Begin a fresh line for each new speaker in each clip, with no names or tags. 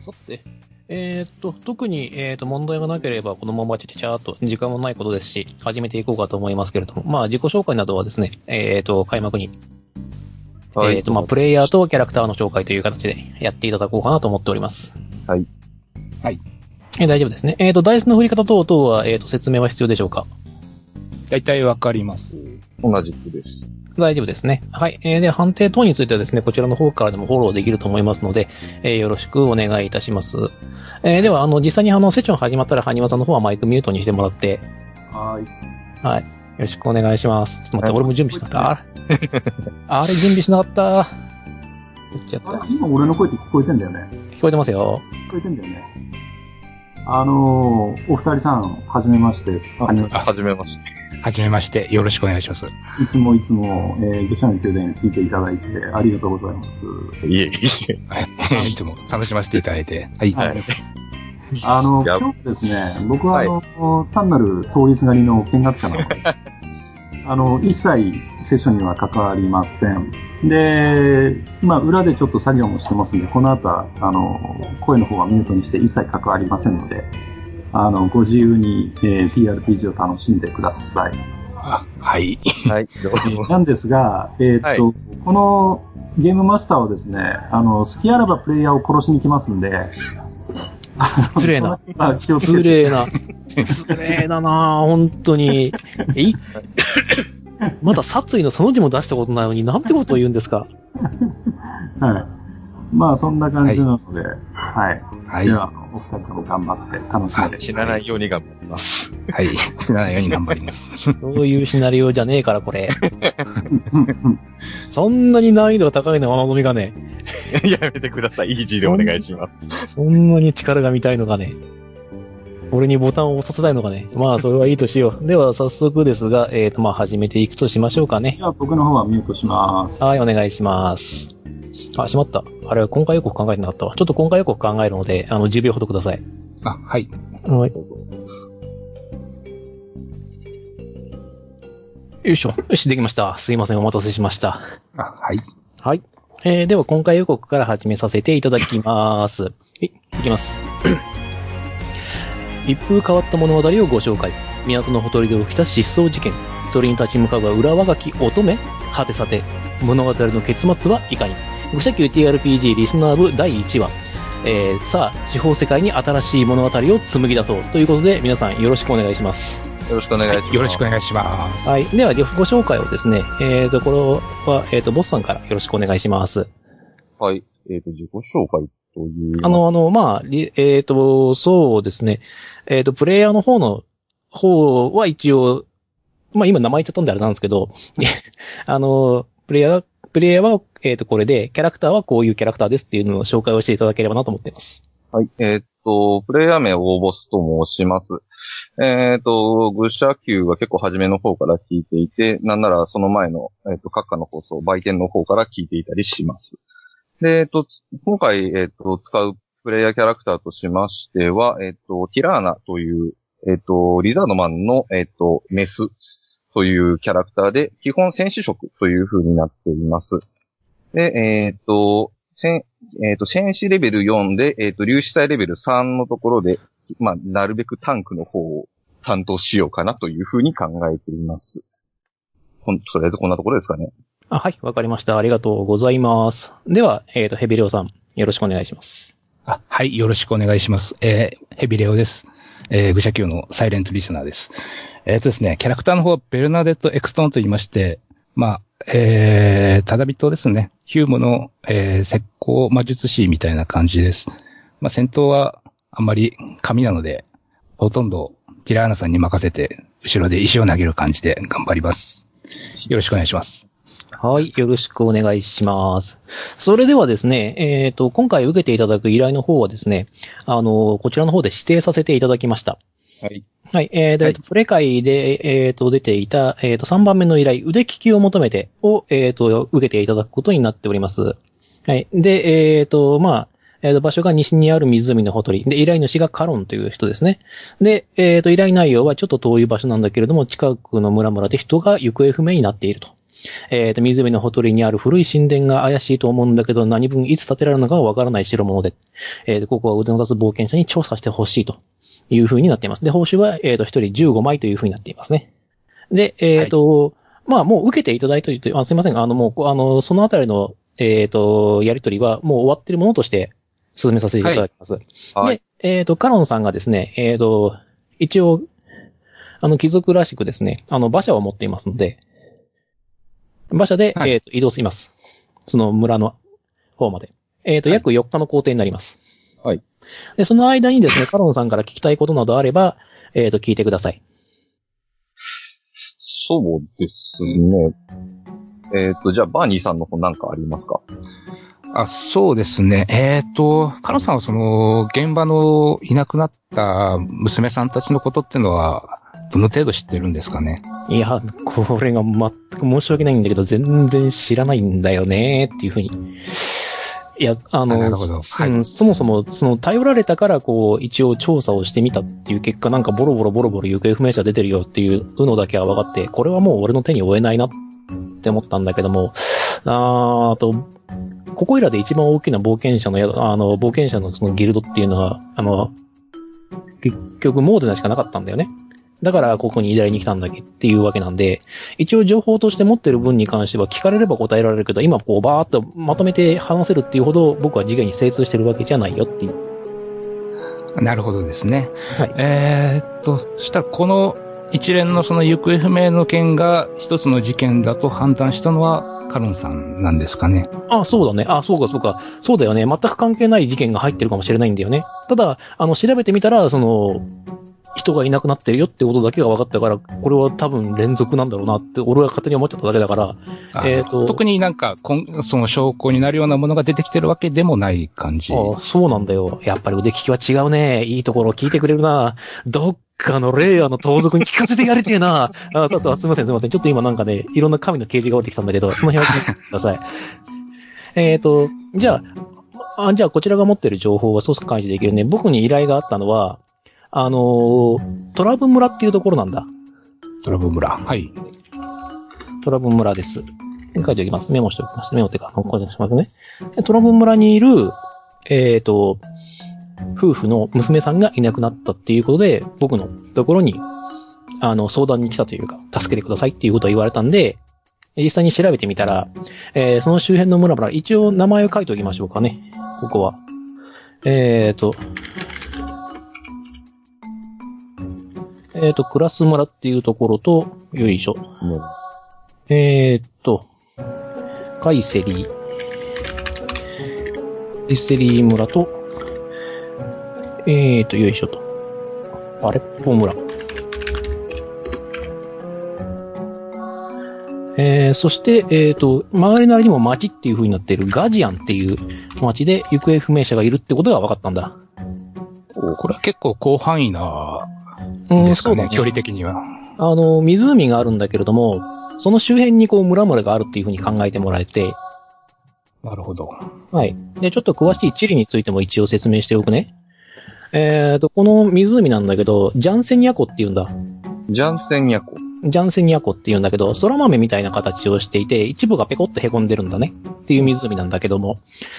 さて、えーっと、特に、えーっと、問題がなければ、このままちゃちゃちゃっと時間もないことですし、始めていこうかと思いますけれども、まあ、自己紹介などはですね、えーっと、開幕に、
はい
えーっと、まあ、プレイヤーとキャラクターの紹介という形でやっていただこうかなと思っております。
はい。
はい。
えー大丈夫ですね。えーっと、ダイスの振り方等々は、えーっと、説明は必要でしょうか
大体わかります。
同じくです。
大丈夫ですね。はい。えーで、判定等についてはですね、こちらの方からでもフォローできると思いますので、えーよろしくお願いいたします。えーでは、あの、実際にあの、セッション始まったら、ハニワさんの方はマイクミュートにしてもらって、よ
はい。
ろしくお願いします。ちょっと待って、
はい
俺も準備しなかった。 あれあれ、準備しなかった。言っちゃった。
あれ今俺の声って聞こえてんだよね。
聞こえてますよ。
聞こえてんだよね。あのー、お二人さん、はじめまして。あの
はじめまして。
はじめまして、よろしくお願いします。
いつもいつも、えー、愚者の宮殿に聞いていただいてありがとうございます。
いえいえ。
いつも楽しませていただいて。はい。
はいあの、
や
今日ですね、僕はあの、単なる通りすがりの見学者な ので、あの、一切セッションには関わりません。で、まあ、裏でちょっと作業もしてますんで、この後は、あの、声の方はミュートにして一切関わりませんので、あの、ご自由に、えー TRPG を楽しんでください。
あはい。
はい。どうも。
なんですが、えーっと、このゲームマスターはですね、あの、好きあらばプレイヤーを殺しに来ますんで、
失礼な。
あ気をつけ
失
て。
礼な。失礼だな本当に。えいまだ殺意のその字も出したことないのに、なんてことを言うんですか。
はい。まあ、そんな感じなので、はい。
はい。
で
は
は、お二人とも頑張って楽しんで。
死なないように頑張ります。
い。死なないように頑張ります。
そういうシナリオじゃねえから、これ。
うんうん
そんなに難易度が高いのは望みがね、
やめてください。イージーでお願いします。
そんなに力が見たいのがね、俺にボタンを押させたいのがね、まあそれはいいとしよう。では早速ですが、えっ、とまあ始めていくとしましょうかね。
では、僕の方はミュートします。
はい、お願いします。あ、しまった。あれ、今回予告考えてなかったわ。ちょっと今回予告考えるので、あの、10秒ほどください。
あ、はい。
はい。よいしょ。よし、できました。すいません、お待たせしました。
あ、はい。
はい。えーでは、今回予告から始めさせていただきます。はい、いきます。 一風変わった物語をご紹介。港のほとりで起きた失踪事件。それに立ち向かうは裏若き乙女はてさて、物語の結末はいかに愚者級 TRPG リスナー部第1話。えーさあ、地方世界に新しい物語を紡ぎ出そう。ということで、皆さんよろしくお願いします。
よろしくお願いします。
はいよろしくお願いします。
はい。では、ご紹介をですね、えーと、これは、えーと、ボスさんからよろしくお願いします。
はい。えっ、と、自己紹介という。
あ、の、あの、まあ、りえーと、そうですね、えーと、プレイヤーの方の、方は一応、まあ、今名前言っちゃったんであれなんですけど、 あの、プレイヤー、プレイヤーは、えーと、これで、キャラクターはこういうキャラクターですっていうのを紹介をしていただければなと思っています。
はい。えっ、と、プレイヤー名大ボスと申します。えっ、と、愚者級は結構初めの方から聞いていて、なんならその前の、えっ、と、各家の放送、売店の方から聞いていたりします。で、えっ、と、今回、えっ、と、使うプレイヤーキャラクターとしましては、えっ、と、ティラーナという、えっ、と、リザードマンの、えっ、と、メスというキャラクターで、基本戦士色という風になっています。で、えっ、と、戦えっ、と、戦士レベル4で、えっ、と、粒子体レベル3のところで、まあ、なるべくタンクの方を担当しようかなというふうに考えています。ほん、とりあえずこんなところですかね。
あ、はい、わかりました。ありがとうございます。では、えーと、ヘビレオさん、よろしくお願いします。
あ、はい。よろしくお願いします。えーヘビレオです。えー、愚者級のサイレントリスナーです。えっ、とですね、キャラクターの方はベルナデット・エクストンと言いまして、まあ、えー、ただびとですね、ヒュームの、えー、石膏魔術師みたいな感じです。まあ、戦闘はあんまり紙なので、ほとんどティラーナさんに任せて、後ろで石を投げる感じで頑張ります。よろしくお願いします。
はい。よろしくお願いします。それではですね、えっ、と、今回受けていただく依頼の方はですね、あの、こちらの方で指定させていただきました。
はい。
はい。えーと、
はい
プレ会で、えっ、と、出ていた、えっ、と、3番目の依頼、腕利きを求めてを、えっ、と、受けていただくことになっております。はい。で、えっ、と、まあ、えーと、場所が西にある湖のほとり。で、依頼主がカロンという人ですね。で、えっ、と、依頼内容はちょっと遠い場所なんだけれども、近くの村々で人が行方不明になっていると。えっ、と、湖のほとりにある古い神殿が怪しいと思うんだけど、何分いつ建てられるのかはわからない代物で、えっ、と、ここは腕の出す冒険者に調査してほしいという風になっています。で、報酬は、えっ、と、一人15枚という風になっていますね。で、えっ、と、まあ、もう受けていただいておいて、あすいません、あの、もう、あの、そのあたりの、えっ、と、やりとりはもう終わってるものとして進めさせていただきます。
はい。
で、えっ、と、カロンさんがですね、えっ、と、一応、あの、貴族らしくですね、あの、馬車を持っていますので、馬車で、
はい
えっ、と、移動します。その村の方まで。えっ、と、約4日の行程になります。
はい。
で、その間にですね、カロンさんから聞きたいことなどあれば、えっ、と、聞いてください。
そうですね。えっ、と、じゃあ、バーニーさんの方なんかありますか
あ、そうですね。えっ、と、カノさんはその、現場のいなくなった娘さんたちのことってのは、どの程度知ってるんですかね
いや、これが全く申し訳ないんだけど、全然知らないんだよね、っていうふうに。いや、あ
あな
の、
るほど
そ
は
そもそも、その、頼られたから、こう、一応調査をしてみたっていう結果、なんかボロボロボロボロ行方不明者出てるよっていうのだけは分かって、これはもう俺の手に負えないなって思ったんだけども、あーあと、ここいらで一番大きな冒険者の宿、あの、冒険者のそのギルドっていうのは、あの、結局モーデナしかなかったんだよね。だから、ここに依頼に来たんだっけっていうわけなんで、一応情報として持ってる分に関しては聞かれれば答えられるけど、今こうバーっとまとめて話せるっていうほど僕は次元に精通してるわけじゃないよっていう。
なるほどですね。
はい
えーっと、そしたらこの一連のその行方不明の件が一つの事件だと判断したのはカロンさんなんですかね。
あ、そうだね。あ、そうかそうか。そうだよね。全く関係ない事件が入ってるかもしれないんだよね。ただ、あの、調べてみたら、その、人がいなくなってるよってことだけが分かったから、これは多分連続なんだろうなって、俺が勝手に思っちゃっただけだから、
あ
えーと
特になんかこん、その証拠になるようなものが出てきてるわけでもない感じ。
ああそうなんだよ。やっぱり腕利きは違うね。いいところを聞いてくれるな。どっかのレイヤーの盗賊に聞かせてやりてえな。あ、だと、すみません、すみません。ちょっと今なんかね、いろんな神の啓示が降りてきたんだけど、その辺は気にしてください。 えっと、じゃあ、あ、じゃあこちらが持ってる情報はソース開示できるね。僕に依頼があったのは、あのートラブ村っていうところなんだ。
トラブ村。はい。
トラブ村です。書いておきます。メモしておきます。メモっていうか、ここにしますね。でトラブ村にいる、えっ、と、夫婦の娘さんがいなくなったっていうことで、僕のところに、あの、相談に来たというか、助けてくださいっていうことを言われたんで、実際に調べてみたら、えーその周辺の村々、一応名前を書いておきましょうかね。ここは。えっ、と、えっ、と、クラス村っていうところと、よいしょ。
もう
えーっと、カイセリ、カイセリ村と、えーっと、よいしょと、アレッポ村。えー、そして、えーっと、曲がりなりにも町っていう風になっているガジアンっていう町で行方不明者がいるってことが分かったんだ。
これは結構広範囲な
うん
ですか
そうだ
ね距離的には。
あの、湖があるんだけれども、その周辺にこう村々があるっていう風に考えてもらえて、
なるほど。
はい。で、ちょっと詳しい地理についても一応説明しておくね。えーと、この湖なんだけど、ジャンセニア湖って言うんだ。
ジャンセンヤコ。
ジャンセニア湖って言うんだけど、空豆みたいな形をしていて、一部がペコッと凹んでるんだね。っていう湖なんだけども。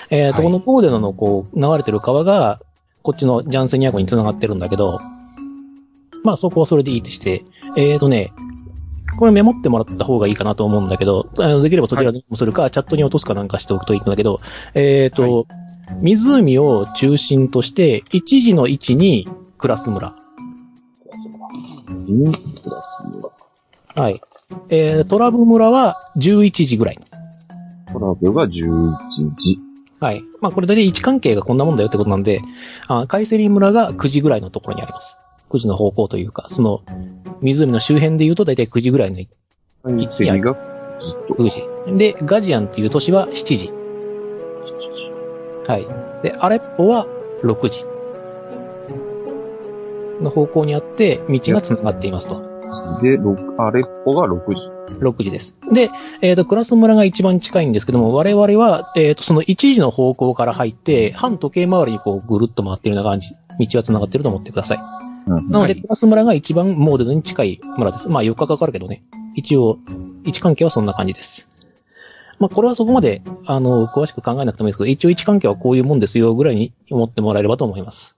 えーと、
はい
このコーデナのこう、流れてる川が、こっちのジャンセニア湖に繋がってるんだけど、まあそこはそれでいいとして、えーとね、これメモってもらった方がいいかなと思うんだけど、あのできればそちらでもするか、チャットに落とすかなんかしておくといいんだけど、えーと、湖を中心として、一時の位置に暮らす村。
うん
はい。えー、トラブ村は11時ぐらい。
トラブが11時。
はい。まあ、これ大体位置関係がこんなもんだよってことなんで、あカイセリ村が9時ぐらいのところにあります。9時の方向というか、その、湖の周辺で言うと大体9時ぐらいの位置
はい、セリがずっと。
9時。で、ガジアンっていう都市は7時。はい。で、アレッポは6時。の方向にあって、道が繋がっていますと。
で、六あれっぽが6時。
6時です。で、えっ、と、クラス村が一番近いんですけども、我々は、えっ、と、その1時の方向から入って、反時計回りにこう、ぐるっと回ってるような感じ、道は繋がってると思ってください。
うん
なので、
はい
クラス村が一番モーデルに近い村です。まあ、4日かかるけどね。一応、1位置関係はそんな感じです。まあ、これはそこまで、あの、詳しく考えなくてもいいですけど、一応位置関係はこういうもんですよ、ぐらいに思ってもらえればと思います。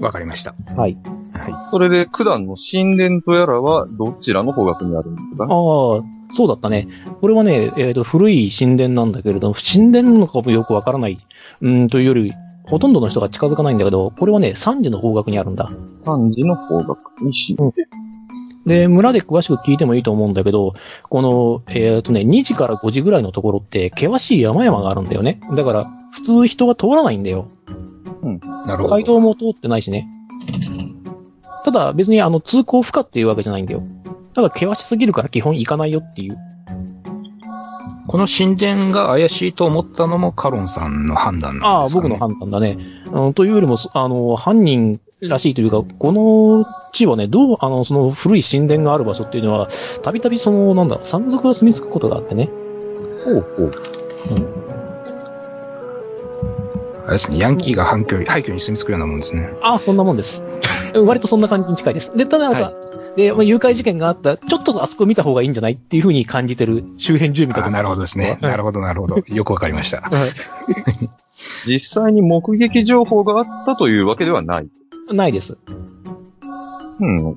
わかりました。
はい。
は
それで、九段の神殿とやらは、どちらの方角にあるんです
ああ
か、
そうだったね。これはね、えっ、と、古い神殿なんだけれど、神殿なのかもよくわからない、うーん、というより、ほとんどの人が近づかないんだけど、これはね、三時の方角にあるんだ。
三時の方角に神殿。
で、村で詳しく聞いてもいいと思うんだけど、この、えっ、とね、2時から5時ぐらいのところって、険しい山々があるんだよね。だから、普通人が通らないんだよ。
い。なるほ
街
ど。
道も通ってないしね。ただ、別にあの、通行不可っていうわけじゃないんだよ。ただ、険しすぎるから基本行かないよっていう。
この神殿が怪しいと思ったのもカロンさんの判断な
あ
ん
あ、
ですか、
僕
ね。
の判断だね。うん、というよりも、そあの、犯人らしいというか、この地はね、どう、あの、その古い神殿がある場所っていうのは、たびたびその、なんだ、山賊が住み着くことがあってね。
ほうほう。
あれですね、ヤンキーが反響廃墟に住み着くようなもんですね。
あ、そんなもんです。割とそんな感じに近いです。で、ただなんか、
は
で、まあ誘拐事件があった、ちょっとあそこ見た方がいいんじゃないっていうふうに感じてる周辺住民だと
あー
思
な
う。
るほどですね。なるほど、なるほど。よくわかりました。
実際に目撃情報があったというわけではない。
うんないです。
うん。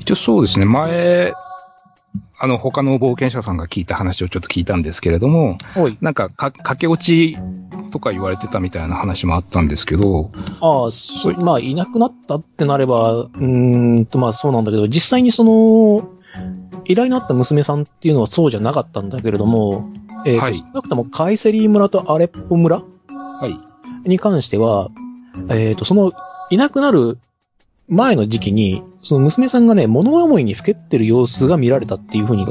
一応そうですね、前、あの、他の冒険者さんが聞いた話をちょっと聞いたんですけれども、
おい。
なんかか、駆け落ちとか言われてたみたいな話もあったんですけど、
ああ、そまあ、いなくなったってなれば、うーんと、まあそうなんだけど、実際にその、依頼のあった娘さんっていうのはそうじゃなかったんだけれども、えーと
はい
少なくともカイセリ村とアレッポ村
はい。
に関しては、えっ、と、その、いなくなる前の時期に、その娘さんがね、物思いにふけってる様子が見られたっていうふうに、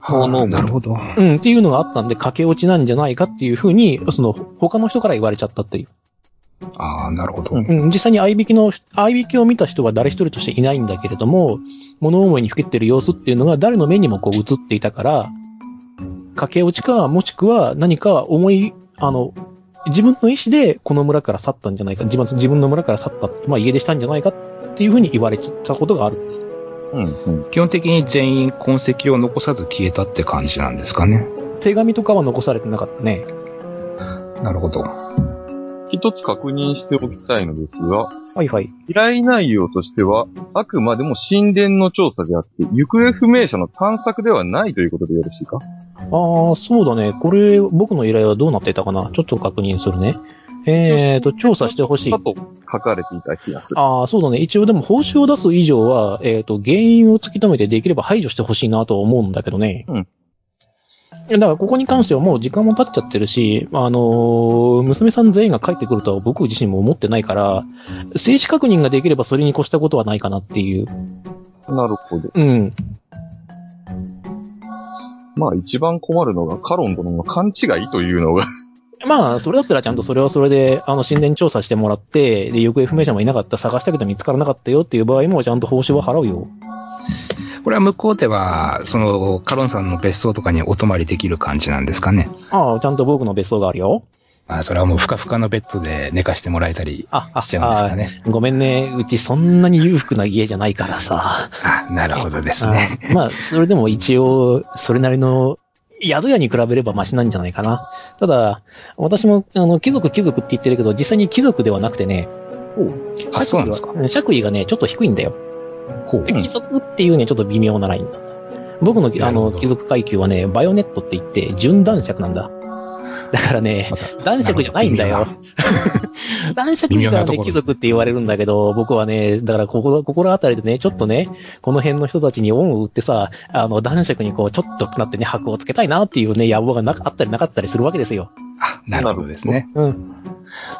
あの
なるほど。
うん、っていうのがあったんで、駆け落ちなんじゃないかっていうふうに、その、他の人から言われちゃったっていう。
ああ、なるほど。
うん
うん、実際に合いびきの、合いびきを見た人は誰一人としていないんだけれども、物思いにふけってる様子っていうのが誰の目にもこう映っていたから、駆け落ちか、もしくは何か思い、あの、自分の意思でこの村から去ったんじゃないか、自分自分の村から去った、まあ家出したんじゃないかっていうふうに言われちゃったことがある。
うん、うん。
基本的に全員痕跡を残さず消えたって感じなんですかね。
手紙とかは残されてなかったね。
なるほど。
一つ確認しておきたいのですが、
はいはい。
依頼内容としては、あくまでも神殿の調査であって、行方不明者の探索ではないということでよろしいか
ああ、そうだね。これ、僕の依頼はどうなっていたかなちょっと確認するね。えーと、調査してほしい
だ。と書かれていた気がする。
ああ、そうだね。一応でも報酬を出す以上は、えっ、と、原因を突き止めてできれば排除してほしいなと思うんだけどね。
うん。
だからここに関してはもう時間も経っちゃってるし、あのー娘さん全員が帰ってくるとは僕自身も思ってないから、静止確認ができればそれに越したことはないかなっていう。
なるほど。
うん。
まあ一番困るのがカロン殿の勘違いというのが、
まあ、それだったらちゃんとそれはそれで、あの、神殿調査してもらって、で、行方不明者もいなかった、探したけど見つからなかったよっていう場合もちゃんと報酬は払うよ。
これは向こうでは、その、カロンさんの別荘とかにお泊まりできる感じなんですかね。
ああ、ちゃんと僕の別荘があるよ。
あーそれはもうふかふかのベッドで寝かしてもらえたり
あ、あ、
しちゃうんですかね。
ごめんね。うちそんなに裕福な家じゃないからさ。
あ、なるほどですね。
あまあ、それでも一応、それなりの、宿屋に比べればマシなんじゃないかな。ただ、私も、あの、貴族貴族って言ってるけど、実際に貴族ではなくてね、
あ、そうなんですか。
うん爵位がね、ちょっと低いんだよ。
ほう
で貴族っていうね、ちょっと微妙なライン。僕の、あ
なるほ
の、
ど
貴族階級はね、バイオネットって言って、純男爵なんだ。だからね、
また
男爵じゃないんだよ。 男爵以外はね、貴族って言われるんだけど、僕はね、だからここ、心当たりでね、ちょっとね、この辺の人たちに恩を売ってさ、あの、男爵にこう、ちょっとなってね、箔をつけたいなっていうね、野望がなかあったりなかったりするわけですよ。
あ、なるほどですね。
うん。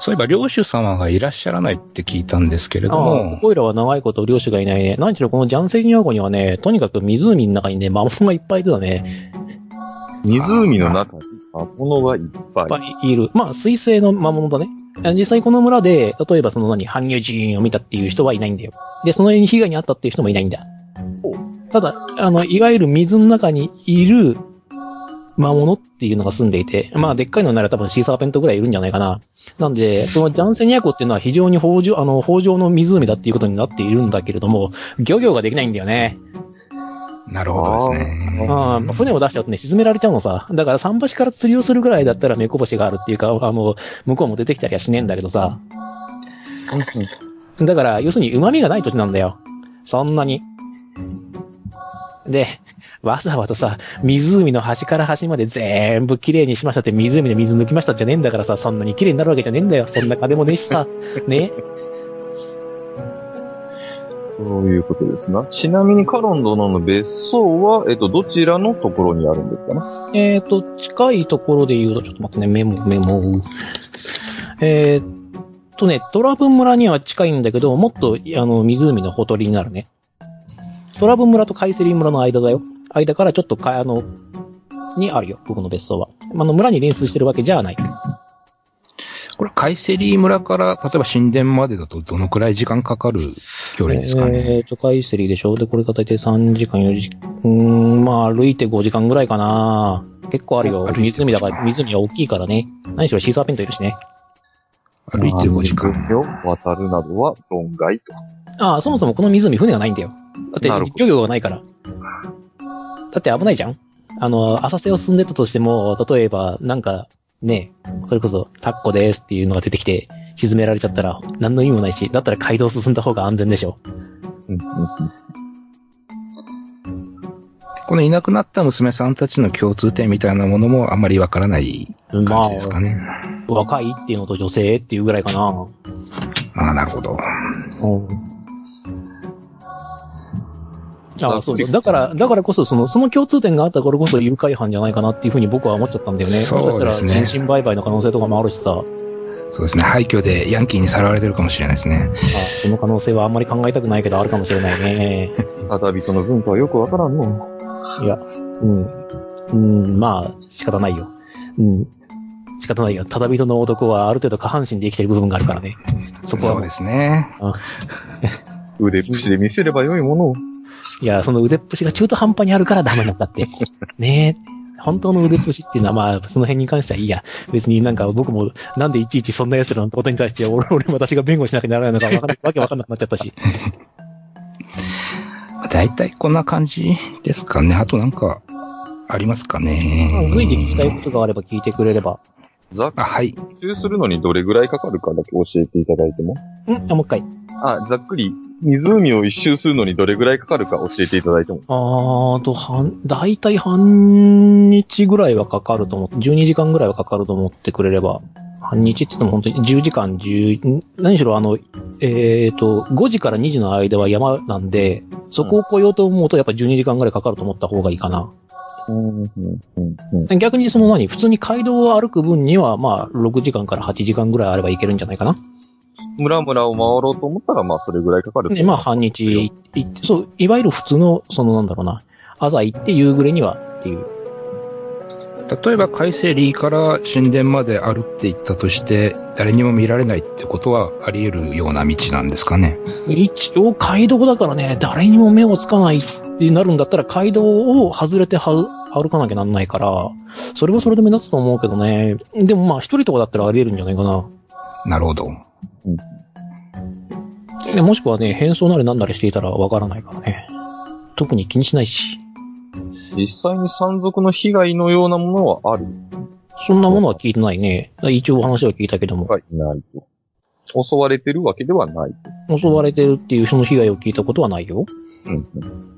そういえば、領主様がいらっしゃらないって聞いたんですけれど
ああ、
も、
こいらは長いこと領主がいないね。何しろこのジャンセニア湖にはね、とにかく湖の中にね、魔物がいっぱいいるだね。
湖の中に魔物がいっぱい。
いっぱいいる。まあ、水星の魔物だね。あ実際この村で、例えばその何、搬入寺院を見たっていう人はいないんだよ。で、その辺に被害に遭ったっていう人もいないんだ。ただ、あの、いわゆる水の中にいる魔物っていうのが住んでいて、まあ、でっかいのなら多分シーサーペントぐらいいるんじゃないかな。なんで、このジャンセニア湖っていうのは非常に豊穣、あの、豊穣の湖だっていうことになっているんだけれども、漁業ができないんだよね。
なるほどですね。
あー船を出しちゃうとね、沈められちゃうのさ。だから桟橋から釣りをするぐらいだったら猫星があるっていうか、あの、向こうも出てきたりはしねえんだけどさ。だから、要するに旨味がない土地なんだよ。そんなに。で、わざわざさ、湖の端から端まで全部綺麗にしましたって湖で水抜きましたじゃねえんだからさ、そんなに綺麗になるわけじゃねえんだよ。そんな金もねえしさ。ね。
そういうことですな。ちなみにカロン殿の別荘は、えっと、どちらのところにあるんですかね
えっ、と、近いところで言うと、ちょっと待ってね、メモ、メモ。えーっとね、トラブン村には近いんだけど、もっと、あの、湖のほとりになるね。トラブン村とカイセリ村の間だよ。間からちょっとか、あの、にあるよ、僕の別荘は。あの、村に連出してるわけじゃない。
これ、カイセリ村から、例えば神殿までだとどのくらい時間かかる距離ですか
え
ね。
ーっと、カイセリでしょで、これが大体3時間、4時間。うーん、まあ、歩いて5時間ぐらいかな。結構あるよ。
歩いて
湖だから、湖は大きいからね。何しろシーサーペントいるしね。
歩いて5時間。
を渡るなどは論外と。
ああ、そもそもこの湖船がないんだよ。だ
な
っ
る
て
ほ、
漁業がないから。だって危ないじゃんあの、浅瀬を進んでたとしても、例えば、なんか、ね、それこそ、タッコですっていうのが出てきて、沈められちゃったら、何の意味もないし、だったら街道を進んだ方が安全でしょ。
うんうん
このいなくなった娘さんたちの共通点みたいなものもあんまりわからない
ま
感
あ
じです、かね。
若いっていうのと女性っていうぐらいかな。
ああ、なるほど。
ああ、そうだ。だから、だからこそ、その、その共通点があったからこそ誘拐犯じゃないかなっていうふうに僕は思っちゃったんだよね。
そうですね
もしかしたら人身売買の可能性とかもあるしさ。
そうですね。廃墟でヤンキーにさらわれてるかもしれないですね。
あその可能性はあんまり考えたくないけど、あるかもしれないね。
うん。ただ人の文化はよくわからんの。
いや、うん。うん、まあ、仕方ないよ。うん。仕方ないよ。ただ人の男はある程度下半身で生きてる部分があるからね。そこは
そうですね。
腕っぷしで見せればよいものを。
いや、その腕っぷしが中途半端にあるからダメなんだって。ねえ。本当の腕っぷしっていうのは、まあ、その辺に関してはいいや。別になんか僕も、なんでいちいちそんな奴らのことに対して、俺、俺、私が弁護しなきゃならないのかわかんわけわかんなくなっちゃったし。
だいたいこんな感じですかね。あとなんか、ありますかね。
随時聞きたいことがあれば聞いてくれれば。
ざっ
あ、はい。
中するのにどれぐらいかかるかだけ教えていただいても。
んあ、もう一回。
あ、ざっくり、湖を一周するのにどれぐらいかかるか教えていただいても。
あーあと、半、だいたい半日ぐらいはかかると思って、12時間ぐらいはかかると思ってくれれば、半日って言っても本当に10時間、10、ん何しろあの、えっ、と、5時から2時の間は山なんで、そこを越えようと思うとやっぱ12時間ぐらいかかると思った方がいいかな。
うん、うん、うん。
逆にその何、普通に街道を歩く分には、まあ、6時間から8時間ぐらいあればいけるんじゃないかな。
村々を回ろうと思ったら、まあ、それぐらいかかると。
で、まあ、半日行って、そう、いわゆる普通の、そのなんだろうな、朝行って夕暮れにはっていう。
例えば、カイセリから神殿まで歩っていったとして、誰にも見られないってことはあり得るような道なんですかね。
一応街道だからね、誰にも目をつかないってなるんだったら街道を外れては歩かなきゃなんないから、それはそれで目立つと思うけどね。でもまあ一人とかだったらあり得るんじゃないかな。
なるほど。
でもしくはね、変装なりなんなりしていたらわからないからね。特に気にしないし。
実際に山賊の被害のようなものはある
そんなものは聞いてないね。一応お話は聞いたけども。
かいないと。襲われてるわけではないと。
襲われてるっていうその被害を聞いたことはないよ。
うん、うん。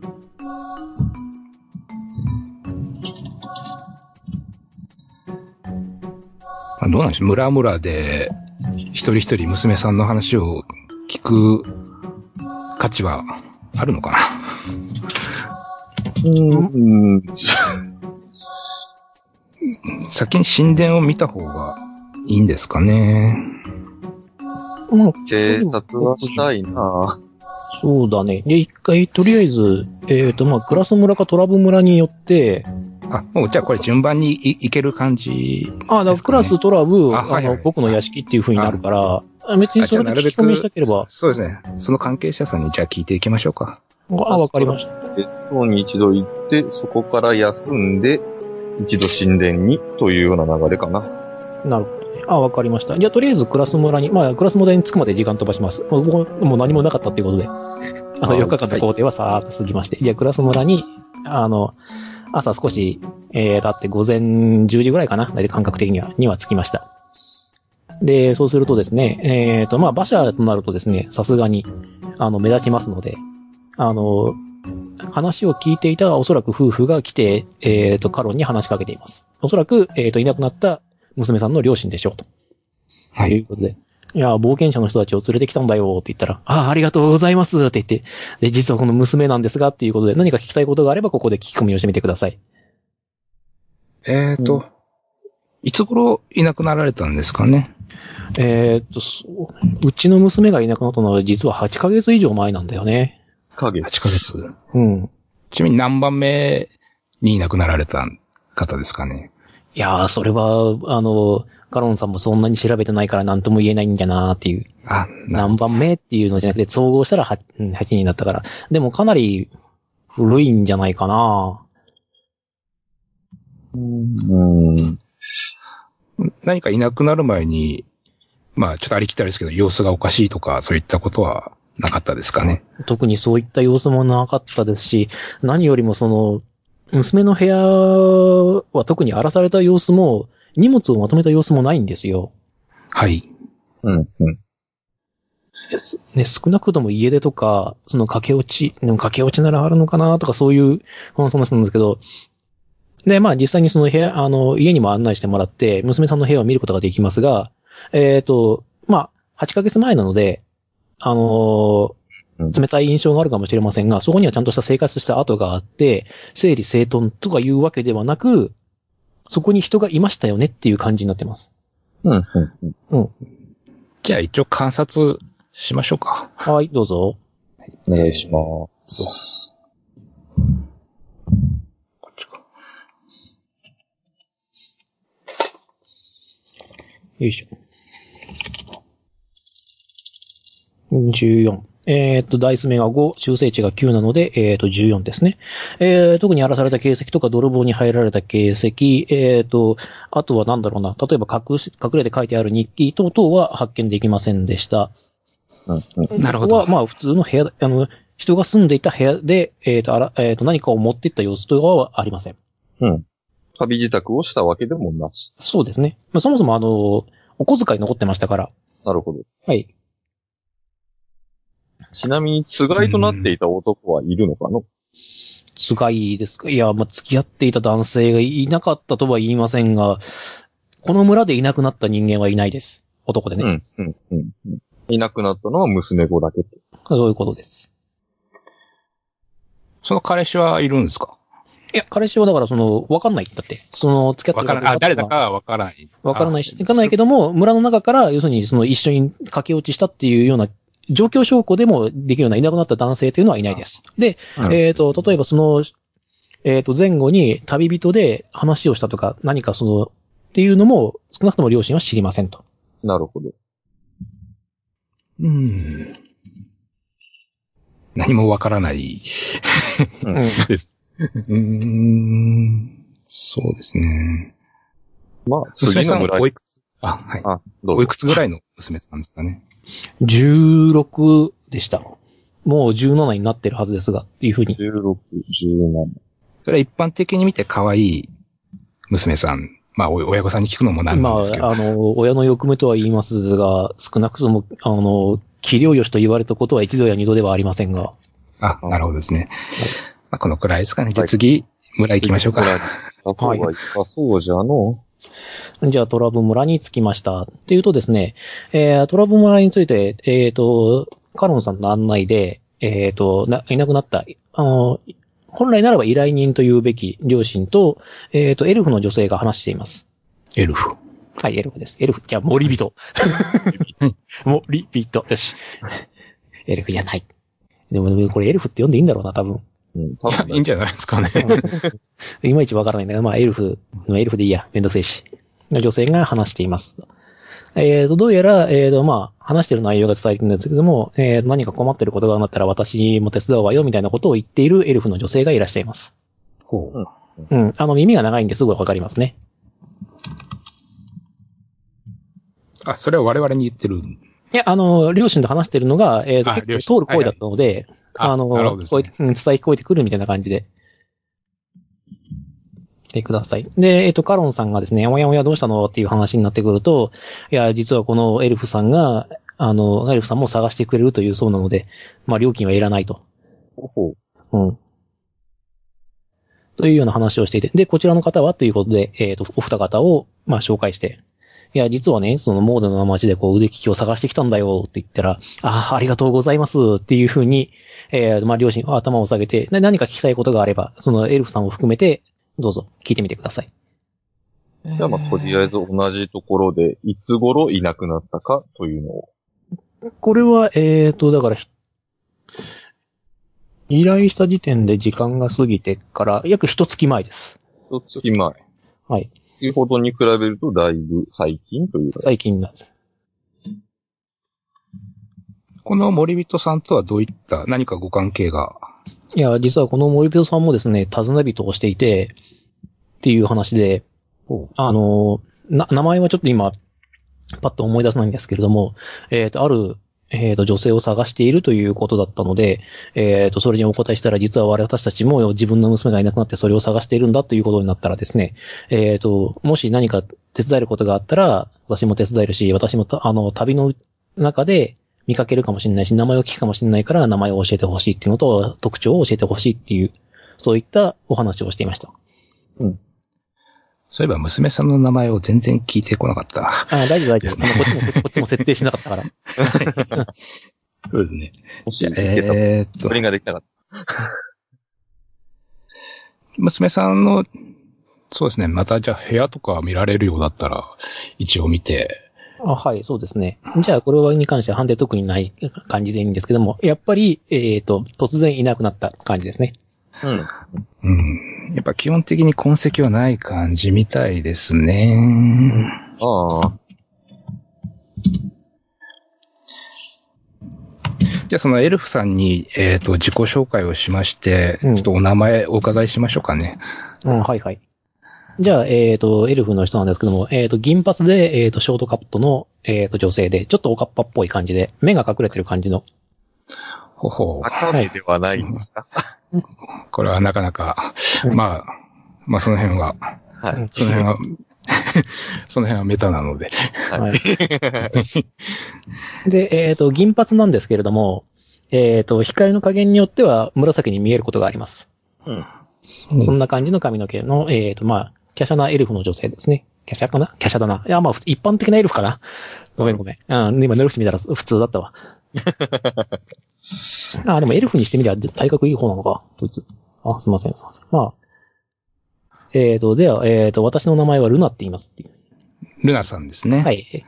まあどうなんでしょう。村々で、一人一人娘さんの話を聞く価値はあるのかな。
うん、
先に神殿を見た方がいいんですかね。
うん、
警察はしたいなぁ。
そうだね。で、一回、とりあえず、えっ、と、まあ、クラス村かトラブ村によって、
あ、もうじゃあこれ順番にいいける感じ。
あだから
です
ク
かね
ラス、トラブ、
あ
あ
はいはい
の僕の屋敷っていう風になるから、あ別に
あじ
そ
ゃあ
れで聞き込みしたければ、
そうですね。その関係者さんにじゃあ聞いていきましょうか。
あ、わかりました。
別荘に一度行って、そこから休んで、一度神殿にというような流れかな。
なるほどね。あ、わかりました。じゃあ、とりあえず、クラス村に、まあ、クラス村に着くまで時間飛ばします。もう、もうもう何もなかったということで。 あの、
はい
4日間の工程はさーっと過ぎまして。じゃあ、クラス村に、あの、朝少し、えー、だって午前10時ぐらいかな。大体感覚的には、には着きました。で、そうするとですね、えっ、と、まあ、馬車となるとですね、さすがに、あの、目立ちますので、あの、話を聞いていたおそらく夫婦が来て、えっ、と、カロンに話しかけています。おそらく、えっ、と、いなくなった娘さんの両親でしょう、と
は
いう
い。
ことで。いや、冒険者の人たちを連れてきたんだよって言ったら、ああ、ありがとうございますって言って、で、実はこの娘なんですがっていうことで、何か聞きたいことがあればここで聞き込みをしてみてください。
えっ、と、いつ頃いなくなられたんですかね
えーっと、そううちの娘がいなくなったのは実は8ヶ月以上前なんだよね。
影。
?8 ヶ月。
うん。
ちなみに何番目にいなくなられた方ですかね
いやー、それは、あの、カロンさんもそんなに調べてないから何とも言えないんだなーっていう。
あ、な
何番目っていうのじゃなくて、総合したら 8, 8人だったから。でもかなり古いんじゃないかな
うん。
何かいなくなる前に、まあ、ちょっとありきたりですけど、様子がおかしいとか、そういったことはなかったですかね。
特にそういった様子もなかったですし、何よりもその、娘の部屋は特に荒らされた様子も、荷物をまとめた様子もないんですよ。
はい。
うん。うん。
ね、少なくとも家出とか、その駆け落ち、でも駆け落ちならあるのかなとかそういう話なんですけど、で、まあ実際にその部屋、あの、家にも案内してもらって、娘さんの部屋を見ることができますが、えっ、と、まあ、8ヶ月前なので、あの
うん
ー冷たい印象があるかもしれませんが、そこにはちゃんとした生活した跡があって、整理整頓とかいうわけではなく、そこに人がいましたよねっていう感じになってます。
うん。
じゃあ一応観察しましょうか。
はい、どうぞ。
お願いします。
こっちか。
よいしょ。14。えーっと、ダイス目が5、修正値が9なので、えーっと、14ですね。えー、特に荒らされた形跡とか、泥棒に入られた形跡、えーっと、あとはなんだろうな、例えば隠し、隠れて書いてある日記等々は発見できませんでした。
うん。うん。
なるほ
ここは、
ど。
まあ、普通の部屋、あの、人が住んでいた部屋で、えーっと、あら、えーっと、何かを持っていった様子とかはありません。
うん。旅自宅をしたわけでもなし。
そうですね。まあ、そもそも、あの、お小遣い残ってましたから。
なるほど。
はい。
ちなみに、つがいとなっていた男はいるのかな
つがいですかいや、まあ、付き合っていた男性がいなかったとは言いませんが、この村でいなくなった人間はいないです。男でね。
うん、うん、うん。うんいなくなったのは娘子だけって。
そういうことです。
その彼氏はいるんですか
いや、彼氏はだからその、わかんない。だって、その、付き合っ
わ
て
か
る
らない。あ、誰だか
は
はわからない。
わからないし、
あ
わかんないけども、村の中から、要するにその、一緒に駆け落ちしたっていうような、状況証拠でもできるようないなくなった男性というのはいないです。で、
なるほど
えっ、と、例えばその、えっ、と、前後に旅人で話をしたとか、何かその、っていうのも、少なくとも両親は知りませんと。
なるほど。
うん。何もわからない。
うん
です。うーん。そうですね。
まあ、
娘
次
さ
の
ん
村
おいくつあ、はい。
あ、ど
お
う
い
ぞ。
くつぐらいの娘さんですかね。
16でした。もう17になってるはずですが、っていうふうに。
16、17。
それは一般的に見て可愛い娘さん。まあ、お親御さんに聞くのもなん
ま
なんですけど。
あ、あの、親の欲目とは言いますが、少なくとも、あの、器量よしと言われたことは一度や二度ではありませんが、
あ、なるほどですね。まあ、このくらいですかね。じゃあ次、村行きましょう
村
か。
に行った方がいいか、そうじゃの。
じゃあトラブ村に着きました。っていうとですね、えー、トラブ村について、えっ、と、カロンさんの案内で、えっ、とな、いなくなった、あの、本来ならば依頼人というべき両親と、えっ、と、エルフの女性が話しています。
エルフ。
はい、エルフです。エルフ、じゃあ、森人。森人。よし。エルフじゃない。でも、でもこれエルフって呼んでいいんだろうな、多分。
うん、多
いや
分、
いいんじゃないですかね。
いまいちわからないんだけど、まあ、エルフのエルフでいいや。めんどくせえし。の女性が話しています。えーと、どうやら、えーと、まあ、話してる内容が伝えてるんですけども、えー何か困ってることがあったら私も手伝うわよ、みたいなことを言っているエルフの女性がいらっしゃいます。
ほ
う
うん。あの、耳が長いんですごいわかりますね。
あ、それは我々に言ってる。
いや、あの、両親と話してるのが、えっ、と、
あ両
結
親
構通る声だったので、
あ
あの、
なるほ
聞
どです
こえ
ね
て、うん、伝え聞こえてくるみたいな感じで。してください。で、えっ、と、カロンさんがですね、おやおやどうしたのっていう話になってくると、いや、実はこのエルフさんが、あの、エルフさんも探してくれるというそうなので、まあ、料金はいらないと。
ほほ
うん。というような話をしていて、で、こちらの方はということで、えっ、と、お二方を、まあ、紹介して、いや、実はね、その、モードの街でこう、腕利きを探してきたんだよって言ったら、ああ、ありがとうございますっていうふうに、えーまあ、両親は頭を下げて、な何か聞きたいことがあれば、その、エルフさんを含めて、どうぞ、聞いてみてください。
じゃあまあ、とりあえず同じところで、いつ頃いなくなったかというのを。
これは、えーと、だから、依頼した時点で時間が過ぎてから、約一月前です。
一月前。
はい。
先ほどに比べるとだいぶ最近というか。
最近なんです。
この森人さんとはどういった何かご関係が、
いや、実はこの森人さんもですね、尋ね人をしていて、っていう話で、あの、な、名前はちょっと今、パッと思い出せないんですけれども、えっ、と、ある、えっ、と、女性を探しているということだったので、えっ、と、それにお答えしたら、実は私たちも自分の娘がいなくなってそれを探しているんだということになったらですね、えっ、と、もし何か手伝えることがあったら、私も手伝えるし、私もた、あの、旅の中で見かけるかもしれないし、名前を聞くかもしれないから、名前を教えてほしいっていうのと、特徴を教えてほしいっていう、そういったお話をしていました。
そういえば娘さんの名前を全然聞いてこなかったな。
あ、大丈夫、大丈夫。あ
で
の、こっちもせ、こっちも設定しなかったから。
そうですね。
もし、え
えーっ
そ、
と
れができなかっ
娘さんの、そうですね、またじゃあ部屋とか見られるようだったら、一応見て、
あはい、そうですね。じゃあ、これに関しては判定特にない感じでいいんですけども、やっぱり、えっ、と、突然いなくなった感じですね。
た。うん。
うん。やっぱ基本的に痕跡はない感じみたいですね。
ああ。
じゃあそのエルフさんに、えっ、と、自己紹介をしまして、
うん
ちょっとお名前お伺いしましょうかね。
うん、はいはい。じゃあ、えっ、と、エルフの人なんですけども、えっ、と、銀髪で、えっ、と、ショートカットの、えっ、と、女性で、ちょっとおかっぱっぽい感じで、目が隠れてる感じの。
ほほう。
赤目ではないんですか。
これはなかなか、まあ、まあその辺は、
はい。
うん
その辺は、 その辺はメタなので。
は
で、えっ、と、銀髪なんですけれども、えっ、と、光の加減によっては紫に見えることがあります。
うん
そんな感じの髪の毛の、えっ、と、まあ、華奢なエルフの女性ですね。華奢かな華奢だな。いや、まあ、普通一般的なエルフかな。ごめんごめん。うん、今、ヌルフしてみたら普通だったわ。 あ、でもエルフにしてみりゃ体格いい方なのか、こいつ。あ、すいません、すいません。まあ。えっ、と、では、えっ、と、私の名前はルナって言いますっていう。
ルナさんですね。
はい。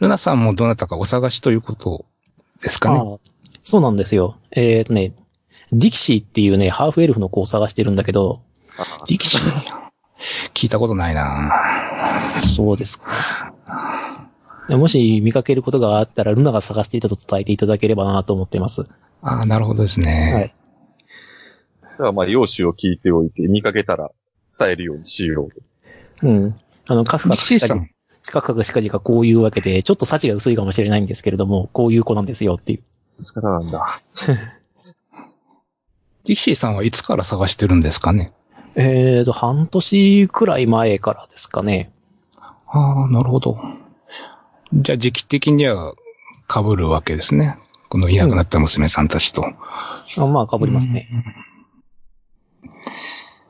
ルナさんもどなたかお探しということですかね。
ああそうなんですよ。えっ、とね、ディキシーっていうね、ハーフエルフの子を探してるんだけど、
ディキシー聞いたことないな
そうですもし見かけることがあったら、ルナが探していたと伝えていただければなと思っています。
ああ、なるほどですね。
はい。
じゃあまあ、容姿を聞いておいて、見かけたら伝えるようにしよう。
うん。あの、カクカ
ディ
ク
キシー
しか
さ
じ
ん、
カクカクしかじかこういうわけで、ちょっと幸が薄いかもしれないんですけれども、こういう子なんですよっていう。
力なんだ。
ディキシーさんはいつから探してるんですかね。
えーと、半年くらい前からですかね。
ああ、なるほど。じゃあ時期的には被るわけですね。このいなくなった娘さんたちと。
あまあ、被りますね。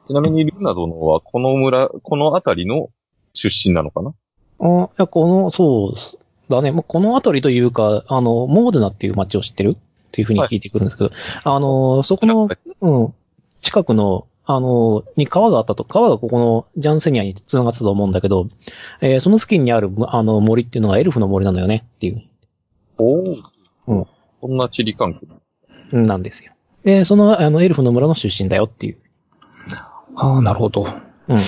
ちなみに、ルナ殿は、この村、この辺りの出身なのかな
あいやこの、そうすだね。もうこの辺りというか、あの、モーデナっていう街を知ってるっていうふうに聞いてくるんですけど、あの、そこの、うん、近くの、あの、に川があったと、川がここのジャンセニアに繋がってたと思うんだけど、えーその付近にある、あの、森っていうのがエルフの森なのよねっていう。
おお。
うん
こんな地理関係。
なんですよ。で、その、あの、エルフの村の出身だよっていう。
ああ、なるほど。
うん。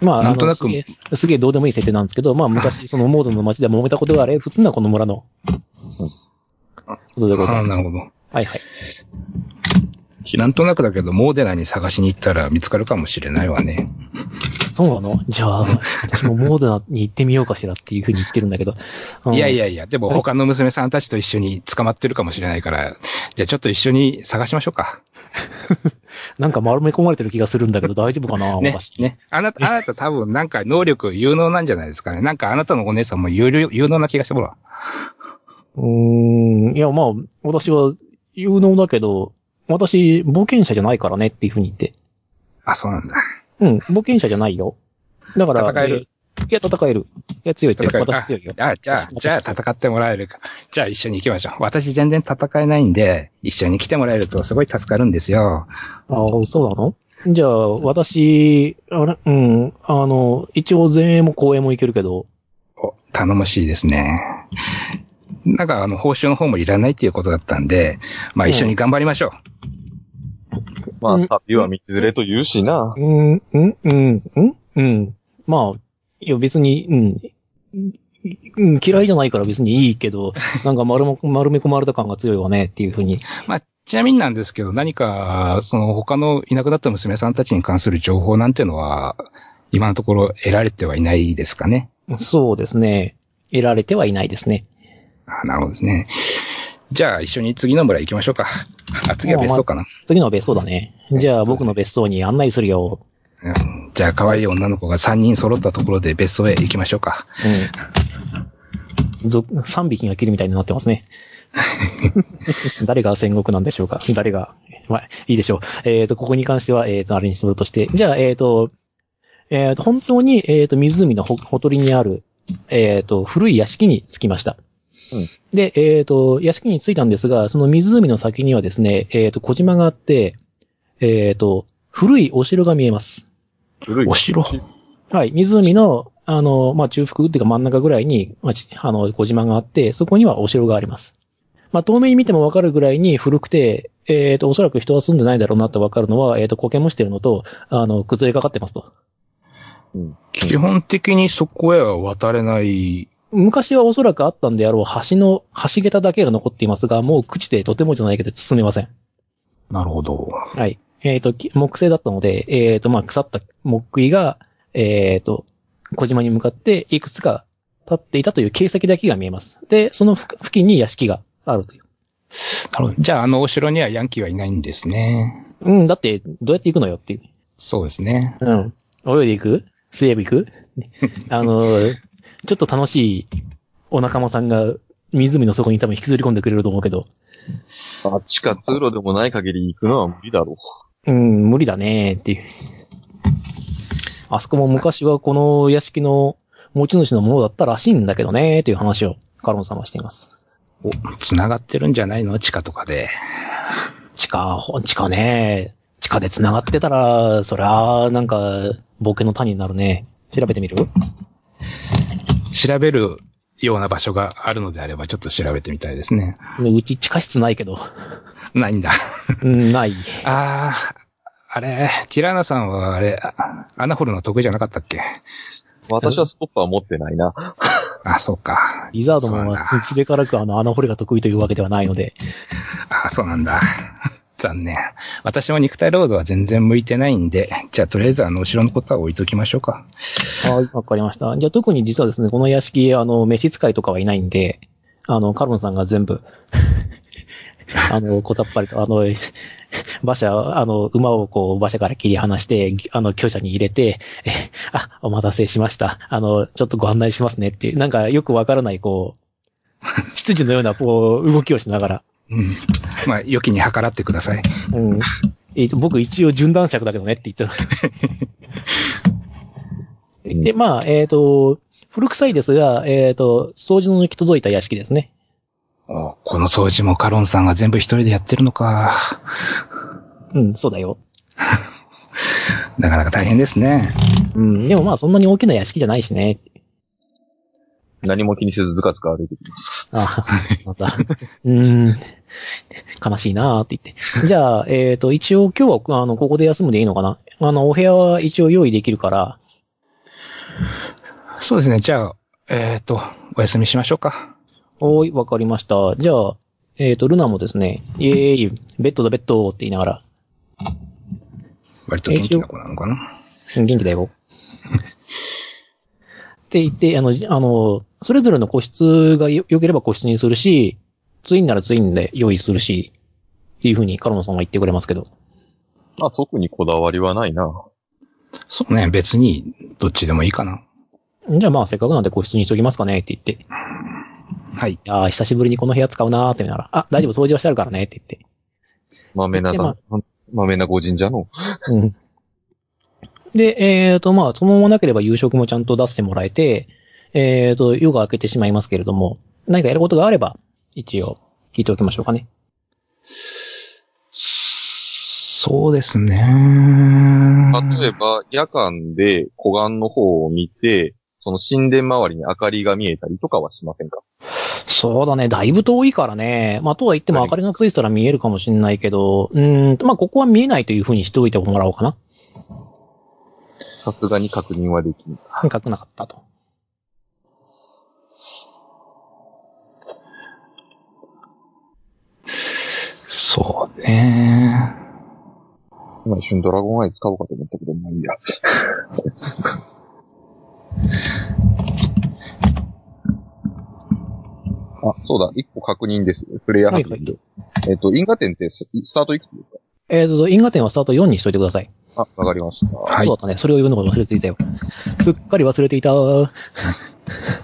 まあ、
なんとな
あ
く
のすげえすげえどうでもいい設定なんですけど、まあ、昔、そのモードの街で揉めたことがあるエルフっていうのはこの村の、ことでござ
あ
い
あ、
ます。
なるほど。
はいはい。
なんとなくだけど、モーデナに探しに行ったら見つかるかもしれないわね。
そうなのじゃあ、私もモードナに行ってみようかしらっていうふうに言ってるんだけど。うん
いやい。やいや、でも他の娘さんたちと一緒に捕まってるかもしれないから、じゃあちょっと一緒に探しましょうか。
なんか丸め込まれてる気がするんだけど、大丈夫かな、
ね
私。、
ね。あなた、あなた多分なんか能力有能なんじゃないですかね。なんかあなたのお姉さんも有料有能な気がしてほら。
うーん。いや、まあ、私は有能だけど、私、冒険者じゃないからねっていうふうに言って。
あ、そうなんだ。
うん、冒険者じゃないよ。だから、
戦える
えーいや、戦える。いや、強い強い。
戦える
私強いよ。
あ、じゃあ、
私
じゃあ戦ってもらえるか。じゃあ一緒に行きましょう。私全然戦えないんで、一緒に来てもらえるとすごい助かるんです
あ
よ。
あ、そうなのじゃあ、私、あれ、うん、あの、一応前衛も後衛もいけるけど、
お頼もしいですね。なんかあの、報酬の方もいらないっていうことだったんで、まあ一緒に頑張りましょう。
ま
うん
あ、旅は道連れと言うしな。
うん、うん、うん、うん、うん。まあ、いや、別に、うん、うん、嫌いじゃないから別にいいけど、なんか丸も丸め込まれた感が強いわねっていうふうに。
まあ、ちなみになんですけど、何か、その他のいなくなった娘さんたちに関する情報なんてのは、今のところ得られてはいないですかね。
そうですね。得られてはいないですね。
あなるほどですね。じゃあ、一緒に次の村行きましょうか。あ、次は別荘かな。
次のは別荘だね。じゃあ僕の別荘に案内するよ。
うんじゃあ、可愛い女の子が3人揃ったところで別荘へ行きましょうか。
うん。ぞ3匹が切るみたいになってますね。 誰が戦国なんでしょうか誰が、まあ、いいでしょう。えっ、と、ここに関しては、えっ、と、あれに絞るとして。じゃあ、えっ、と、えっ、と、本当に、えっ、と、湖のほほとりにある、えっ、と、古い屋敷に着きました。
うん
で、えっ、と、屋敷に着いたんですが、その湖の先にはですね、えっ、と、小島があって、えっ、と、古いお城が見えます。
古い。
お城。
はい、湖の、あの、まあ、中腹っていうか真ん中ぐらいに、まあ、ちあの、小島があって、そこにはお城があります。まあ、遠目に見てもわかるぐらいに古くて、えっ、と、おそらく人は住んでないだろうなとわかるのは、えっ、と、苔むしてるのと、あの、崩れかかってますと。
基本的にそこへは渡れない。
昔はおそらくあったんであろう橋の、橋桁だけが残っていますが、もう朽ちてとてもじゃないけど進めません。
なるほど。
はい。えっ、と、き木製だったので、えっ、と、まあ、腐った木杭が、えっ、と、小島に向かっていくつか立っていたという形跡だけが見えます。で、そのふ付近に屋敷があるという。
なるほど。じゃあ、あのお城にはヤンキーはいないんですね。
うん、だって、どうやって行くのよっていう。
そうですね。
うん。泳いでいく水泳部行く あのー、ちょっと楽しいお仲間さんが湖の底に多分引きずり込んでくれると思うけど、
あっちか通路でもない限り行くのは無理だろ
うん、無理だねーっていう。あそこも昔はこの屋敷の持ち主のものだったらしいんだけどねーという話をカロンさんはしています。
お、繋がってるんじゃないの地下とかで。
地下、ほ地下ねー。地下で繋がってたら、そりゃあ、なんか、冒険の谷になるね。調べてみる
調べるような場所があるのであれば、ちょっと調べてみたいですね。
うち地下室ないけど。
ないんだ。
うん、ない。
あー、あれ、ティラーナさんはあれ、あ穴掘るの得意じゃなかったっけ
う。私はスコップは持ってないな。
あ、そうか。
リザード
そうなん
も
だ
すべからくあの穴掘りが得意というわけではないので。
あ、そうなんだ。 残念。私も肉体労働は全然向いてないんで、じゃあとりあえずあの、後ろのことは置いときましょうか。
はい、わかりました。じゃあ特に実はですね、この屋敷、あの、召使いとかはいないんで、あの、カロンさんが全部、 あの、こざっぱりと、あの、馬車、あの、馬をこう、馬車から切り離して、あの、厩舎に入れて、えあ、お待たせしました。あの、ちょっとご案内しますねっていう、なんかよくわからない、こう、執事のような、こう、動きをしながら。
うん。まあ、良きに計らってください。
うん。えっと、僕一応準男爵だけどねって言ったの。で、まあ、えっ、と、古臭いですが、えっ、と、掃除の抜き届いた屋敷ですね。
おこの掃除もカロンさんが全部一人でやってるのか。
うん、そうだよ。
なかなか大変ですね。
うん、でもまあそんなに大きな屋敷じゃないしね。
何も気にせずずかずか歩いてきます。
あそうなんだ。うーん、悲しいなーって言って。じゃあ、えっ、と、一応今日は、あの、ここで休んでいいのかなあの、お部屋は一応用意できるから、
そうですね。じゃあ、えっ、と、お休みしましょうか。
おーい、わかりました。じゃあ、えっ、と、ルナもですね、イエーイ、ベッドだベッドって言いながら、
割と元気な子なのかな。
元気だよ。って言って、あの、じあの、それぞれの個室がよ良ければ個室にするし、ツインならツインで用意するし、っていうふうにカロノさんは言ってくれますけど。
まあ、特にこだわりはないな。
そうね、別にどっちでもいいかな。
じゃあまあせっかくなんで個室にしときますかねって言って。
はい。
ああ、久しぶりにこの部屋使うなーって見ながら、あ、大丈夫掃除はしてあるからねって言って。
まめな
で
だ、まめなご神社の。
うんで、えっ、と、まあ、そのままなければ夕食もちゃんと出してもらえて、えっ、と、夜が明けてしまいますけれども、何かやることがあれば、一応、聞いておきましょうかね。
そうですね。
例えば、夜間で古岩の方を見て、その神殿周りに明かりが見えたりとかはしませんか
そうだね、だいぶ遠いからね。まあ、とは言っても
はい
明かりがついてたら見えるかもしれないけど、うーんと、まあ、ここは見えないというふうにしておいてもらおうかな。
さすがに確認はできない。
感覚なかったと。
そうね。
今一瞬ドラゴンアイ使おうかと思ったけど、まあいいや。 あ、そうだ、一個確認です。プレイヤー
は
ハ
い
ッ
はい。
えっ、と、因果点ってススタートいくつです
えっ、と、因果点はスタート4にしといてください。
かあ、わかりました。
はい
そうだったね。それを言うのこと忘れていたよ。すっかり忘れていた。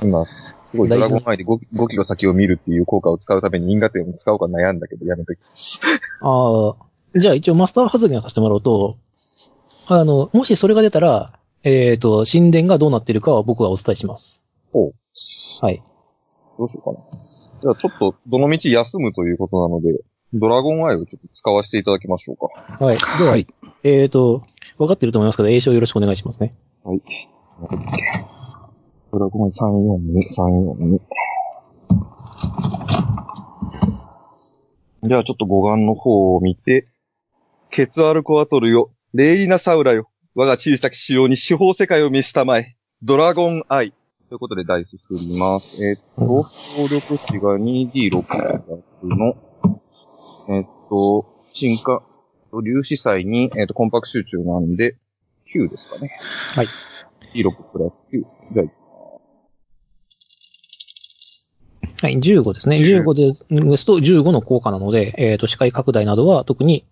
今、すごいドラゴンアイで 5, 5キロ先を見るっていう効果を使うために因果点を使おうか悩んだけど、やめとき。
ああ、じゃあ一応マスター発言させてもらうと、あの、もしそれが出たら、えっ、と、神殿がどうなってるかは僕はお伝えします。
ほう。
はい。
どうしようかな。じゃあちょっと、どの道休むということなので、ドラゴンアイをちょっと使わせていただきましょうか。
はい。では、
はい。
えっ、と、分かってると思いますけど、栄唱よろしくお願いしますね。
はい。ドラゴンアイ342、342。じゃあちょっと護岸の方を見て、ケツアルコアトルよ、レイリナサウラよ、我が小さき仕様に四方世界を召したまえ、ドラゴンアイ。ということでダイス振ります。えっと、
うん
総力値が 2D6 の、えっと、進化、粒子祭に、えっと、コンパクト集中なんで、9ですかね。
はい。
D6 プラス9。じゃあ
はい、15ですね。
15
15で、ですと15の効果なので、えっ、と、視界拡大などは特に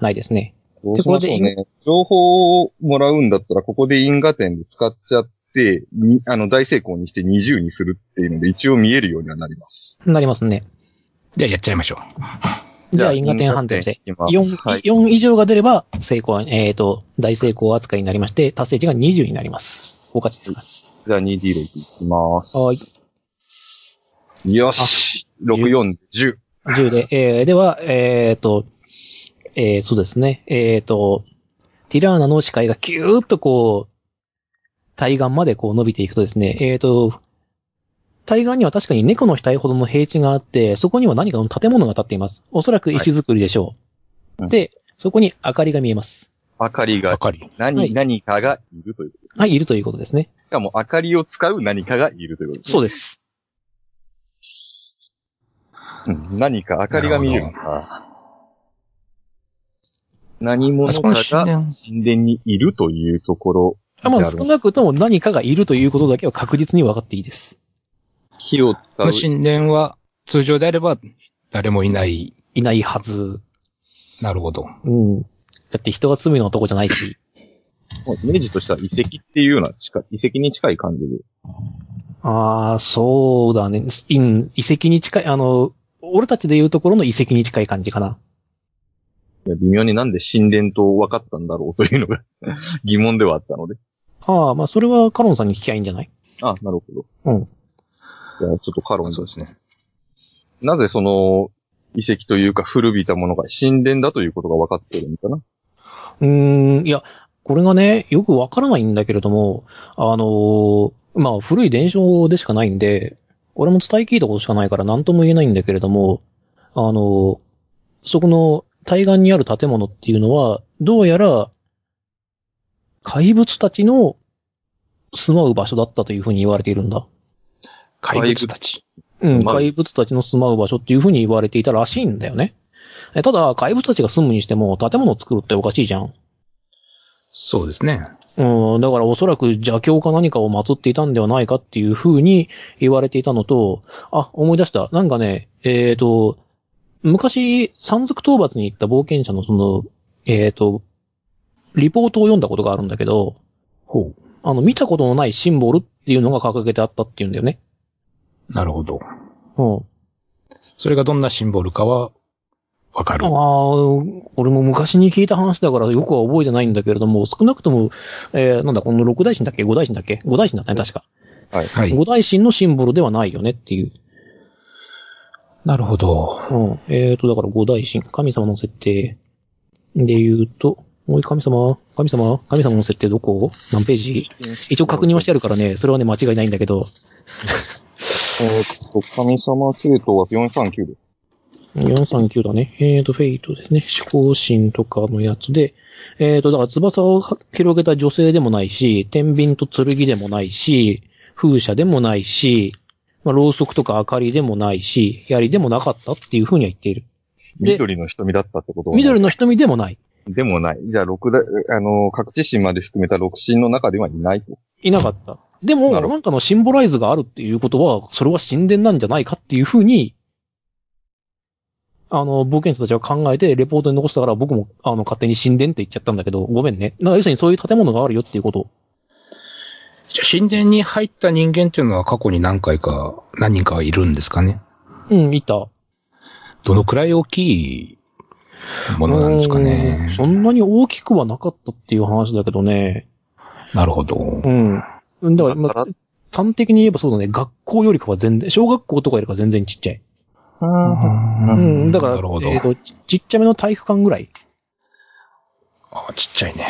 ないですね。
どう
で
しましょうね。情報をもらうんだったら、ここで因果点で使っちゃって、にあの、大成功にして20にするっていうので、一応見えるようにはなります。
なりますね。
じゃあやっちゃいましょ
じゃあ、因果点判定して。
因果点いき
4、
ますはい。
4以上が出れば、成功、えっ、と、大成功扱いになりまして、達成値が20になります。お勝ちですか
じゃあ 2D6 いきます
ら。。はい。
よし !64、10。
10で、えー、では、えっ、と、えー、そうですね、えっ、と、ティラーナの視界がキューッとこう、対岸までこう伸びていくとですね、えっ、と、対岸には確かに猫の額ほどの平地があって、そこには何かの建物が建っています。おそらく石造りでしょう。
はいうん
で、そこに明かりが見えます。
明かり
う。
が
わ、かり。
何、
はい
何かがいるということ。
はい、いるということですね。
しかも、明かりを使う何かがいるということですね、
うです。
うん何か明かりが見えるのか。何
あ
者
そ
か
この
が
神
神
殿。
殿にいるというところ。
あまあ、
なるほ
少
ど
なくとも何かがいるということだけは確実に分かっていいです。
火を使
こ
う
の。神殿は通常であれば誰もいない。
いないはず。
なるほど。
うん。だって人が罪の男じゃないし。
もうイメージとしては遺跡っていうような近い、遺跡に近い感じで。
ああ、そうだね。うん、遺跡に近い、あの、俺たちで言うところの遺跡に近い感じかな。
いや微妙になんで神殿と分かったんだろうというのが 疑問ではあったので。
ああ、まあ、それはカロンさんに聞きゃいいんじゃない
あ、なるほど。
うん。
じゃあちょっとカロン
そうですね。
なぜその遺跡というか古びたものが神殿だということが分かってるのかな
うーん、いや、これがね、よくわからないんだけれども、あのーまあ、古い伝承でしかないんで、俺も伝え聞いたことしかないから何とも言えないんだけれども、あのーそこの対岸にある建物っていうのは、どうやら、怪物たちの住まう場所だったというふうに言われているんだ。
怪物たち。
うん、
まあ
怪物たちの住まう場所っていうふうに言われていたらしいんだよね。えただ、怪物たちが住むにしても、建物を作るっておかしいじゃん。
そうですね。
うん、だからおそらく邪教か何かを祀っていたんではないかっていう風に言われていたのと、あ、思い出した。なんかね、えっ、と、昔、山賊討伐に行った冒険者のその、えっ、と、リポートを読んだことがあるんだけど、
ほ
あの、見たことのないシンボルっていうのが掲げてあったっていうんだよね。
う。なるほど。
うん。
それがどんなシンボルかは、わかる。
ああ、俺も昔に聞いた話だからよくは覚えてないんだけれども、少なくとも、えーなんだ、この六大神だっけ五大神だっけ五大神だったね、確か。
は
五
い。
大神のシンボルではないよねっていう。
なるほど。
うん。えーと、だから五大神、神様の設定で言うと、おい、神様、神様、神様の設定どこ何ページ一応確認はしてあるからね、それはね、間違いないんだけど、
えーっと、神様系統は439です。
439だね。えーと、フェイトですね。思考心とかのやつで、えーと、だから翼を広げた女性でもないし、天秤と剣でもないし、風車でもないし、まあ、ろうそくとか明かりでもないし、槍でもなかったっていうふうには言っている。で
緑の瞳だったってことは
緑の瞳でもない。
でもない。じゃあ、六大、あの、各地神まで含めた六神の中ではいないと。
いなかった。でも、
なるほど
なんかのシンボライズがあるっていうことは、それは神殿なんじゃないかっていうふうに、あの、冒険者たちは考えて、レポートに残したから、僕も、あの、勝手に神殿って言っちゃったんだけど、ごめんね。なんか要するにそういう建物があるよっていうこと。
じゃあ神殿に入った人間っていうのは過去に何回か、何人かはいるんですかね。
うん、いた。
どのくらい大きいものなんですか
う
ね
ん。そんなに大きくはなかったっていう話だけどね。
なるほど
う。ん。だから、
だか
ま
ら
あ、端的に言えばそうだね。学校よりかは全然、小学校とかよりかは全然ちっちゃい。
う
うん、だから、え
なるほど。
っ、と、ちちっちゃめの体育館ぐらい。
あちっちゃいね。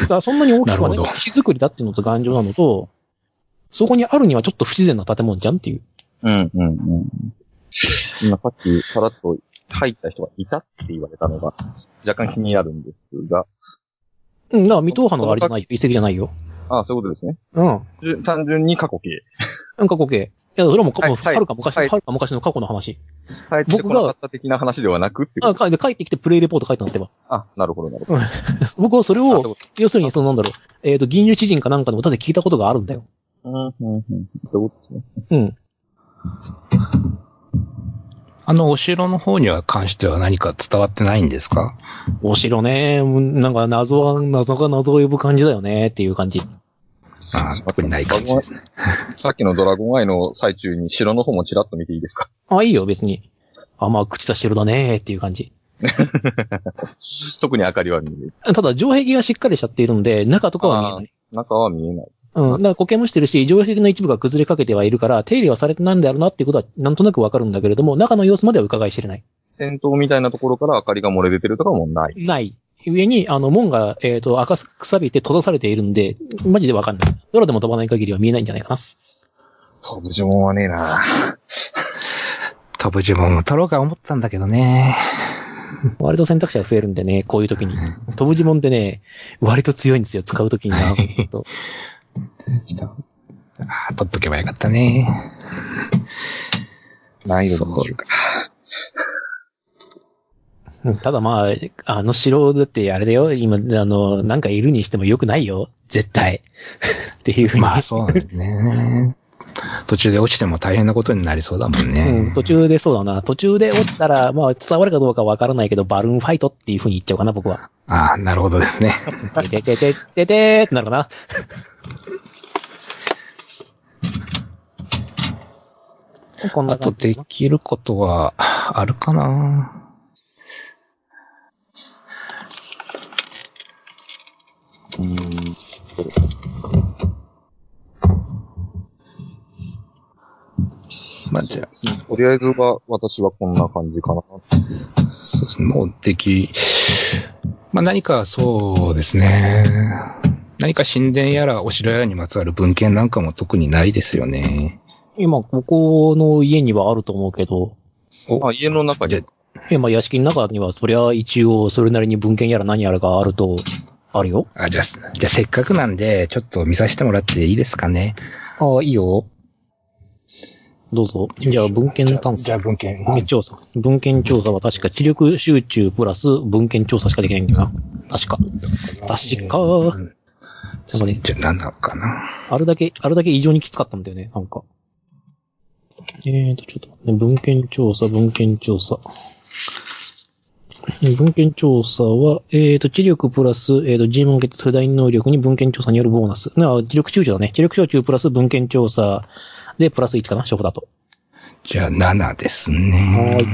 うん。だからそんなに大きくは
なるほ
ね
ど、
石造りだっていうのと頑丈なのと、そこにあるにはちょっと不自然な建物じゃんっていう。
うん、うん、うん。今さっき、さらっと入った人がいたって言われたのが、若干気になるんですが、
うん、だから未踏破のあれじゃないよ。遺跡じゃないよ。
ああ、そういうことですね。
うん。
じゅ単純に過去形。
なんかこけ。いや、それはもう、
はい
もう
はい
はるか昔の、
はい
はるか昔の過去の話。
帰ってこなかった的な話ではなくってこ
あ、
と
かで帰ってきてプレイレポート書いたんだってば。
あなるほど、なるほど。
僕はそれ
あそうい
を
う、こ
要するに、そのなんだろう、えっ、と、銀融知人かなんかの歌で聞いたことがあるんだよ。
とうん、うん、うん。そういうことですね。
うん。
あのお城の方には関しては何か伝わってないんですか
お城ね、うんなんか謎は、謎が謎を呼ぶ感じだよね、っていう感じ。
あ特にない感じですね。
さっきのドラゴンアイの最中に城の方もちらっと見ていいですか
あ、いいよ、別に。あ、まあ、口差し城だね、っていう感じ。
特に明かりは見える。
ただ、城壁がしっかりしちゃっているので、中とかは見えない。
中は見えない。
うん。だから固形もしてるし、城壁の一部が崩れかけてはいるから、手入れはされてないんだろうなっていうことは、なんとなくわかるんだけれども、中の様子までは伺い知れない。
戦闘みたいなところから明かりが漏れ出てるとかもない。
ない。上に、あの、門が、えっ、と、赤く錆びて閉ざされているんで、マジでわかんない。空でも飛ばない限りは見えないんじゃないか
飛ぶ呪文はねえな
飛ぶ呪文を取ろうか思ったんだけどね。
な。割と選択肢が増えるんでね、こういう時 に。飛ぶ呪文ってね、割と強いんですよ、使う時にな。と
あ取っとけばよかったね。
難易
そ
度の
うか。
うんただまあ、あの城だってあれだよ、今、あの、なんかいるにしても良くないよ、絶対。 っていうふうに。
まあそうなんですね。途中で落ちても大変なことになりそうだもん
うん、
ね。
途中でそうだな。途中で落ちたら、 まあ、伝わるかどうかわからないけど、バルーンファイトっていう風に言っちゃうかな、僕は。
ああ、なるほどですね。
ててててててーってなるかな。こん
あ
な
と
感じ
で
かな。
きることは あるかな
うん。
まあじゃあ、
とりあえずは、私はこんな感じかな。
そうですね。もうでき、まあ何かそうですね。何か神殿やらお城やらにまつわる文献なんかも特にないですよね。
今、ここの家にはあると思うけど、
あ、家の中
じゃ
に。
今、屋敷の中には、そりゃ一応、それなりに文献やら何やらがあると、あるよ。
あ、じゃあ、じゃあせっかくなんで、ちょっと見させてもらっていいですかね。
ああ、いいよ。どうぞ。じゃあ、文献探査。
あ文献
文献調査。文献調査は確か知力集中プラス文献調査しかできないんだよな。確か。確か
うん
でもね、
じゃあ何なのかな。
あれだけ、あれだけ異常にきつかったんだよね、なんか。えーと、ちょっと待ってね、文献調査、文献調査。文献調査は、えーと、知力プラス、えーと、G 問決世代能力に文献調査によるボーナス。なあ、知力中長だね。知力中中プラス文献調査で、プラス1かな、職だと。
じゃあ7です
は
ね。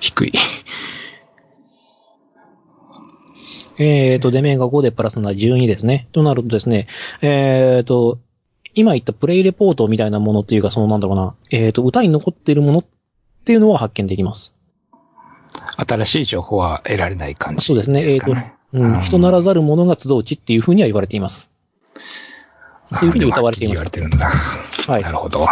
低い。
えーと、デメが5でプラス7、12ですね。となるとですね、えーと、今言ったプレイレポートみたいなものっていうか、そのなんだろうな、えーと、歌に残っているものっていうのは発見できます。
新しい情報は得られない感じ
そうですね
ですかね。
う
うん
ん、人ならざる者が集う地っていうふうには言われています。
あ
っていうふうに
でも
歌われていま
言
す
われてるんだ。
はい
なるほど。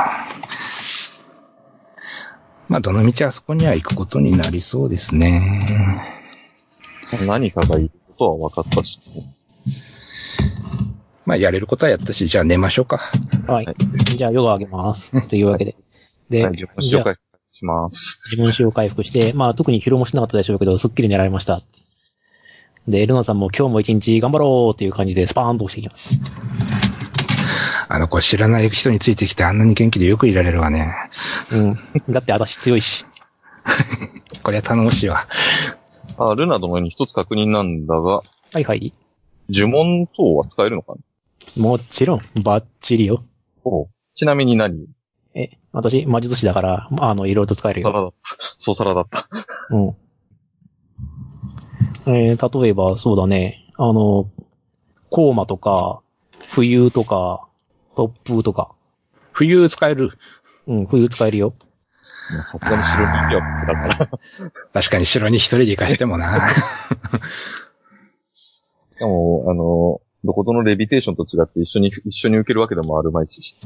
まあ、どの道あそこには行くことになりそうですね。
何かがいることは分かったし。
まあ、やれることはやったし、じゃあ寝ましょうか。
はい。じゃあ、夜が明けます。というわ けで。で、
はい、自己
じゃ
紹
あ
介します。
自分史を回復して、まあ特に疲労もしなかったでしょうけど、すっきり寝られました。で、ルナさんも今日も一日頑張ろうっていう感じでスパーンと落ちてきます。
あの子知らない人についてきてあんなに元気でよくいられるわね。
うん。だって私強いし。
これは頼もしいわ。
あ、ルナ殿に一つ確認なんだが、
はいはい。
呪文等は使えるのかな
もちろん、バッチリよ。
おうちなみに何
え、私、魔術師だから、まああの、いろいろと使える
サ
よ。
ラだそうサラだった。
うん。えー例えば、そうだね。あの、コーマとか、冬とか、突風とか。
冬使える。
うん、冬使えるよ。
さすがに白いはだから。
確かに城に一人で行かしても な。
しかも、あの、どことのレビテーションと違って一緒に、一緒に受けるわけでもあるまいし、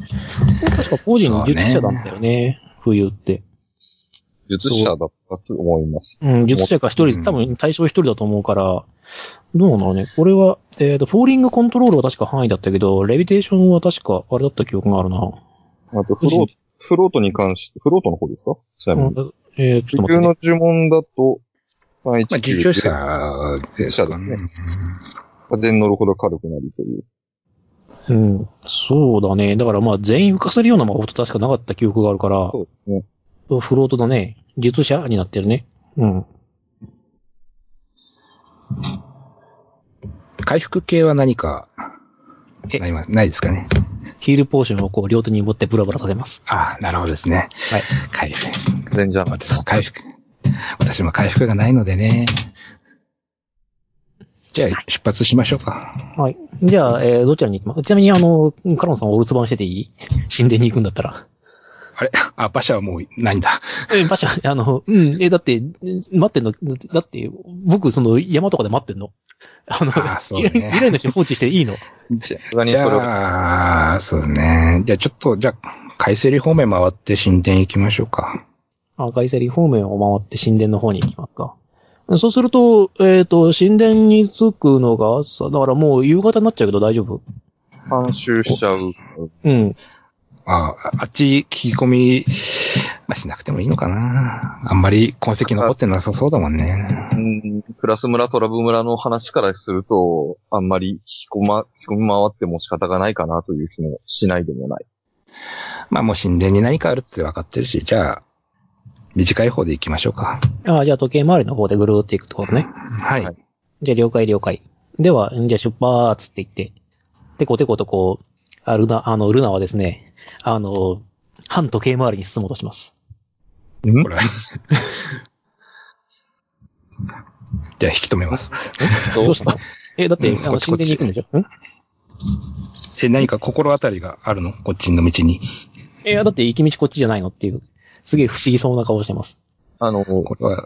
確か個人の術者だったよね。冬って。
術者だったと思います。
うん、術者か一
う
人、
ん
多分対象一人だと思うから、どうなのね。これは、えっ、と、フォーリングコントロールは確か範囲だったけど、レビテーションは確か、あれだった記憶があるな。
あと、フロート、フロートに関して、フロートの方ですかちなみ
う
に。
ん、えー、ちょっ
地
と待っ
球の呪文だと、319
まあ、受注者ですか
そうで
ね
す。が全能力ほど軽くなりという。
てね。うん。そうだね。だからまあ、全員浮かせるような魔法って確かなかった記憶があるから、
そうですね。
フロートだね。術者になってるね。うん。
回復系は何か、
え
ないまないですかね。
ヒールポーションをこう、両手に持ってブラブラ立てます。
ああ、なるほどですね。
はい。
回復。
全然
私も回復。私も回復がないのでね。じゃあ、出発しましょうか。
はい。じゃあ、えー、どちらに行きますちなみに、あの、カロンさんお留守番してていい 神殿に行くんだったら。
あれあ、馬車はもうないんだ。
え、馬車、あの、うん、え、だって、待ってんの、だって、僕、その、山とかで待ってんの。あの、
あそうね
未来未来の人放置していいの。
じゃ
さすがに
じ
それは、
ゃあ、そうね。じゃあ、ちょっと、じゃあ、海セリ方面回って神殿行きましょうか。
あ、外セリ方面を回って神殿の方に行きますか。そうすると、えっ、と、神殿に着くのが朝、だからもう夕方になっちゃうけど大丈夫
反襲しちゃう。
うん。
ああ、あっち聞き込み、まあ、しなくてもいいのかな。あんまり痕跡残ってなさそうだもんね。
うん、クラス村、トラブ村の話からすると、あんまり引き込ま、引き込み回っても仕方がないかなという気もしないでもない。
まあ、もう神殿に何かあるって分かってるし、じゃあ、短い方で行きましょうか。
あじゃあ時計回りの方でぐるーっていくってことね。
はい。
はい
じゃあ了解了解。では、じゃあ出発って言って、テコテコとこう、あルナ、あの、ルナはですね、あの、反時計回りに進もうとします。
ん
これ。 じゃあ、引き止めます。
どうしたのえ、だって、
うん
あ
こっ
の、
ちこっ
神
ち
殿に行くんでしょん
え、何か心当たりがあるのこっちの道に。
いや、だって行き道こっちじゃないのっていう、すげえ不思議そうな顔してます。
あの、
これは、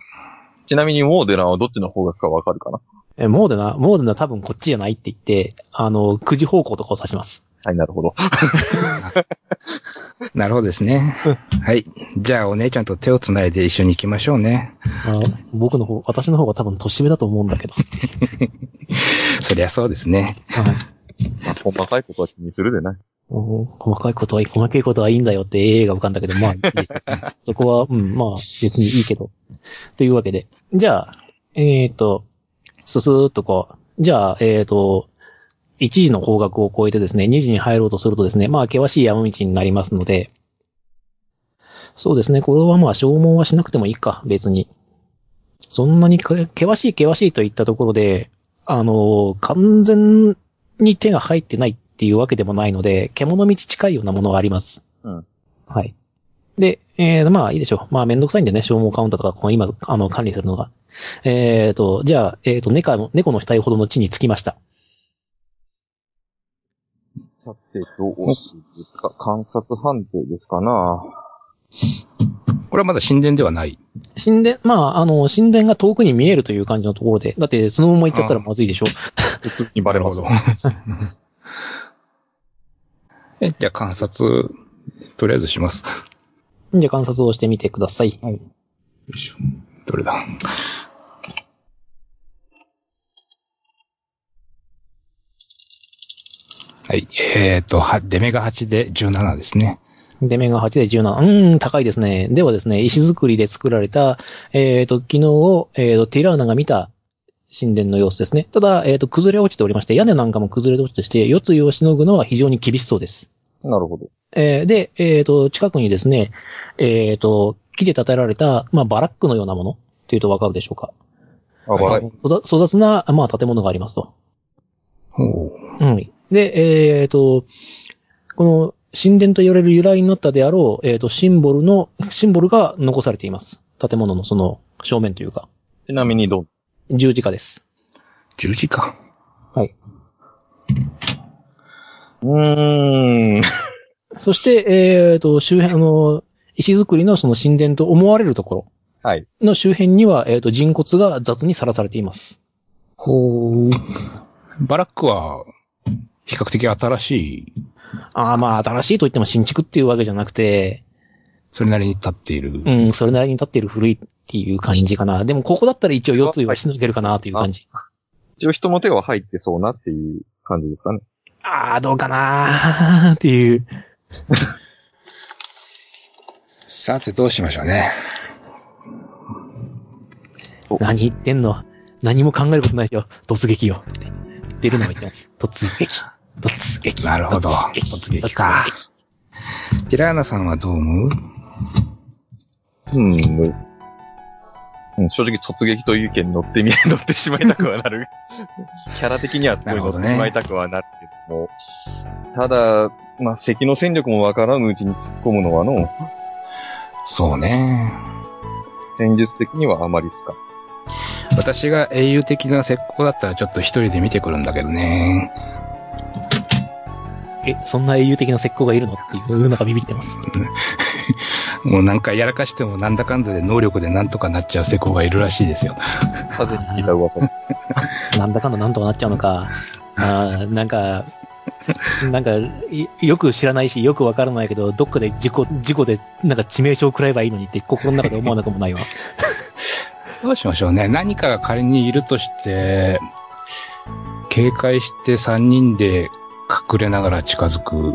ちなみにモーデランはどっちの方角かわかるかな
え、モーデナ、モーデナ多分こっちじゃないって言って、あの、9時方向とかを指します。
はい、なるほど。
なるほどです ね。はい。じゃあ、お姉ちゃんと手を繋いで一緒に行きましょうね。
あの僕の方、私の方が多分年上だと思うんだけど。
そりゃそうですね。
はい。
まあ、細かいことは気にするでない。
うん細かいことはいい、細かいことはいいんだよって映画浮かんだけど、まあ、いいですそこは、うん、まあ、別にいいけど。というわけで。じゃあ、えーっと、ススーっとこう、じゃあ、えーっと、1時の方角を超えてですね、2時に入ろうとするとですね、まあ、険しい山道になりますので、そうですね、これはまあ、消耗はしなくてもいいか、別に。そんなにか険しい険しいといったところで、あの、完全に手が入ってないっていうわけでもないので、獣道近いようなものがあります。
うん
はい。で、えー、まあいいでしょう。まあめんどくさいんでね、消耗カウンターとか、この今、あの、管理するのが。えーと、じゃあ、えーと、猫の、猫の額ほどの地に着きました。
さて、どうするか、観察判定ですかな。
これはまだ神殿ではない。
神殿、まあ、あの、神殿が遠くに見えるという感じのところで、だってそのまま行っちゃったらまずいでしょ。
普通にバレます。
ど。 え、じゃあ観察、とりあえずします。
じゃあ観察をしてみてください。
よいしょどれだはい。えっ、ー、と、は、出目が8で17ですね。
出目が8で17。うーん、高いですね。ではですね、石造りで作られた、えっ、と、昨日を、えっ、と、ティラーナが見た神殿の様子ですね。ただ、えっ、と、崩れ落ちておりまして、屋根なんかも崩れ落ちてして、夜露をしのぐのは非常に厳しそうです。
なるほど。
えーで、えっ、と、近くにですね、えっ、と、木で建てられた、まあ、バラックのようなものっていうとわかるでしょうか。
あ、バ
は
レ、
育育つな、まあ、建物がありますと。
お
うん。で、えっ、と、この神殿と言われる由来になったであろう、えっ、と、シンボルの、シンボルが残されています。建物のその正面というか、
ちなみにどう
十字架です。
十字か。
うーん。
そして、えっ、と、周辺、あの、石造りのその神殿と思われるとこ
はい。
ろの周辺には、えっ、と、人骨が雑にさらされています。
ほう。バラックは、比較的新しい、
ああ、まあ、新しいと言っても新築っていうわけじゃなくて、
それなりに立っている
う。ん、それなりに立っている古いっていう感じかな。でも、ここだったら一応四つはしのげるかなという感じ。
一応人の手は入ってそうなっていう感じですかね。
ああ、どうかなーっていう。
さて、どうしましょうね。
何言ってんの何も考えることないよ。突撃よ。って出るのも言ってます。突撃。突撃。
なるほど
突撃。
突撃か
突撃
ティラーナさんはどう思う
うん。うん正直突撃という意見に乗ってみ、乗ってしまいたくはなる。 キャラ的にはすごい乗ってしまいたくはなるけども。ただ、まあ、敵の戦力もわからぬうちに突っ込むのはの、
そうね。
戦術的にはあまりっすか。
私が英雄的な石膏だったらちょっと一人で見てくるんだけどね。
え、そんな英雄的な石膏がいるのっていうのがビビってます。
もうなんかやらかしてもなんだかんだで能力でなんとかなっちゃう石膏がいるらしいですよ。
風に聞いた 噂。
なんだかんだなんとかなっちゃうのか。あーなんか、なんか、いよく知らないし、よくわからないけど、どっかで事故、事故で、なんか致命傷食らえばいいのにって心の中で思わなくもない わ。
どうしましょうね。何かが仮にいるとして、警戒して3人で隠れながら近づく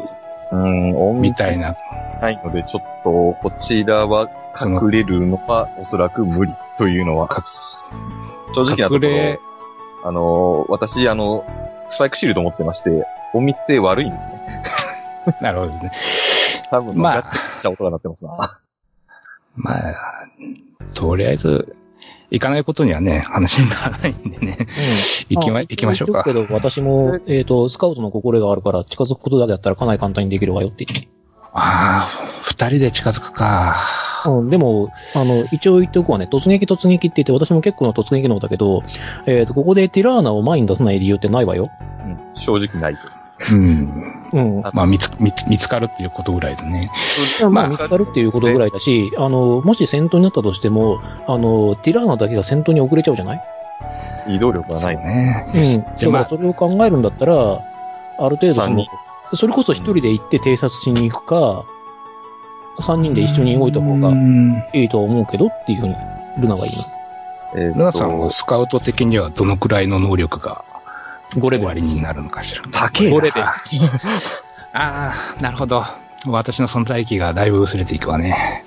うん、音
み
見
たいな。
ないので、ちょっと、こちらは隠れるのはおそらく無理というのは
か。
正直なとこ
隠れ
ろ、、あの、私、あの、スパイクシールド持ってまして、音密性悪いんですね。
なるほどですね。
多分、
ま
ま
あ
あ、っちゃ音が鳴ってますな。
まあ、とりあえず、行かないことにはね、話にならないんでね。行きま、行きましょう
あ言。
か
っとくけど、私も、えっ、と、スカウトの心得があるから、近づくことだけだったらかなり簡単にできるわよって言って。
ああ、二人で近づくか。
うん、でも、あの、一応言っておくわね、突撃突撃って言って、私も結構な突撃の方だけど、えっ、と、ここでティラーナを前に出さない理由ってないわよ。
うん、正直ないと。
うん。
うん。
まあ、見つ、見つ、見つかるっていうことぐらいでね。
まあ、見つかるっていうことぐらいだし、あの、もし戦闘になったとしても、あの、ティラーナだけが戦闘に遅れちゃうじゃない
移動力が
そ
な
う
い。
ね。
う
よし
ん。だ
じゃあ、
か
ま
ら、
あ、
それを考えるんだったら、ある程度そ
三
の
人、
それこそ一人で行って偵察しに行くか、三人で一緒に動いた方
う
が
ん
いいと思うけどっていうふうに、ルナが言います。
え
ル
ー
ナ
っ
さんは
と、
スカウト的にはどのくらいの能力が
5レ
終
ベ
わ
ルで
り
す。
になるのかしら。
高えな
これで。ああ、なるほど。私の存在意義がだいぶ薄れていくわね。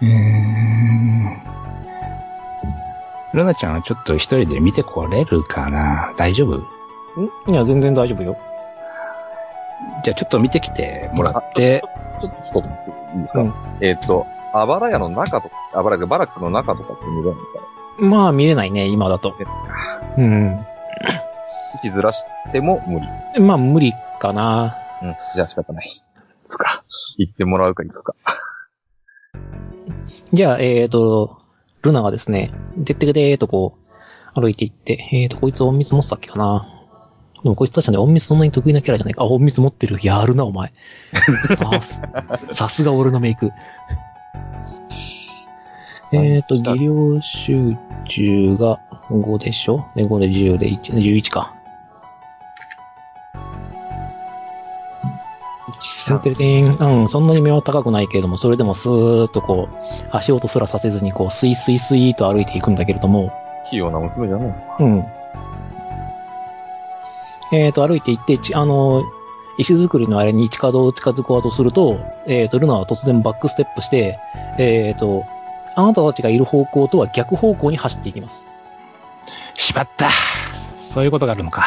うーん。ルナちゃんはちょっと一人で見てこれるかな大丈夫
んいや、全然大丈夫よ。
じゃあちょっと見てきてもらって、
ちょっとストップいいですか、えっ、と、あばら屋の中とか、あばら屋、バラックの中とかって見れるのか
まあ、見れないね、今だと。うん。
な位置ずらしても無理。
まあ、無理かな。
うん。じゃあ仕方ない。行くか。行ってもらうか行くか。
じゃあ、えっ、ー、と、ルナがですね、でってけでーとこう、歩いていって、えーと、こいつ隠密持ってたっけかな。でもこいつ確かに隠密そんなに得意なキャラじゃないか。あ、隠密持ってる。やるな、お前。さすさすが俺のメイク。えっと、技量集中が5でしょで、5で10で1 11か。てんてれてんうん、そんなに目は高くないけれども、それでもスーッとこう、足音すらさせずに、こう、スイスイスイと歩いていくんだけれども、
器用な娘じゃない。
うん。えっ、と、歩いていって、ちあの、石造りのあれに近道を近づこうとすると、えっ、と、ルナは突然バックステップして、えっ、と、あなたたちがいる方向とは逆方向に走っていきます。
しまったそういうことがあるのか。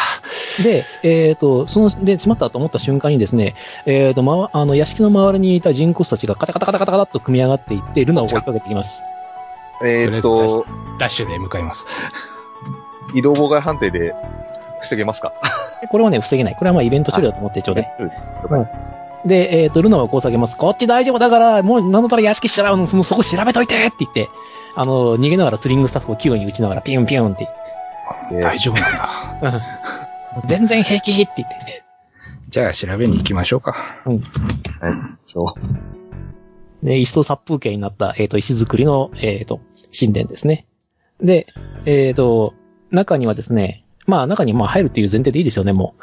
で、えっ、と、その、で、しまったと思った瞬間にですね、えっ、と、まわ、あの、屋敷の周りにいた人骨たちがカタカタカタカタカタっと組み上がっていって、ルナを追いかけてきます。
えっ、
とりあえず
と、
ダッシュで向かいます。
移動妨害判定で防げますか
これはね、防げない。これはまあイベント処理だと思ってちょうだい。
うん
で、えっ、と、ルナはこう下げます。こっち大丈夫だから、もう、なんだったら屋敷しら、あのその、そこ調べといてって言って、あの、逃げながらスリングスタッフを器用に打ちながら、ピュンピュンって、
で
大丈夫なんだ。
全然平気って言って。
じゃあ調べに行きましょうか。
そ
で、一層殺風景になった、えっ、と、石造りの、えっ、と、神殿ですね。で、えっ、と、中にはですね、まあ中にまあ入るっていう前提でいいですよね、も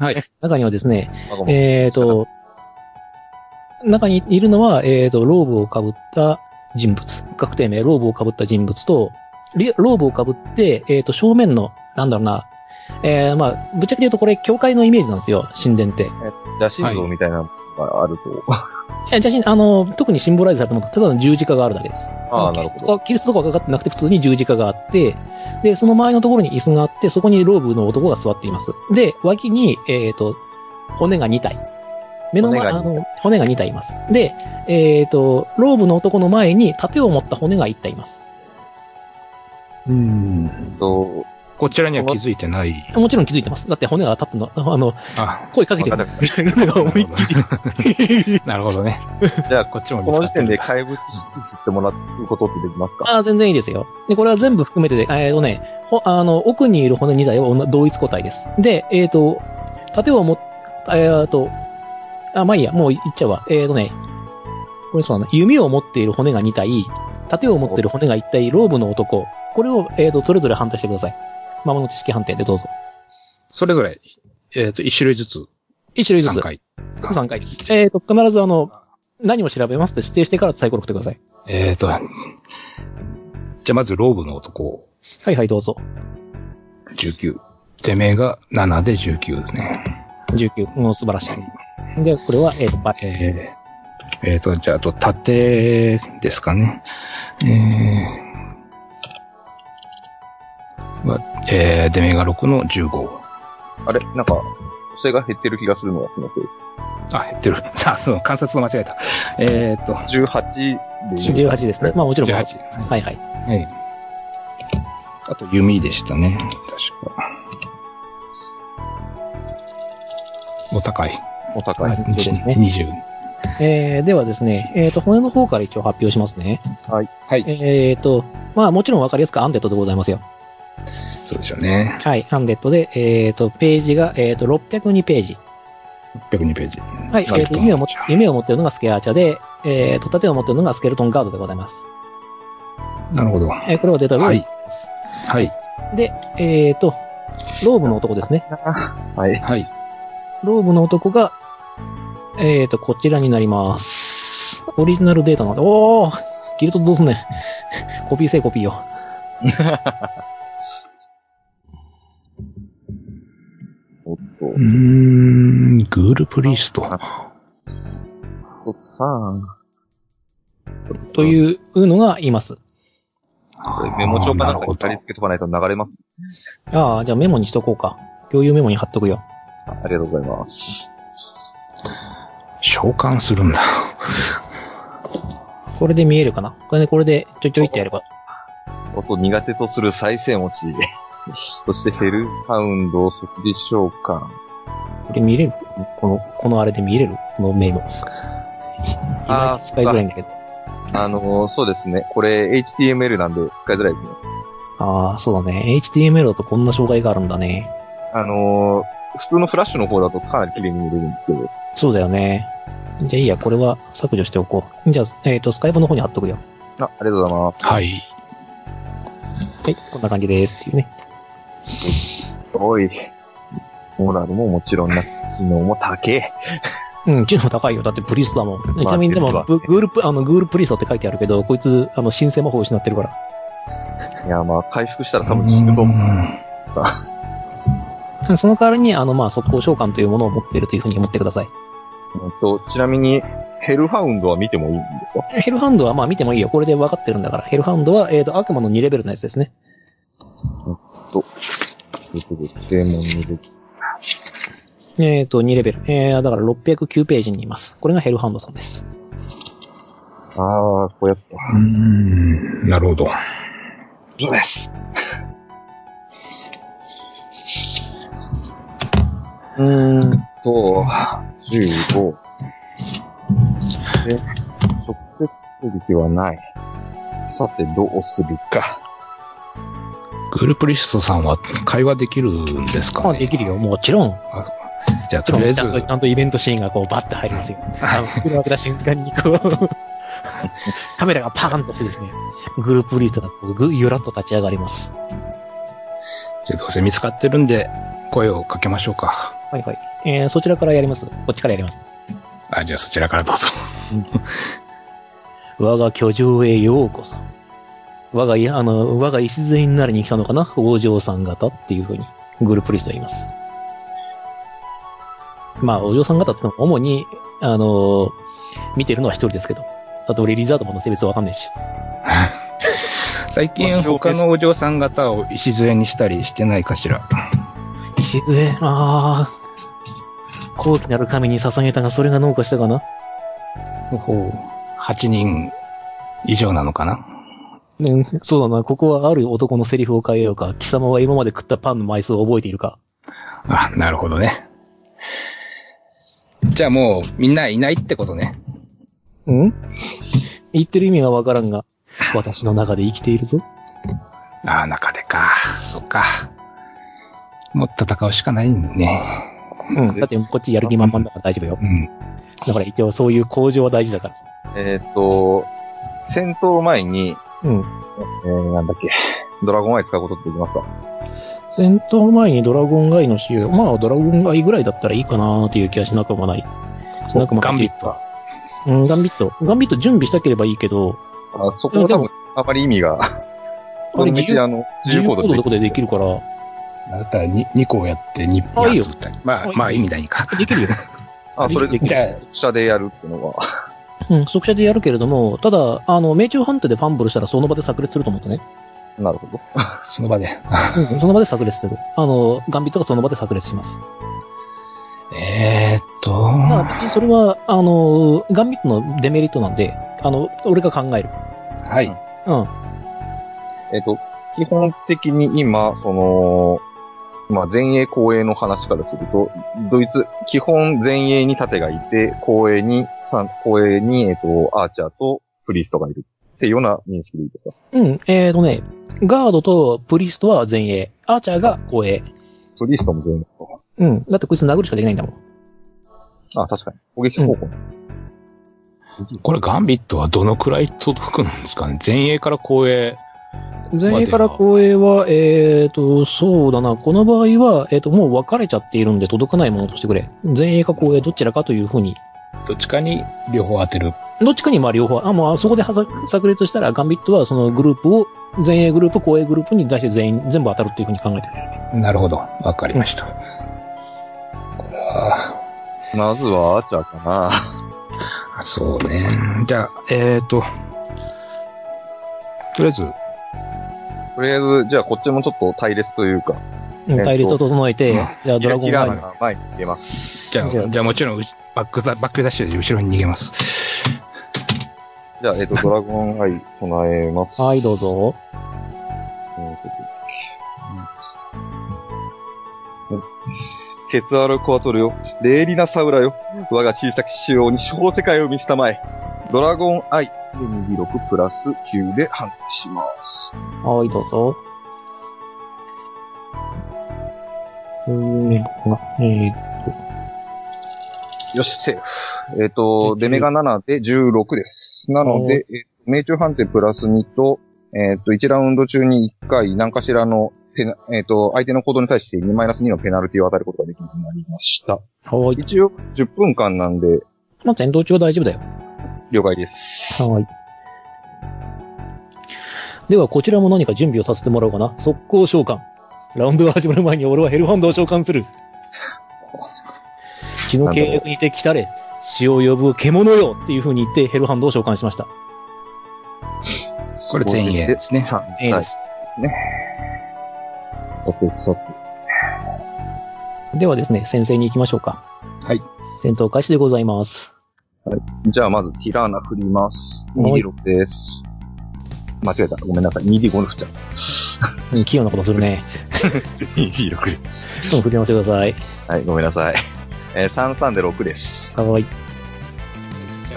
う。
はい。
中にはですね、
うまあごめん
えーと、中にいるのは、えーと、ローブをかぶった人物。確定名、ローブをかぶった人物と、リローブをかぶって、えーと、正面の、なんだろうな、えー、まあ、ぶっちゃけ言うとこれ、教会のイメージなんですよ、神殿って。
邪神像みたいなのがあると。
え写真、あの、特にシンボライズされたのが、ただの十字架があるだけです。
ああ、なるほど。
ど。キリストとかかかってなくて、普通に十字架があって、で、その前のところに椅子があって、そこにローブの男が座っています。で、脇に、えっ、と、骨が2体。目の前、
骨が
あ
二体
の、骨が2体います。で、えっ、と、ローブの男の前に盾を持った骨が1体います。
うん。
と、
こちらには気づいてない。
もちろん気づいてます。だって骨が立ってんの、あの、
あ、
声かけてる
わ。
ルナが思いっきり。
なるほどね。
じゃあ、
こっちも見
こ
つ
の時
かって
点で
る。
怪物ってもらうことってできますか
ああ、全然いいですよ。で、これは全部含めてで、えっ、とね、ほ、あの、奥にいる骨2体は同同一個体です。で、えっ、と、盾を持っ、えっ、と、あ、まあいいや、もう言っちゃうわ。えっ、とね、これそうだな、弓を持っている骨が2体、盾を持っている骨が1体、ローブの男。これを、えっ、と、それぞれ判定してください。魔物知識判定でどうぞ。
それぞれ、えっと、一種類ずつ、
1種類ずつ。
3回。
3回です。えっ、と、必ずあの、何を調べますって指定してからサイコロ振ってください。
えっと、じゃあまずローブの男を
はいはい、どうぞ。
19。てめえが7で19ですね。
19。もう素晴らしい。で、これは、えっ、と、バ
えーえっ、と、じゃあ、あと、縦ですかね。えー、はえー、デメガ6の15。
あれなんか、補正が減ってる気がするのがすみません。
あ、減ってる。 さあ、その観察を間違えた。えっ、と、
18でいい
18ですね。まあもちろん。はい
18。
はい。
はい。あと、弓でしたね。確か。お高い。
お高い。
そうですね
20。
えー、ではですね、えっ、と、骨の方から一応発表しますね。
はい。
えっ、と、まあもちろんわかりやすくアンデッドでございますよ。
そうでしょうね。
はい、アンデッドで、えっ、と、ページが、えっ、と、602ページ。
602ページ。
はい、えっ、と、夢を持っ
ちゃう
夢を持っているのがスケアーチャーで、えっ、と、盾を持っているのがスケルトンガードでございます。
なるほど。
えーこれはデータロー
は
ブ
い
です。
はい。
で、えっ、と、ローブの男ですね。
はい。
はい。
ローブの男が、えーと、こちらになります。オリジナルデータなんで、おーギルトどうすんねん。コピーせいコピーよ。
おっと、
うーん、グールプリスト。
おっとさん。
というのがいます。
これメモ帳かなんかに貼り付けとかないと流れます。
ああ、じゃあメモにしとこうか。共有メモに貼っとくよ。
ありがとうございます。
召喚するんだ。
これで見えるかなこれで、これでちょいちょいってやれば。
音苦手とする再生持ち。そしてヘルハウンドを即時召喚。
これ見れるこの、このあれで見れるこのメモ。いまいち使いづらいんだけど。
あのーそうですね。これ HTML なんで使いづらいですね。
ああ、そうだね。HTML だとこんな障害があるんだね。
あのー普通のフラッシュの方だとかなり綺麗に見れるんですけど。
そうだよね。じゃあいいや、これは削除しておこう。じゃあ、えっ、と、スカイプの方に貼っとくよ。
あ、ありがとうございます。
はい。
はい、こんな感じですっていうね。
すごい。モラルももちろんな、知能も高え。
うん、知能高いよ。だってプリストだもん。ちなみにでも、
まあ
ブグールプ、あの、グールプリストって書いてあるけど、こいつ、あの、新生魔法を失ってるから。
いや、まあ、回復したら多分死ぬと思う。あ
うんその代わりに、あの、まあ、速攻召喚というものを持っているというふうに思ってください。
うんと、ちなみに、ヘルハウンドは見てもいいんですか
ヘルハンドはまあ見てもいいよ。これで分かってるんだから。ヘルハンドは、えっ、と、悪魔の2レベルのやつですね。
ということで、デーモンに出て
えっ、と、2レベル。えー、だから609ページにいます。これがヘルハンドさんです。
ああ、こうやって。
うーん、なるほど。
うーんと、15。で、直接攻撃はない。さて、どうするか。
グループリストさんは会話できるんですか、ね、
まあ、できるよ。もちろん。も
あ。そうじゃあ、
ち
と
ろ
りあえ
ん、ち
ず
ゃ、んと、ちゃんとイベントシーンがこう、バッて入りますよ。あの、袋を開けた瞬間に、こう、 カメラがパーンとしてですね、グループリートがこう、ぐ、ゆらっと立ち上がります。
じゃあどうせ見つかってるんで、声をかけましょうか。
はいはい。えー、そちらからやります。こっちからやります。
あ、じゃあそちらからどう ぞ。
我が居城へようこそ。我がい、あの、我が礎になりに来たのかな王女さん方っていうふうに、グループリストは言います。まあ、お嬢さん方って言っても、主に、あの、見てるのは一人ですけど。だって俺リザードマンの性別わかんないし。
最近他のお嬢さん方を礎にしたりしてないかしら。
礎、ああ。高貴なる神に捧げたが、それが農家したかな
ほほう。8人以上なのかな
うん、そうだな。ここはある男のセリフを変えようか。貴様は今まで食ったパンの枚数を覚えているか。
あ、なるほどね。じゃあもうみんないないってことね。
ん言ってる意味はわからんが、 私の中で生きているぞ。
ああ、中でか。そっか。もう戦うしかないね。
うん。だってこっちやる気満々だから大丈夫よ。
うん。
だから一応そういう向上は大事だからさ。
えっ、と、戦闘前に、
うん。
えー、なんだっけ、ドラゴンアイ使うことってできますか
戦闘前にドラゴンガイの使用。まあ、ドラゴンガイぐらいだったらいいかなーっていう気はしなくもない。しなくもない。
ガンビットは。
うん、ガンビット。ガンビット準備したければいいけど、
あそこは多分、あまり意味が。
あれ
の
自
道
由
あの、
自由行動どこででき
る。
るから、
だったら 2, 個をやって 2,
あいい
2
よ
発打ったり。ま
あい
あ
い、
まあ意味ないか。
できるよ。
あ、それ
で
で
きる
じゃあ、
下でやるってのが。
うん、速射でやるけれども、ただ、あの、命中判定でファンブルしたらその場で炸裂すると思ってね。
なるほど。
その場で。
うん、その場で炸裂する。あの、ガンビットがその場で炸裂します。
えーっと、
まあ、別にそれは、あの、ガンビットのデメリットなんで、あの、俺が考える。
はい。
うん。
えっ、と、基本的に今、その、まあ、前衛後衛の話からすると、ドイツ、基本前衛に盾がいて、後衛に、三後衛に、えっ、と、アーチャーとプリストがいる。っていうような認識でいいですか
うん、えーとね、ガードとプリストは前衛、アーチャーが後衛。
プリストも全員ですか
うん、だってこいつ殴るしかできないんだもん。
あ、確かに。攻撃方法。
これガンビットはどのくらい届くんですかね前衛から後衛。
前衛から後衛は、えーと、そうだな、この場合は、えーと、もう分かれちゃっているんで届かないものとしてくれ。前衛か後衛どちらかというふうに。
どっちかに両方当てる。
どっちかにまあ両方、あ、もうあそこではさ炸裂したらガンビットはそのグループを、前衛グループ、後衛グループに出して全員、全部当たるっていうふうに考えてくれる。
なるほど。わかりました。これは、
まずはアーチャーかな。
そうね。じゃあ、えーっと、とりあえず、
とりあえず、じゃあこっちもちょっと隊列というか、
うん、隊列を整えて、
うん
じゃあドラゴン
キ
バ
ラ
イ
ー
ン。
が前に出ます。
じゃ
じ
あ、じ
ゃあ
ゃあもちろんうち、バックザ、バックダッシュで後ろに逃げます。
じゃあ、 えっ、と、ドラゴンアイ唱えます。
はい、どうぞ。
ケツアルコアトルよ、レーリナサウラよ、我が小さき仕様に小世界を見せたまえ。ドラゴンアイ、2D6 プラス9で判定します。
はい、どうぞ。うーん、ここが、えー
よし、セーフ。えっ、と、デメが7で16です。なので、えー命中判定プラス2と、えっ、と、1ラウンド中に1回何かしらのペナ、えっ、と、相手の行動に対して2マイナス2のペナルティを与えることができるようになりました。
はい。
一応、10分間なんで、
まあ、戦闘中は大丈夫だよ。
了解です。
はい。では、こちらも何か準備をさせてもらおうかな。速攻召喚。ラウンドが始まる前に俺はヘルハンドを召喚する。血の契約にて来たれ。死を呼ぶ獣よっていう風に言ってヘルハンドを召喚しました。
これ前衛ですね。
ええ
は
で
い。
す。
さてさて。
ではですね、先生に行きましょうか。
はい。
戦闘開始でございます。
じゃあ、まず、ティラーナ振ります。
はい
2D6 です。間違えた。ごめんなさい。2D5 の振っちゃっ
うん、器用なことするね。
た。2D6 です。
うん、振り回してください。
はい、ごめんなさい。えー、33で6です。
はい。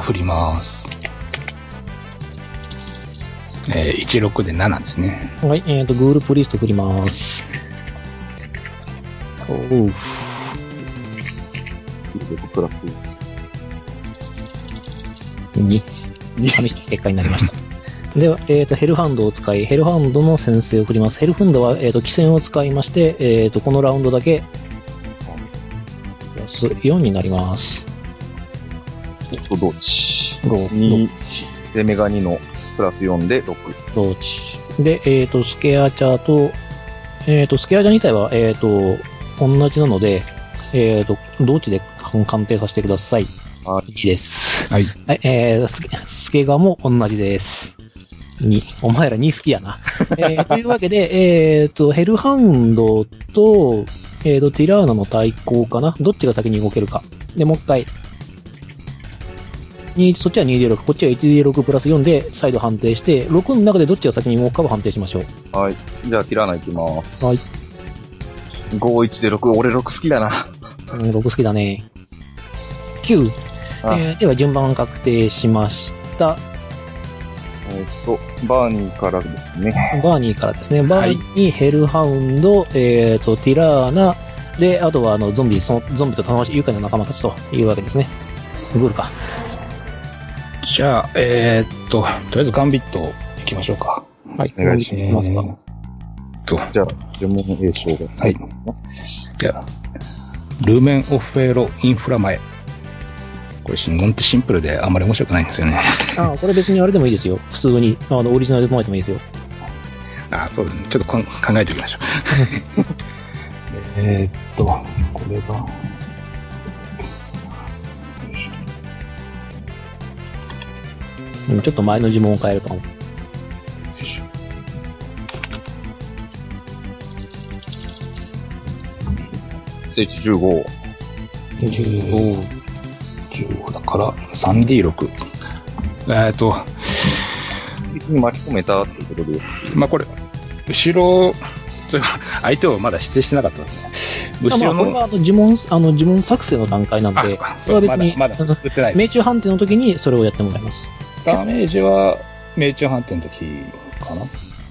振ります。えー、16で7ですね。
はい、えっ、と、グールプリスト振ります。おう。
2D6 プラス
に、試した結果になりま した。では、えっ、と、ヘルハンドを使い、ヘルハンドの先生を振ります。ヘルハンドは、えっ、と、起戦を使いまして、えっ、と、このラウンドだけ、プラス4になります。
と同値。
どうどう
2でメガ2のプラス4で6。
同値。で、えっ、と、スケアチャーと、えっ、と、スケアチャー自体は、えっ、と、同じなので、えっ、と、同値で鑑定させてください。。
はい
です。
はい。
はい、えー、スケ、スケガも同じです。に、お前ら2好きやな。えー、というわけで、えー、と、ヘルハンドと、えー、と、ティラーナの対抗かな。どっちが先に動けるか。で、もう一回。にそっちは 2D6、こっちは 1D6 プラス4で再度判定して、6の中でどっちが先に動くかを判定しましょう。
はい。じゃあ、切らないきます。
はい。
5、1で6。俺6好きだな。
うん、6好きだね。9。
あ
えー、では順番確定しました。
えーっと、バーニーからですね。
バーニーからですね。バーニー、ヘルハウンド、えっ、と、ティラーナ、で、あとはあのゾンビ、そのゾンビと楽しい愉快な仲間たちというわけですね。グールか。
じゃあ、えー、っと、とりあえずガンビット行きましょうか。
はい。
お願いし
いますか。
えーっと、は
じゃあ、呪文栄翔が。
い。じゃあ、ルーメンオフェロインフラ前。これ、信言ってシンプルであんまり面白くないんですよね。
あ、これ別にあれでもいいですよ。普通に、あの、オリジナルで唱えてもいいですよ。
あ、そうですね。ちょっとこん考えておきましょう。 えーっと、これが。
うんちょっと前の呪文を変えるとかも。
聖地15。
15、15だから 3D6。えーっと、
に巻き込めたっていうことで。
まあこれ、後ろ、というか相手をまだ指定してなかったですね。後
まあ、
ろ
これ
の、
はあの呪文、あの、呪文作成の段階なん
あ、そ
で
う、か、
それは別に
まだ、まだ、打ってないです。
命中判定の時にそれをやってもらいます。
ダメージは、命中判定の時か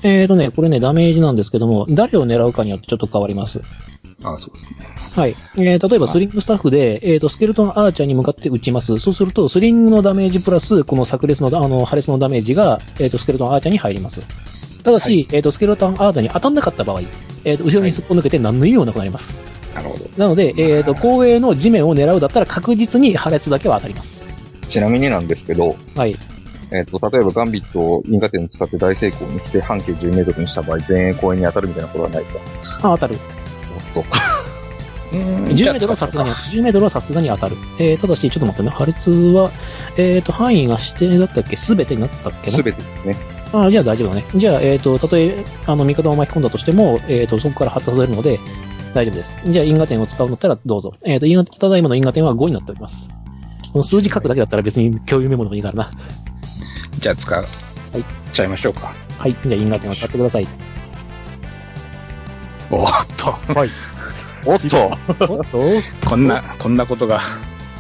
えーとね、これね、ダメージなんですけども、誰を狙うかによってちょっと変わります。
なあ、そうですね。
はい。えー、例えばスリングスタッフで、えー、と、スケルトンアーチャーに向かって撃ちます。そうすると、スリングのダメージプラス、この炸裂の、あの、破裂のダメージが、えー、と、スケルトンアーチャーに入ります。ただし、
は
えー、と、スケルトンアーチャーに当たんなかった場合、えー、と、後ろにすっぽ抜けて何の意味もなくなります。
なるほど。
なので、えー、と、光栄の地面を狙うだったら確実に破裂だけは当たります。
ちなみになんですけど、
はい。
えっ、と、例えばガンビットを因果点使って大成功にして半径10メートルにした場合、全員公園に当たるみたいなことはないか。
あ、当たる。
おっと。
10メートルはさすがに、10メートルはさすがに当たる。えー、ただし、ちょっと待ってね、破裂は、えー、と、範囲が指定だったっけすべてになったっけな
すべてですね。
あじゃあ大丈夫だね。じゃあ、えっ、と、たとえ、あの、味方を巻き込んだとしても、えっ、と、そこから発達されるので、大丈夫です。じゃあ、因果点を使うんだったらどうぞ。えっ、と、因果、ただいまの因果点は5になっております。この数字書くだけだったら別に共有メモでもいいからな。
じゃあ使う。
はい。
ちゃいましょうか。
はい。じゃあ、因果点を使ってくだ さい。
おーっと、
はい。
おっ と
おっと、
こんな、こんなことが。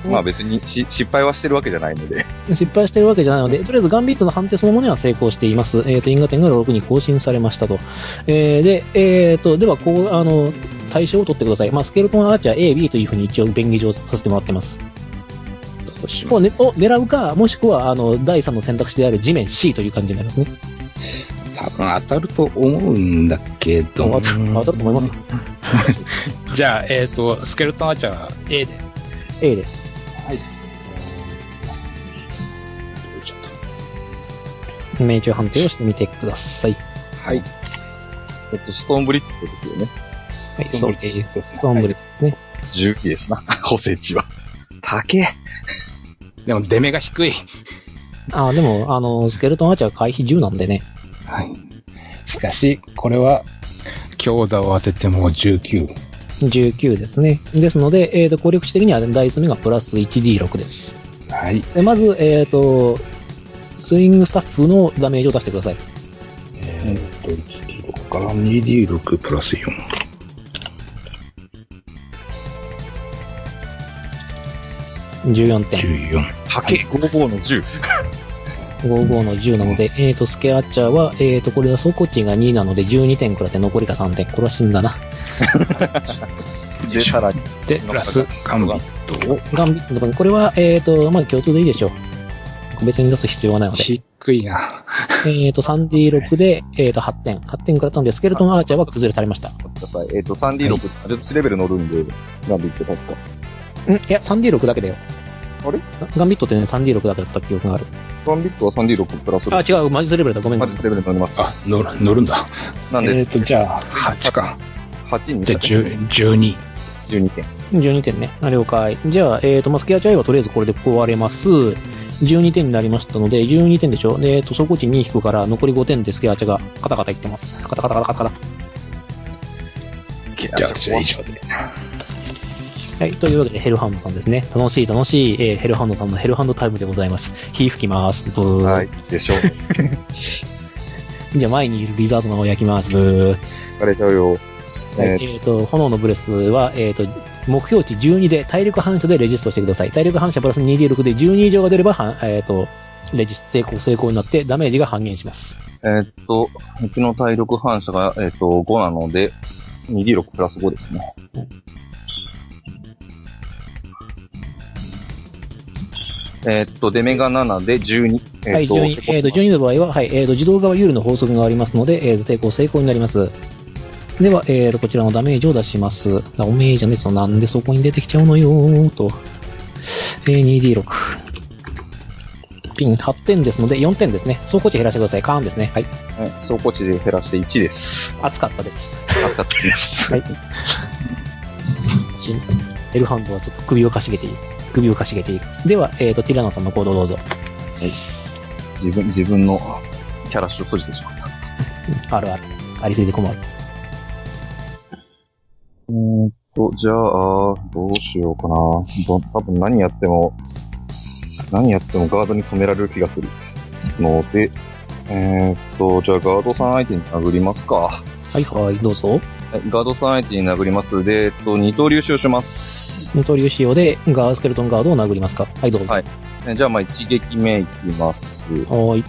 まあ別にし失敗はしてるわけじゃないので。
失敗してるわけじゃないので、とりあえずガンビットの判定そのものには成功しています。えっ、と、因果点が6に更新されましたと。えーで、えっ、と、では、こう、あの、対象を取ってください。まあ、スケルトンアーチャー A、B というふうに一応便宜上させてもらってます。を,、ね、を狙うか、もしくは、あの、第3の選択肢である地面 C という感じになりますね。
多分当たると思うんだけど。
当たる当たると思いますよ。
じゃあ、えっ、と、スケルトンアーチャー A で。
A で。
ちょっ
命中判定をしてみてください。
とはい。
えっと、ストーンブリッジですよね。
はい、
スト
そ
ー
う
ンブリッジそうですね
ストーンブリッジですね。
重機ですな。補正値は。竹
でも、出目が低い。
ああ、でも、あの、スケルトンアーチャー回避10なんでね。
はい。しかし、これは、強打を当てても19。
19ですね。ですので、えっ、と、効力値的には第1目がプラス 1D6 です。
はい。
でまず、えっ、と、スイングスタッフのダメージを出してください。
えーっと、1D6 から 2D6 プラス4。
14点。
14。
竹55の10。
55の10なので、えっ、と、スケアッチャーは、えっ、と、これは底値が2なので12点くらって残りが3点。これは死んだな。
で、さらに。
で、プラス、ガンビットを。
ガンビットの分、これは、えっ、と、まあ、共通でいいでしょう。別に出す必要はないので。
低いな。
えっ、と、3D6 で、えっ、と、8点。8点くらったので、スケルトンアーチャーは崩れされました。ん
ごめんなさいえっと、3D6、技術レベル乗るんで、なんで言って確か。
いや、3D6 だけだよ。
あれ
ガガンビットってね、3D6 だけだった記憶がある。
ストーンブリッジは 3D6 プラス
あ、違う、マジズレベルだ。ごめん。
技術レベル乗ります。
あ、乗る、乗るんだ。
なん
え
で、
ーっと、じゃあ、8か。
8に
で、10 12。
12点。
12点ね。あ了解。じゃあ、えっ、と、まあ、スケアチャイはとりあえずこれで壊れます。12点になりましたので、12点でしょ。で、えっ、と、走行値2引くから、残り5点でスケアチャイがカタカタいってます。カタカタカタカタカ
じゃあ、じゃあ以上で。
タ。はい。というわけで、ヘルハンドさんですね。楽しい楽しい、えーヘルハンドさんのヘルハンドタイムでございます。火吹きます。ブー。
はい。でしょ。
じゃあ、前にいるリザードの方を焼きます。ブー。
疲れちゃうよ。
はい
え
えーと、炎のブレスは、えーと、目標値12で体力反射でレジストしてください。体力反射プラス 2D6 で12以上が出れば、はえーと、レジスト成功成功になってダメージが半減します。
えーっと、うちの体力反射が、えーっと、5なので、2D6 プラス5ですね。えーっと、出目が7で12。え
はい、12、えーと、
成功し
12の場合は、はい、えーと、自動側有利の法則がありますので、えーと、成功成功になります。では、えーと、こちらのダメージを出します。あおめえじゃねえぞ、なんでそこに出てきちゃうのよーと。えー 2D6。ピン8点ですので、4点ですね。走行値減らしてください。カーンですね。はい。
ますはい走行値で減らして1です。
熱かったです。
あったっけ
はい。しエルハンドはちょっと首をかしげている。首をかしげている。では、えっ、と、ティラノさんの行動をどうぞ。
自分、自分のキャラシを閉じてしまった。
あるある。ありすぎて困る。
うーんと、じゃあ、どうしようかな。ど多分何やっても、何やってもガードに止められる気がする。ので、えー、っと、じゃあガードさん相手に殴りますか。
はいはい、どうぞ。
はいガードさん相手に殴ります。で、えっと、二刀流使用します。
二刀流仕様で、ガースケルトンガードを殴りますか。はい、どうぞ。
はいえじゃあ、まあ、一撃目いきます。
はーい。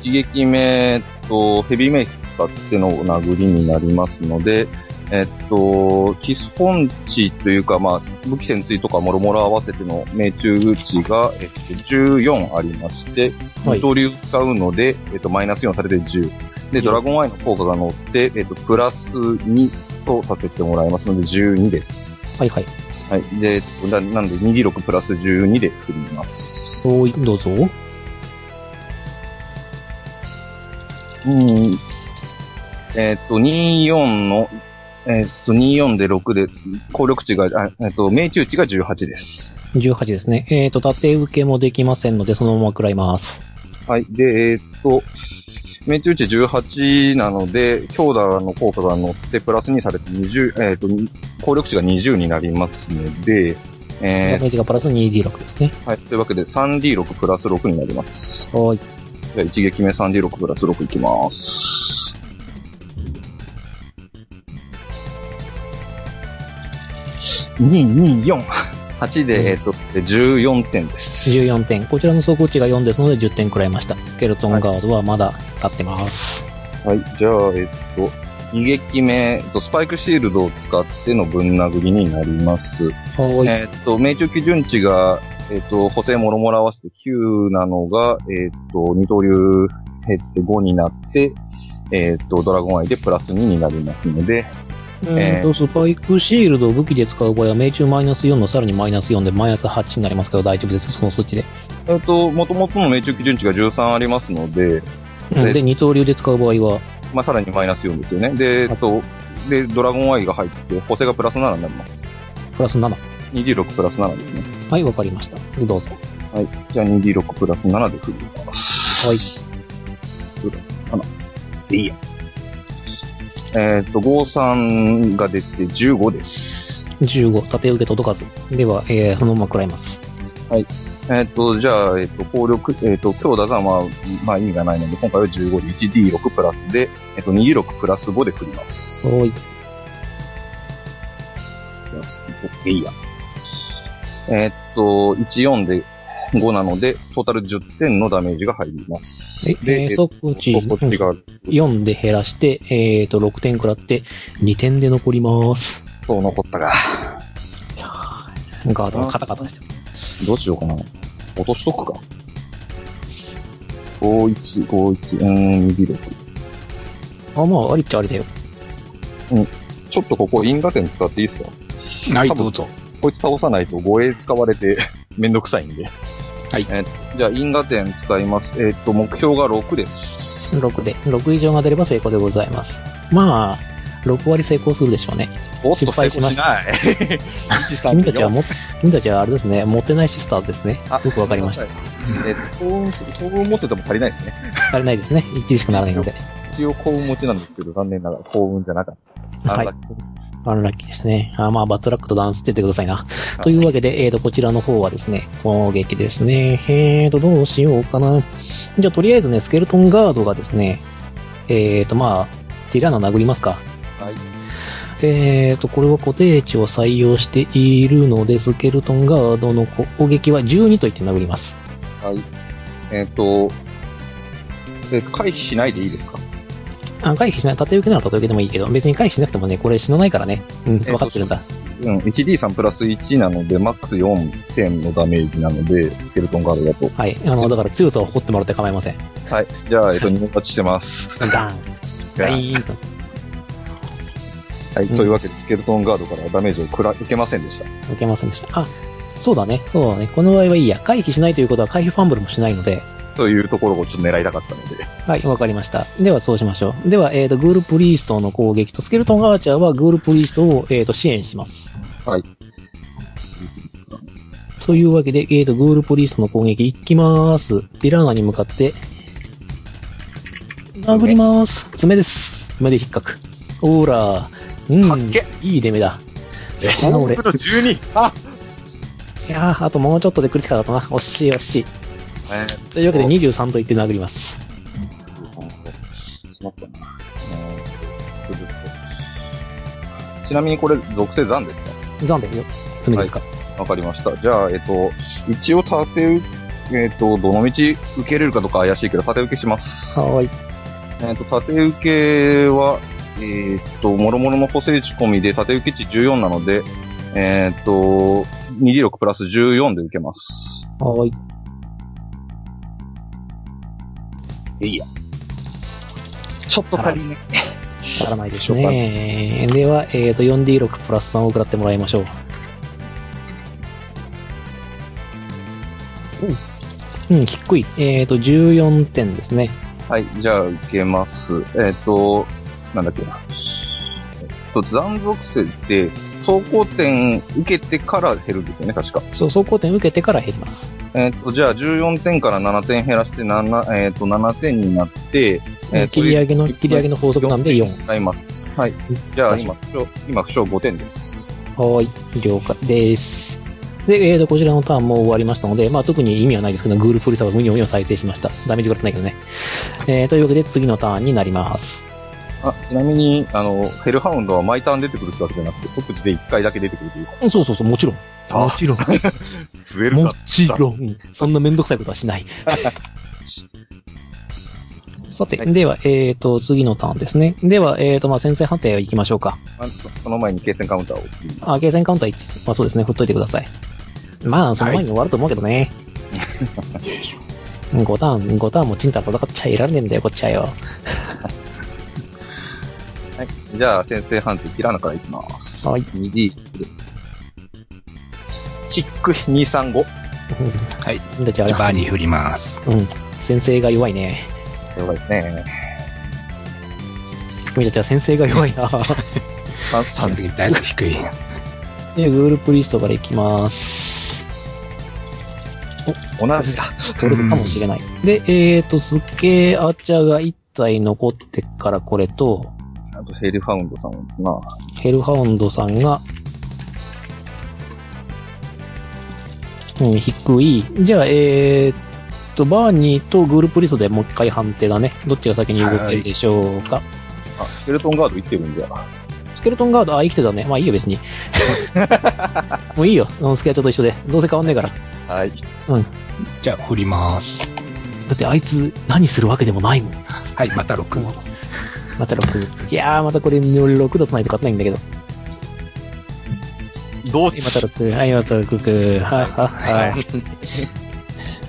一撃目えっとヘビーメイス使っての殴りになりますので、えっと、キスポンチというか、まあ、武器潜水とかもろもろ合わせての命中値が、えっと、14ありまして、
は
二
い
刀流使うので、えっと、マイナス4されて10。で、ドラゴンアイの効果が乗って、えっと、プラス2とさせてもらいますので、12です。
はいはい。
はい。で、えっとななんで、2D6 プラス12で振ります。
はーい、どうぞ。
うん。えーっと、24の、えーっと、24で6で、効力値が、あえーっと、命中値が18です。
18ですね。えっ、と、縦受けもできませんので、そのまま食らいます。
はい。で、えーっと、命中値18なので、強打の効果が乗って、プラス2されて20、えっ、と、効力値が20になりますので、え
ダメージがプラス 2D6 ですね。
ーはい。というわけで、3D6 プラス6になります。
はい。
じゃあ、一撃目 3D6 プラス6いきます。224。8で、えっ、と、14点です。
14点。こちらの走行値が4ですので10点くらいました。スケルトンガードはまだ立ってます。
はい、じゃあ、えっと、2撃目、えっとスパイクシールドを使ってのぶん殴りになります。
はい。
えっと、命中基準値が、えっと、補正もろもろ合わせて9なのが、えっと、二刀流減って5になって、えっと、ドラゴンアイでプラス2になりますので、
えーと、スパイクシールドを武器で使う場合は、命中マイナス4のさらにマイナス4でマイナス8になりますけど大丈夫です、その数値で。
えっと、元々の命中基準値が13ありますので、
うん、
で
で、二刀流で使う場合は、
まあ、さらにマイナス4ですよね。で、えっと、で、ドラゴンアイが入って、補正がプラス7になります。
プラス7。
26プラス7ですね。
はい、わかりました。でどうぞ。
はい。じゃあ 2D6 プラス7で振ります。
はい。
でいいや。えっ、と、53が出て15です。
15、縦受け届かず。では、えー、そのまま食らいます。
えっ、と、じゃあ、えっ、と、効力、えっ、と、強打がまあ、まあ意味がないので、今回は15で 1D6 プラスで、えっ、と、2D6 プラス5で振ります。
はい。
プラス5でいいや。えっ、と、14で5なので、トータル10点のダメージが入ります。
え、えー、速値、
こっちが、
4で減らして、えー、と、6点食らって、2点で残ります。
そう残ったが。
ガードがカタカタしてます。
どうしようかな。落としとくか。51、51、うーん、右力。
あ、まあ、ありっちゃありだよ。
ちょっとここ、因果点使っていいですか
はい、
多分
どうぞ。
こいつ倒さないと護衛使われて、 めんどくさいんで。
はい
えーじゃあ、因果点使います。えーっと、目標が6です。
6で。6以上が出れば成功でございます。まあ、6割成功するでしょうね。
おっ
失敗しました
た。
君たちはも、君たちはあれですね、持ってないシスターズですね。よくわかりました。
た。えーっと、幸運持ってても足りないですね。
足りないですね。一時しかならないので。
一応幸運持ちなんですけど、残念ながら幸運じゃなかった。
はい
あ。
アンラッキーですね。あまあ、バッドラックとダンスって言ってくださいな。というわけで、えーと、こちらの方はですね、攻撃ですね。えーと、どうしようかな。じゃあ、とりあえずね、スケルトンガードがですね、えーと、まあ、ティラーナ殴りますか。
はい。
えーと、これは固定値を採用しているので、スケルトンガードの攻撃は12と言って殴ります。
はい。えーっと、えー回避しないでいいですか
あ回避しない。縦受けなら縦受けでもいいけど、別に回避しなくてもね、これ死なないからね。うん、
え
わかってるんだ。
うん、1D3 プラス1なので、マックス4点のダメージなので、スケルトンガードだと。
はい。あの、だから強さを誇ってもらって構いません。
はい。じゃあ、えっと、2本勝ちして ます。
ガーン。ガイーンと。
はい。というわけで、スケルトンガードからダメージをくら受けませんでした。
受けませんでした。あ、そうだね。そうだね。この場合はいいや。回避しないということは回避ファンブルもしないので。
というところをちょっと狙いたかったので。
はい、わかりました。では、そうしましょう。では、えっ、と、グールプリーストの攻撃と、スケルトンアーチャーはグールプリーストを、えっ、と、支援します。
はい。
というわけで、えっ、と、グールプリーストの攻撃いきまーす。ディラーナに向かって、殴りまーす。爪です。爪で引っかく。オーラー。う
か
ん
っけ。
いい出目だ。さすが俺。い
の12。あ
やー、あともうちょっとでクリティカルだったな。惜しい惜しい。
え
というわけで23と言って殴ります。
ー、しまったな。えーちょっとちなみにこれ、属性残ですか
残ですよ。罪ですか。
わかりました。じゃあ、えっと、一応縦受け、えっと、どの道受けれるかとか怪しいけど、縦受けします。
はーい。
えっ、と、縦受けは、えっ、と、もろもろの補正値込みで、縦受け値14なので、えっ、と、2D6 プラス14で受けます。
はーい。
ちょっと
足り
ない。
足らないですね。では、えっ、と、4D6 プラス3を食らってもらいましょう。うん、低い。えっ、と、14点ですね。
はい、じゃあ受けます。えっ、と、なんだっけな。えっと、残属性って、走行点受けてから減るんですよね、確か。
そう、走行点受けてから減ります。
えっ、と、じゃあ14点から7点減らして、7、えっ、と、7点になって、えー
切り上げの、切り上げの法則なんで4。
使います。はい。じゃあ、今、負傷、今、負傷5点です。
はーい、了解です。で、えーと、こちらのターンも終わりましたので、まあ特に意味はないですけど、グールプリサは無に4を再生しました。ダメージ食らってないけどね。えー、というわけで次のターンになります。
あ、ちなみに、あの、ヘルハウンドは毎ターン出てくるってわけじゃなくて、即時で1回だけ出てくるというか。
うんそうそうそう、もちろん。
あ
もちろん。
増える
も
か。
ちろん。そんなめんどくさいことはしない。 さて、
はい
では、えーと、次のターンですね。では、えーと、まあ先制判定行きましょうか。
あそその前に経線カウンターを。
あ、ゲーセンカウンター1。まあそうですね、振っといてください。まあ、その前に終わると思うけどね。5ターン、5ターンもチンタン戦っちゃいられねえんだよ、こっちはよ。
はい。じゃあ、先制判定、切らなからいきます。
はい
2D。キック235。
はい。
で、じゃ
じゃ
あ、
あバーに振ります。
うん。先生が弱いね。
やばいですね。
君たちは先生が弱 いな。
その時ダイス低い。
で、グールプリストからいきます。
同じだ。
取れるかもしれない。で、えーと、スケアチャが1体残ってからこれと、
あと、ヘルハウンドさんですな。
ヘルハウンドさんが、うん、低い。じゃあ、えー、っと、バーニーとグループリストでもう一回判定だね。どっちが先に動けるでしょうか。
あ、スケルトンガード生きてるんだ。
スケルトンガード、あ、生きてたね。まあいいよ、別 に。もういいよ。うんスケアチャと一緒で。どうせ変わんねえから。
はい。
じゃあ振ります。
だってあいつ、何するわけでもないもん。
はい、また6。
また6。いやー、またこれ6出さないと勝てないんだけど。
どう
はいまた6。はい、また6。はい、はい、はい。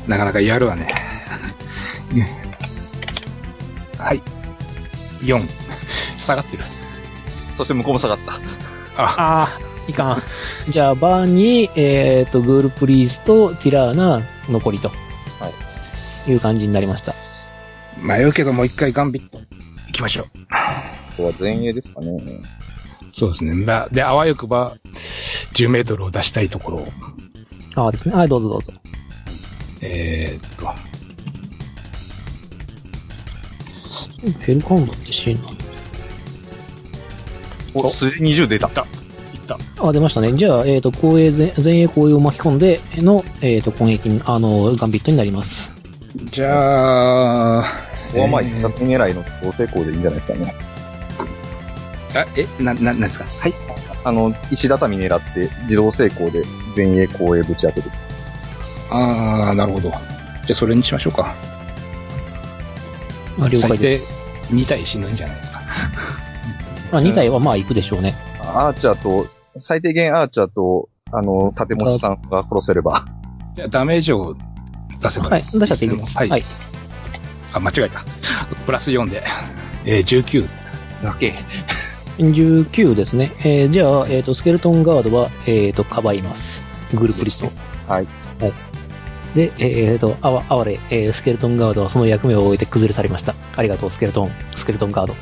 なかなかやるわね。 はい。4。下がってる。
そして向こうも下がった。
あ、
ああ、いかん。じゃあ、バーに、えっ、と、グールプリーズとティラーナ残りと。い。う感じになりました。
迷うけどもう一回ガンビット。行きましょう。
ここは前衛ですかね。
そうですね。まあ、で、あわよくば、10メートルを出したいところを、
ああですね。はい、どうぞどうぞ。
えーっと、
ヘルコンボってシーンな
お、数字20出た。
のあ、出ましたね。じゃあ、えっ、と、後衛前、前衛後衛を巻き込んでの、えっ、と、攻撃に、あの、ガンビットになります。
じゃあ、
ここはまあ、
え
一
ー
作狙いの同成功でいいんじゃないですかね。
あえ、な、な、なんですかはい。
あの、石畳狙って、自動成功で前衛後衛ぶち当てる。
あー、なるほど。じゃあ、それにしましょうか。
あ了解で
最低2体死ぬんじゃないですか。
す。あ、2体はまあ行くでしょうね。
アーチャーと、最低限アーチャーと、あの、盾持ちさんが殺せれば。
じゃあ、ダメージを出せば
はい、出しちゃっていいです。
はい。
はい。
あ、間違えた。プラス4で。えー、19。
だけ。
19ですね。えーじゃあ、えっ、と、スケルトンガードは、えっ、と、かばいます。グループリスト。
はい。
で、えー、と、あわ、あわれ、えースケルトンガードはその役目を終えて崩れ去りました。ありがとう、スケルトン。スケルトンガード。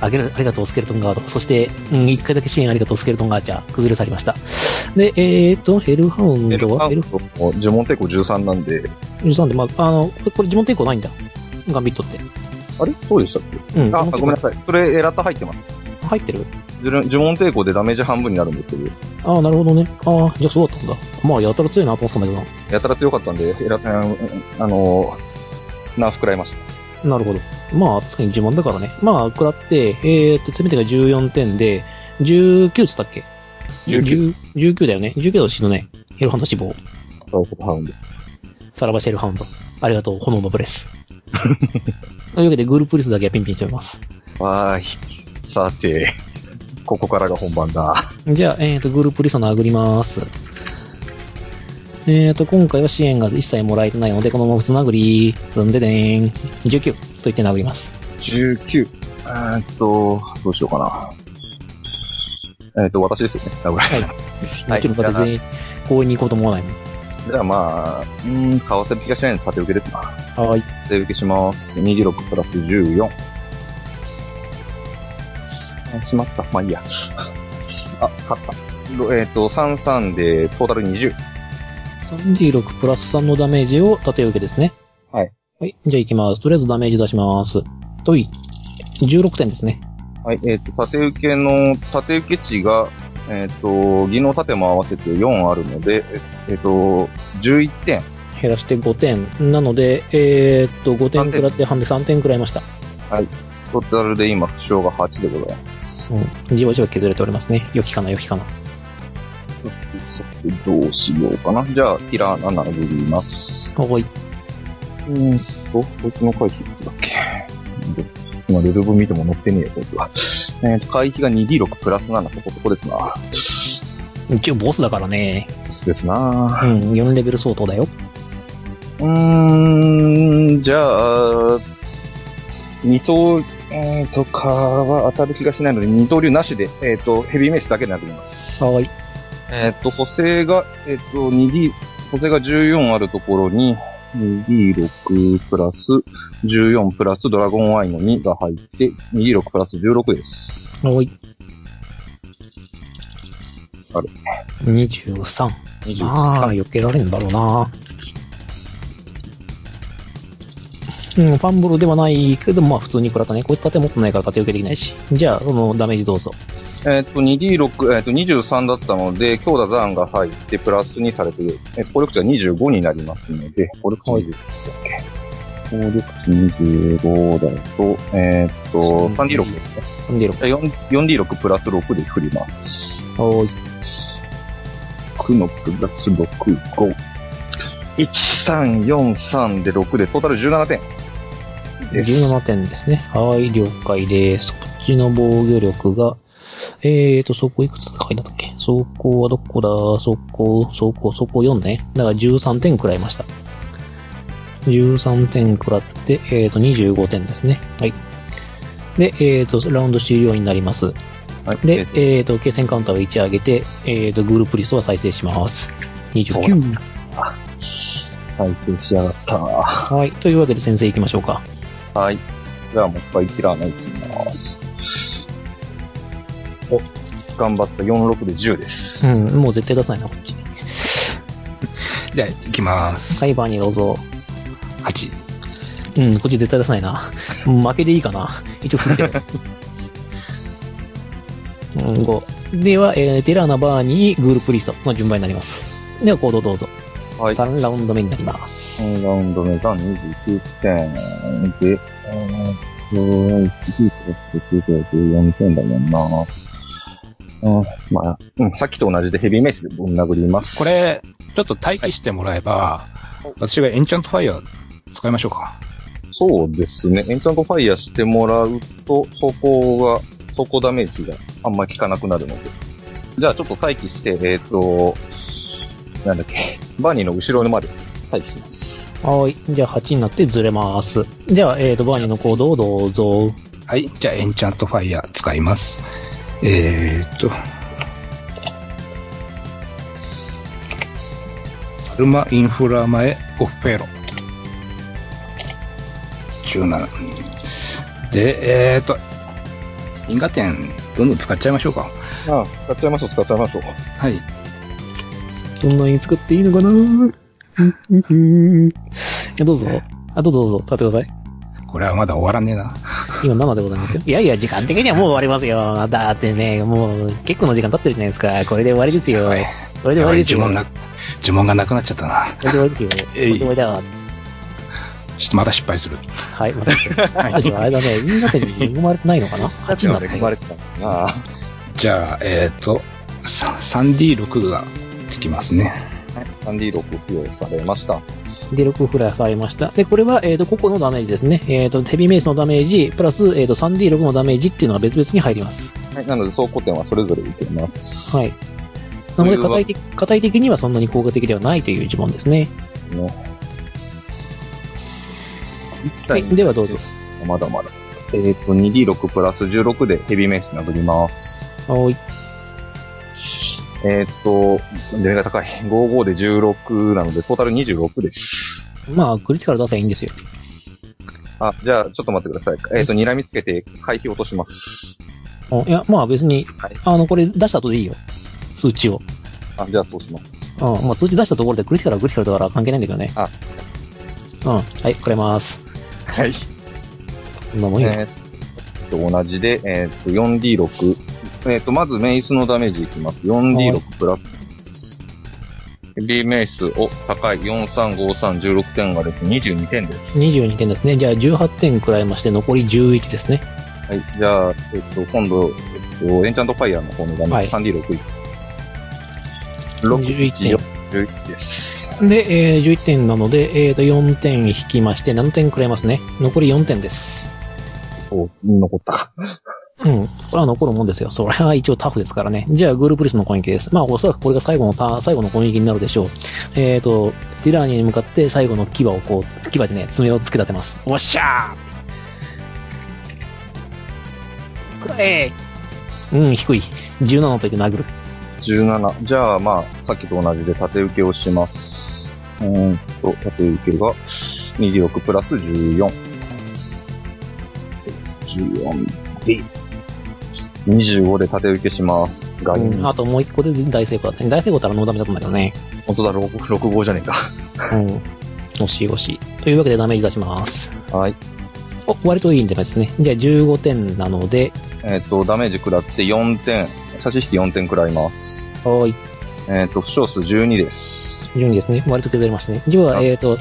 あげる、ありがとう、スケルトンガード。そして、うん、一回だけ支援ありがとう、スケルトンガーチャー。崩れ去りました。で、えー、と、ヘルハウン
で、
ドは、
ハ
ヘ
ウ
ル
ンドも呪文抵抗13なんで、
13で、まあ、あの、これ、これ呪文抵抗ないんだ。ガンビットって。
あれそうでしたっけ
うん、
あ、
呪
あ
文抵
ごめんなさい。それ、エラッタ入ってます。
抗入ってる
呪呪文抵抗でダメージ半分になるんですけど、
ああ、なるほどね。ああ、じゃあそうだったんだ。まあ、やたら強いなと思ってたんだけど
やたら強かったんで、エラッタ、あのあの、ナーフ食らいました。
な。なるほど。まあ、確かに呪文だからね。まあ、食らって、えー、と、せめてが14点で、19っつったっけ
19。
10 19だよね。19だと死ぬね。ヘルハウンド死亡。
ハウンド。
さらばシェルハウンド。ありがとう、炎のブレ ス。というわけで、グループリストだけはピンピンしております。
はーい。さて、ここからが本番だ。
じゃあ、えー、と、グループリスト殴ります。えーと、今回は支援が一切もらえてないので、このまま普通殴り、ずんででーん。19と言って殴ります。
19。えーっと、どうしようかな。えーっと、私ですよね。殴られた
は
は
も
い
ちろん、だって全員、公園に行こうと思わないもん。
じゃあまあ、うーん、かわせる気がしないので縦受けですな。
はい。
縦受けします。26プラス14。あしまった。まあいいや。あ、勝った。えっ、と、33で、トータル20。
3D6 プラス3のダメージを縦受けですね。
はい。
はい。じゃあ行きます。とりあえずダメージ出します。とい、16点ですね。
はい、えっ、と、縦受けの、縦受け値が、えっ、と、技能盾も合わせて4あるので、えっ、と、11点。
減らして5点。なので、えーっと、5点くらって半で3点くらいました。
トータルで今、負傷が8でございます。
うん。じわじわ削れておりますね。良きかな、良きかな。
さて、どうしようかな。じゃあ、キラー7でります。
はい。
うんと、僕の回避いつだっけ。今、レルブ見ても載ってねえよ、僕は。えっ、と、回避が 2D6 プラス7、そこそこですな。
一応ボスだからね。
ですな
うん。4レベル相当だよ。
うーん、じゃあ、二刀、えーと、かは当たる気がしないので、二刀流なしで、えっ、と、ヘビーメイスだけになってきます。
はい。
えっ、と、補正が、えっ、と、2D、補正が14あるところに、2D6 プラス14プラスドラゴンアイの2が入って、2D6 プラス16です。
はい。
あれ
?23。
23
まあ、避けられんだろうな。うん、ファンブルではないけど、まあ普通に食らったね。こいつ盾持ってないから盾受けできないし。じゃあ、そのダメージどうぞ。
えっ、と、2D6、えっ、と、23だったので、強打ザーンが入って、プラス2されて、えっ、と、コレクチャー25になりますので、コレクチャー25だっけ、コレクチャー25だと、えっ、と、3D6 ですね。
3D6。
え 4- 4D6 プラス6で振ります。
おーい。
9のプラス6、5。1343で6で、トータル17点。
17点ですね。はい、了解です。こっちの防御力が、えーと、走行いくつ書いてあったっけ走行はどこだ走行、走行、走行4ね。だから13点食らいました。13点食らって、えーと、25点ですね。はい。で、えーと、ラウンド終了になります。
はい。
で、えーと、決戦カウンターを1上げて、えーと、グループリストは再生します。29。
再生しやがった。
はい。というわけで先生行きましょうか。
はい。じゃあ、もう一回キラーナいきます。お、頑張った。46で10です。
うん、もう絶対出さないな、こっち。
じゃあ、行きます。
サイバーにどうぞ。
8。
うん、こっち絶対出さないな。負けでいいかな。一応振ってる。うん、5。では、えー、テラーナバーにグールプリストの順番になります。では、行動どうぞ。
はい。
3ラウンド目になります。
3ラウンド目が29点で、えー、1で14点だもんな。うん、まあ、うん、さっきと同じでヘビーメイスでぶん殴ります。
これ、ちょっと待機してもらえば、私がエンチャントファイア使いましょうか。
そうですね。エンチャントファイヤーしてもらうと、走行が、走行ダメージがあんま効かなくなるので。じゃあちょっと待機して、えっ、と、なんだっけ、バーニーの後ろまで待機します。
はい。じゃあ、8になってずれます。じゃあ、えーと、バーニーの行動をどうぞ。
はい。じゃあ、エンチャントファイア使います。えーっと。アルマインフラマエオフェロ。17。で、えーっと、因果点、どんどん使っちゃいましょうか。
ああ、使っちゃいましょう、使っちゃいましょう。
はい。
そんなに作っていいのかなうんうんうんいやどうぞ。あ、どうぞどうぞ。立ってください。
これはまだ終わらねえな。
今7でございますよ。いやいや、時間的にはもう終わりますよ。だってね、もう結構の時間経ってるじゃないですか。これで終わりですよ。
はい
これで終
や
わ
ば
り
い
です
呪
よ。
文な、呪文がなくなっちゃったな。
これで終わりですよ。
えい
これで終わりだわ。
ちょっとまた失敗する。
はい、また来てます。私はあれだね、みんな手に恵まれてないのかな ?8 になって
生まれてたんだな。は
じゃあ、えーっと、さ 3D6 がつきますね。
い 3D6 付与されました。
で、6フライされました。で、これは、えっ、と、個々のダメージですね。えっ、と、ヘビーメイスのダメージ、プラス、えっ、と、3D6 のダメージっていうのは別々に入ります。
はい、なので走行点はそれぞれ受けます。
はい。なので、
というわ
硬い的、硬い的にはそんなに効果的ではないという呪文ですね。
ね。
はい、ではどうぞ。
まだまだ。えっ、と、2D6 プラス16でヘビーメイス殴ります。
はい。
えっ、と、レベルが高い。55で16なので、トータル26です。
まあ、クリティカル出せばいいんですよ。
あ、じゃあ、ちょっと待ってください。えっ、と、睨みつけて回避落とします。
うんいや、まあ別に、
はい
あの、これ出した後でいいよ。通知を。
あ、じゃあそうします。
うん。まあ、通知出したところで来る日から来る日からだから関係ないんだけどね。
あ。
うん。はい、これます。
はい。
こんなもんいいな
えーと同じで、えーと 4D6。えーと、まずメイスのダメージいきます。4D6 プラス。ヘビーメイス、お、高い。435316点が出て22点です。
22点ですね。じゃあ18点くらいまして、残り11ですね。
はい。じゃあ、えっと、今度、えっと、エンチャントファイヤーの方のダメージ、3D6 い6、
11
11です。
点。で、えー11点なので、えーと、4点引きまして、7点くらいますね。残り4点です。
お、残ったか。
うん。これは残るもんですよ。それは一応タフですからね。じゃあ、グループリスの攻撃です。まあ、おそらくこれが最後のターン、最後の攻撃になるでしょう。えーと、ディラーニに向かって最後の牙をこう、牙でね、爪を突き立てます。おっしゃーくらえうん、低い。17の時殴る。
17。じゃあ、まあ、さっきと同じで縦受けをします。うーんと、縦受けが26プラス14。14で、25で縦受けします。が、
うん、あともう一個で大成功だったね。大成功だったらノーダメだったんだけどね。
本当だ、6、6号じゃねえか。
うん。惜しい惜しい。というわけでダメージ出します。
はい。
お、割といいんでですね。じゃあ15点なので、
えっ、と、ダメージ食らって4点、差し引き4点食らいます。
はーい、
えっ、と、負傷数12です。
非常にですね、割と削れましたね。では、
あ
えっ、と、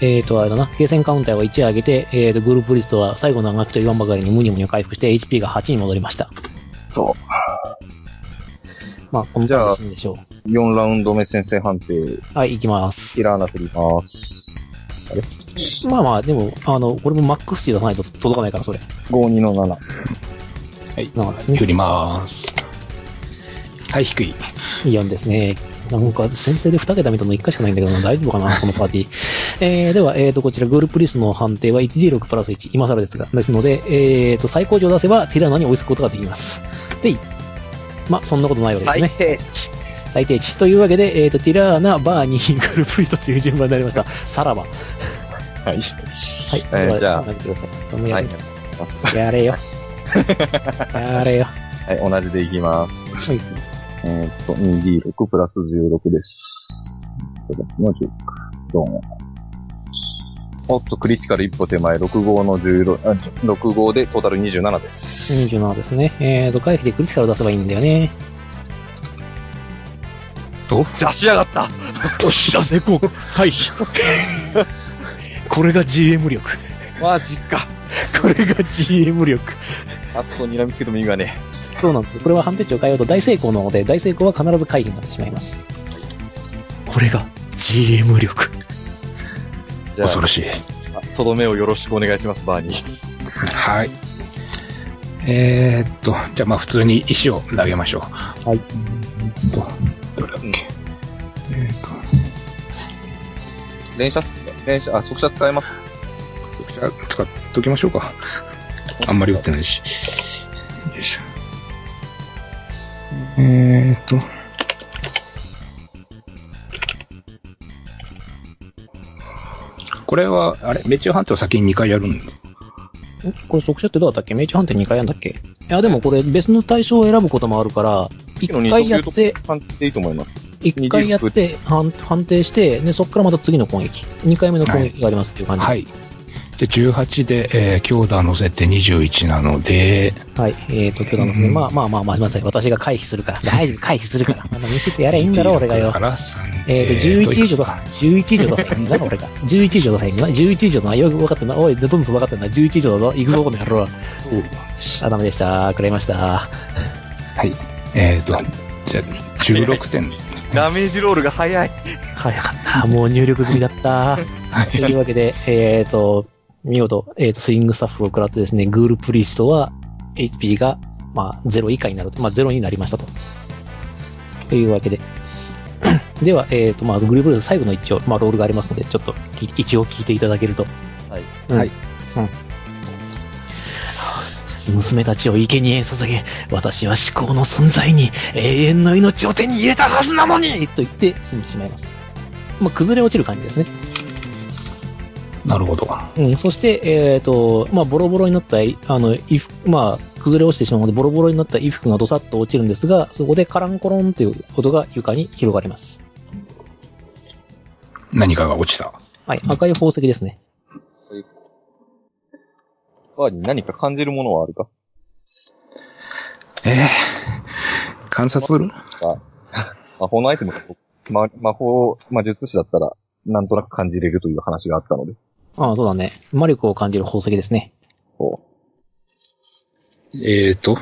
えっ、と、あれだな、ゲーセンカウンターは1上げて、えっ、と、グループリストは最後の暗きと言わんばかりにムニムニを回復して HP が8に戻りました。
そ
まあ、この
じゃあ
感じでしょう。
う。4ラウンド目先制判定、
はい、行きます。
キラーナ振ります。
まあまあ、でも、あの、これもマックス値出さないと届かないから、それ。
52の7。
なのですね
振。りまーす。はい、低い。
4ですね。なんか、先生で2桁見たの1回しかないんだけどな、大丈夫かな、このパーティー。 えー、では、えーと、こちら、グループリストの判定は 1D6 プラス1、今更ですが、ですので、えーと、最高値を出せば、ティラノに追いつくことができます。で、まあ、そんなことないわけですね。
低
最低値。というわけで、えーと、ティラーナ、バーにグループリストという順番になりました。さらば。は
はい。
い。
えー
で
じゃあ
は、投げてください。もうや
は
れ
い。
や れよ。やれよ。
はい、同じでいきます。
はい。
えっと、2D6 プラス16です。プラスの10。ドン。おっと、クリティカル一歩手前、6号の16、あ6号でトータル27です。
27ですね。えーと、回避でクリティカルを出せばいいんだよね。
出しやがった
よしゃ、猫、回避。これが GM 力。
マジか。
これが GM 力。
あと、睨みつけてもいいがね。
そうなんです。これは判定値を変えようと大成功なので、大成功は必ず回避になってしまいます。これが GM 力。
じゃ
恐ろしい。
あ、とどめをよろしくお願いします、バーニー。
はい。えーっと、じゃあまあ普通に石を投げましょう。
はい。
どれだっけ。えーっと、
連射、連射、あ、速射使えます。
じゃあ使っておきましょうか。あんまり打ってないし。よいしょ。えーっと。これは、あれ、命中判定を先に2回やるんです。
んこれ即射ってどうだったっけ命中判定2回やんだっけいや、でもこれ別の対象を選ぶこともあるから、1回やって、
判定いいと思います。
1回やって、判判定して、で、そこからまた次の攻撃。2回目の攻撃がありますっていう感じ。
はい。で、18で、えー、強打乗せて21なので、
はい、えーと、今日の、
うん
まあまあまあまあ、すみません。私が回避する から。大丈夫、回避するから。あの、見せてやればいいんだろ、俺がよ
か。ら3
えーと、11以上
と
だ。11以上だ。なんだ俺が。11以上 だ。11以上だ。よく分かってんな。おい、どんどん分かってんな。11以上だぞ。行くぞ、この野郎。あ、ダメでした。くれました。
はい。えっ、ー、と、じゃあ、16点。
ダメージロールが早い。
早かった。もう入力済みだ った。と いうわけで、えーと、見事、えーと、スイングスタッフを食らってですね、グールプリストは HP が、まあ、0以下になる。まあ、0になりましたと。というわけで。 では、えーと、まあ、グループリスト最後の一応、まあ、ロールがありますので、ちょっとき、一応聞いていただけると。
はい。
うん、
はい
うん。娘たちを生贄に捧げ、私は至高の存在に永遠の命を手に入れたはずなのにと言って死んでしまいます。まあ、崩れ落ちる感じですね。
なるほど。
うん、そして、えっ、と、まあ、ボロボロになった、いあの、いふまあ、崩れ落ちてしまうので、ボロボロになった衣服がドサッと落ちるんですが、そこでカランコロンという音が床に広がります。
何かが落ちた。
はい、赤い宝石ですね。
他に何か感じるものはあるか
えー、観察する
魔法のアイテムが、ま、魔法、魔術師だったら、なんとなく感じれるという話があったので。
ああ、そうだね。魔力を感じる宝石ですね。
そ
えーと、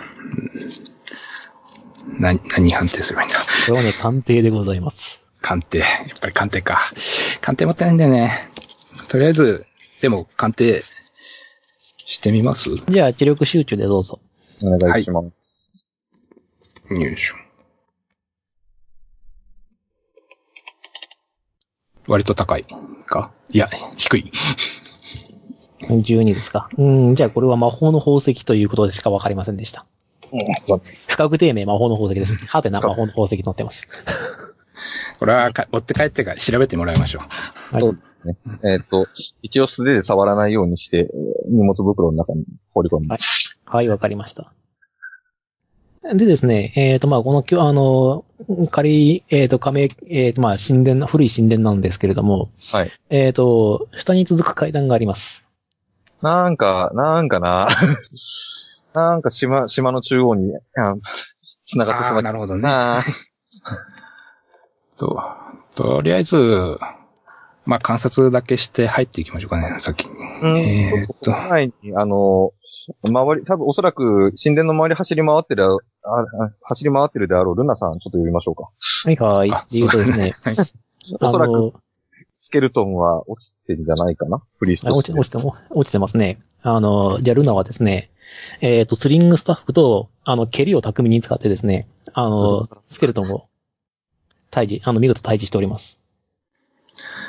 な、何判定すればいいんだ
これはね、鑑定でございます。
鑑定。やっぱり鑑定か。鑑定持ってないんだよね。とりあえず、でも鑑定してみますよ
じゃあ、知力集中でどうぞ。
う。お願いします。
いしょ。割と高いかいや、低い。
12ですか。うん、じゃあこれは魔法の宝石ということでしかわかりませんでした。
うん
不確定名魔法の宝石です。はてな魔法の宝石載ってます。
これはか持って帰ってから調べてもらいましょう。
はい。
そうえーっと、一応素手で触らないようにして、えー荷物袋の中に放り込んで。
はいはい、わかりました。でですね、えっ、と、まあ、このきょ、あの、仮、えっ、と、仮名、えっ、と、まあ、神殿、古い神殿なんですけれども、
はい。
えっ、と、下に続く階段があります。
なんか、なんかな。 なんか島、島の中央に、あ繋がってしまっ
あー
た
なるほどね。
な。
と、とりあえず、まあ、観察だけして入っていきましょうかね、先に。
うん。
えーっと
前に、あの、周り、多分おそらく神殿の周り走り回ってる、ああ走り回ってるであろうルナさん、ちょっと呼びましょうか。
はい、はい。
あ
っていうとです ね、
はい
お
あ
そらく
の、
スケルトンは落ちてるんじゃないかなフリース
あ
と
落
して
ち落ちても、落ちてますね。あの、じゃあルナはですね、えっ、と、スリングスタッフと、あの、蹴りを巧みに使ってですね、あの、スケルトンを、退治、あの、見事退治しております。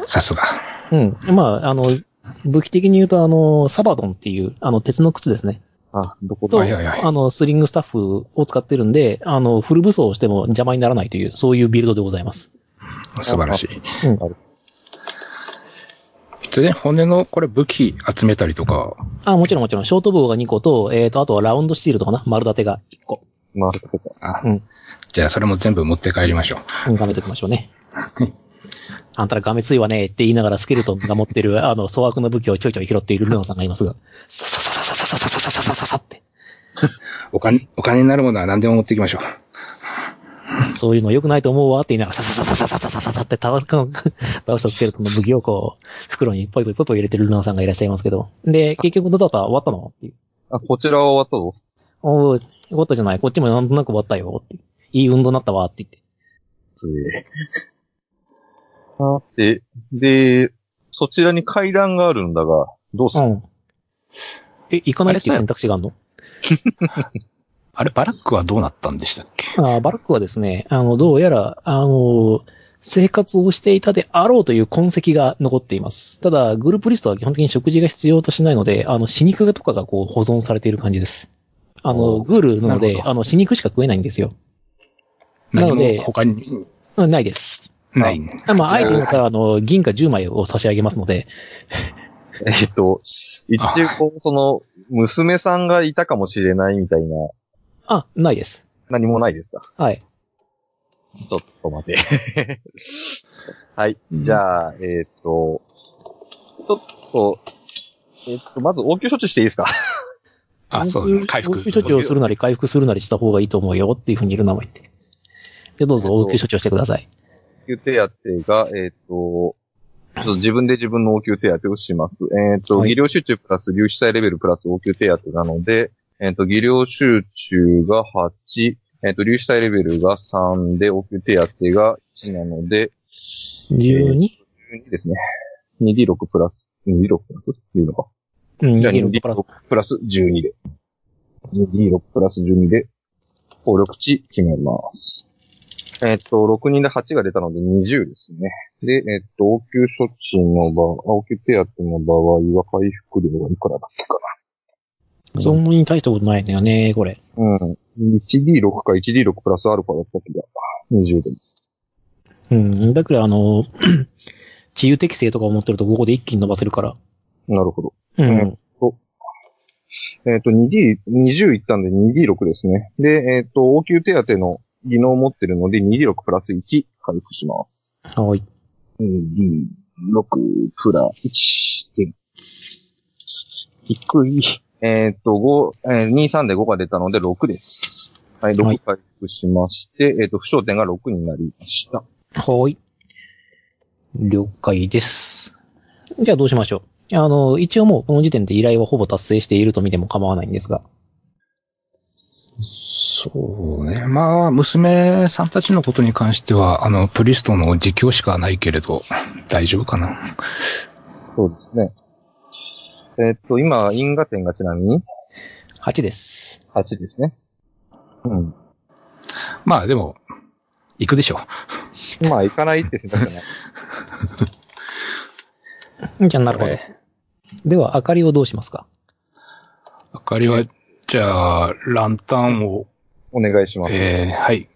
さすが。
うん。まあ、あの、武器的に言うと、あの、サバドンっていう、あの、鉄の靴ですね。、
あ、どこと
はいはいはい
あの、スリングスタッフを使ってるんで、あの、フル武装をしても邪魔にならないという、そういうビルドでございます。
素晴らしい。
うん
なる
でね、骨の、これ武器集めたりとか、
あ、もちろんもちろん、ショート棒が2個と、えっ、と、あとはラウンドスチールとかな、丸立てが1個。
回ることか。
あ
うん
じゃあそれも全部持って帰りましょう。
うん、ガメときましょうね。あんたらガメついわねって言いながらスケルトンが持ってる、あの、粗悪の武器をちょいちょい拾っているルナさんがいますが、ササササササササササササって。
お金、お金になるものは何でも持っていきましょう。
そういうの良くないと思うわって言いながら、サササササササササって倒す倒したスケルトンの武器をこう、袋にポイポイポイポイ入れてるルナさんがいらっしゃいますけど。で、結局どうだった終わったのっていう。
あ、こちらは終わったぞ。
おー、よかったじゃない。こっちもなんとなく終わったよって。いい運動になったわって言って。
つえあで、で、そちらに階段があるんだが、どうする、
うん。え、行かないっていう選択肢があるの
あれ、バラックはどうなったんでしたっけ
あバラックはですね、あの、どうやら、あの、生活をしていたであろうという痕跡が残っています。ただ、グループリストは基本的に食事が必要としないので、あの、死肉とかがこう保存されている感じです。あの、
おー
グールなの
なる
で、
ほ
あの、死肉しか食えないんですよ。な
何
ので
も他に
うんないです。
ない。
あまあ、あえて言う
じゃ
から、あの、銀貨10枚を差し上げますので、
えっと、一応、その、娘さんがいたかもしれないみたいな、
あ、ないです。
何もないですか
はい。
ちょっと待て。 はい。じゃあ、えーっ、と、ちょっと、えーっ、と、まず応急処置していいですか
あ、そう
応
ね、
急
回復
応。急処置をするなり回復するなりした方がいいと思うよっていうふうにいるなも言って。で、どうぞ応急処置をしてください。
応急手当が、えーっ、と、ちょっと自分で自分の応急手当をします。えーっ、と、
はい
技量集中プラス粒子体レベルプラス応急手当なので、えーっ、と、技量集中が8、えーっ、と、粒子体レベルが3で、応急手当が1なので、
12?
12ですね。2D6 プラス、2D6 プラスっていうのか。
うん、
じゃあ
26プラス
2D6 プラス12で。2D6 プラス12で、効力値決めます。えっと、6人で8が出たので20ですね。で、えっと、応急処置の場合、応急手当の場合は回復量がいくらだっけか
そんなに大したことないんだよね、これ。
な。うん。1D6 か 1D6 プラスアルファだった気が。20でも。
うん。だから、あの、 治癒適性とかを持ってると、ここで一気に伸ばせるから。
なるほど。
うん。
うんえっ、と、2D、20いったんで 2D6 ですね。で、えっ、と、応急手当の技能を持ってるので 2D6 プラス1回復します。
はい。
2D6 プラ1点。低い。えーっと、5、えー、2、3で5が出たので6です。はい、
は
6
い
回復しまして、えーっと、負傷点が6になりました。
はい。了解です。じゃあどうしましょう。あの、一応もうこの時点で依頼はほぼ達成していると見ても構わないんですが。
そうね。まあ、娘さんたちのことに関しては、あの、プリストの自供しかないけれど、大丈夫かな。
そうですね。えーっと、今、因果点がちなみに
8です。
8ですね。うん。
まあ、でも、行くでしょう。
まあ、行かないって選択じゃない。
じゃあなるほ
こ
ど
れ。
では、明かりをどうしますか
明かりは、じゃあ、ランタンを、
お願いします。
えー、はい。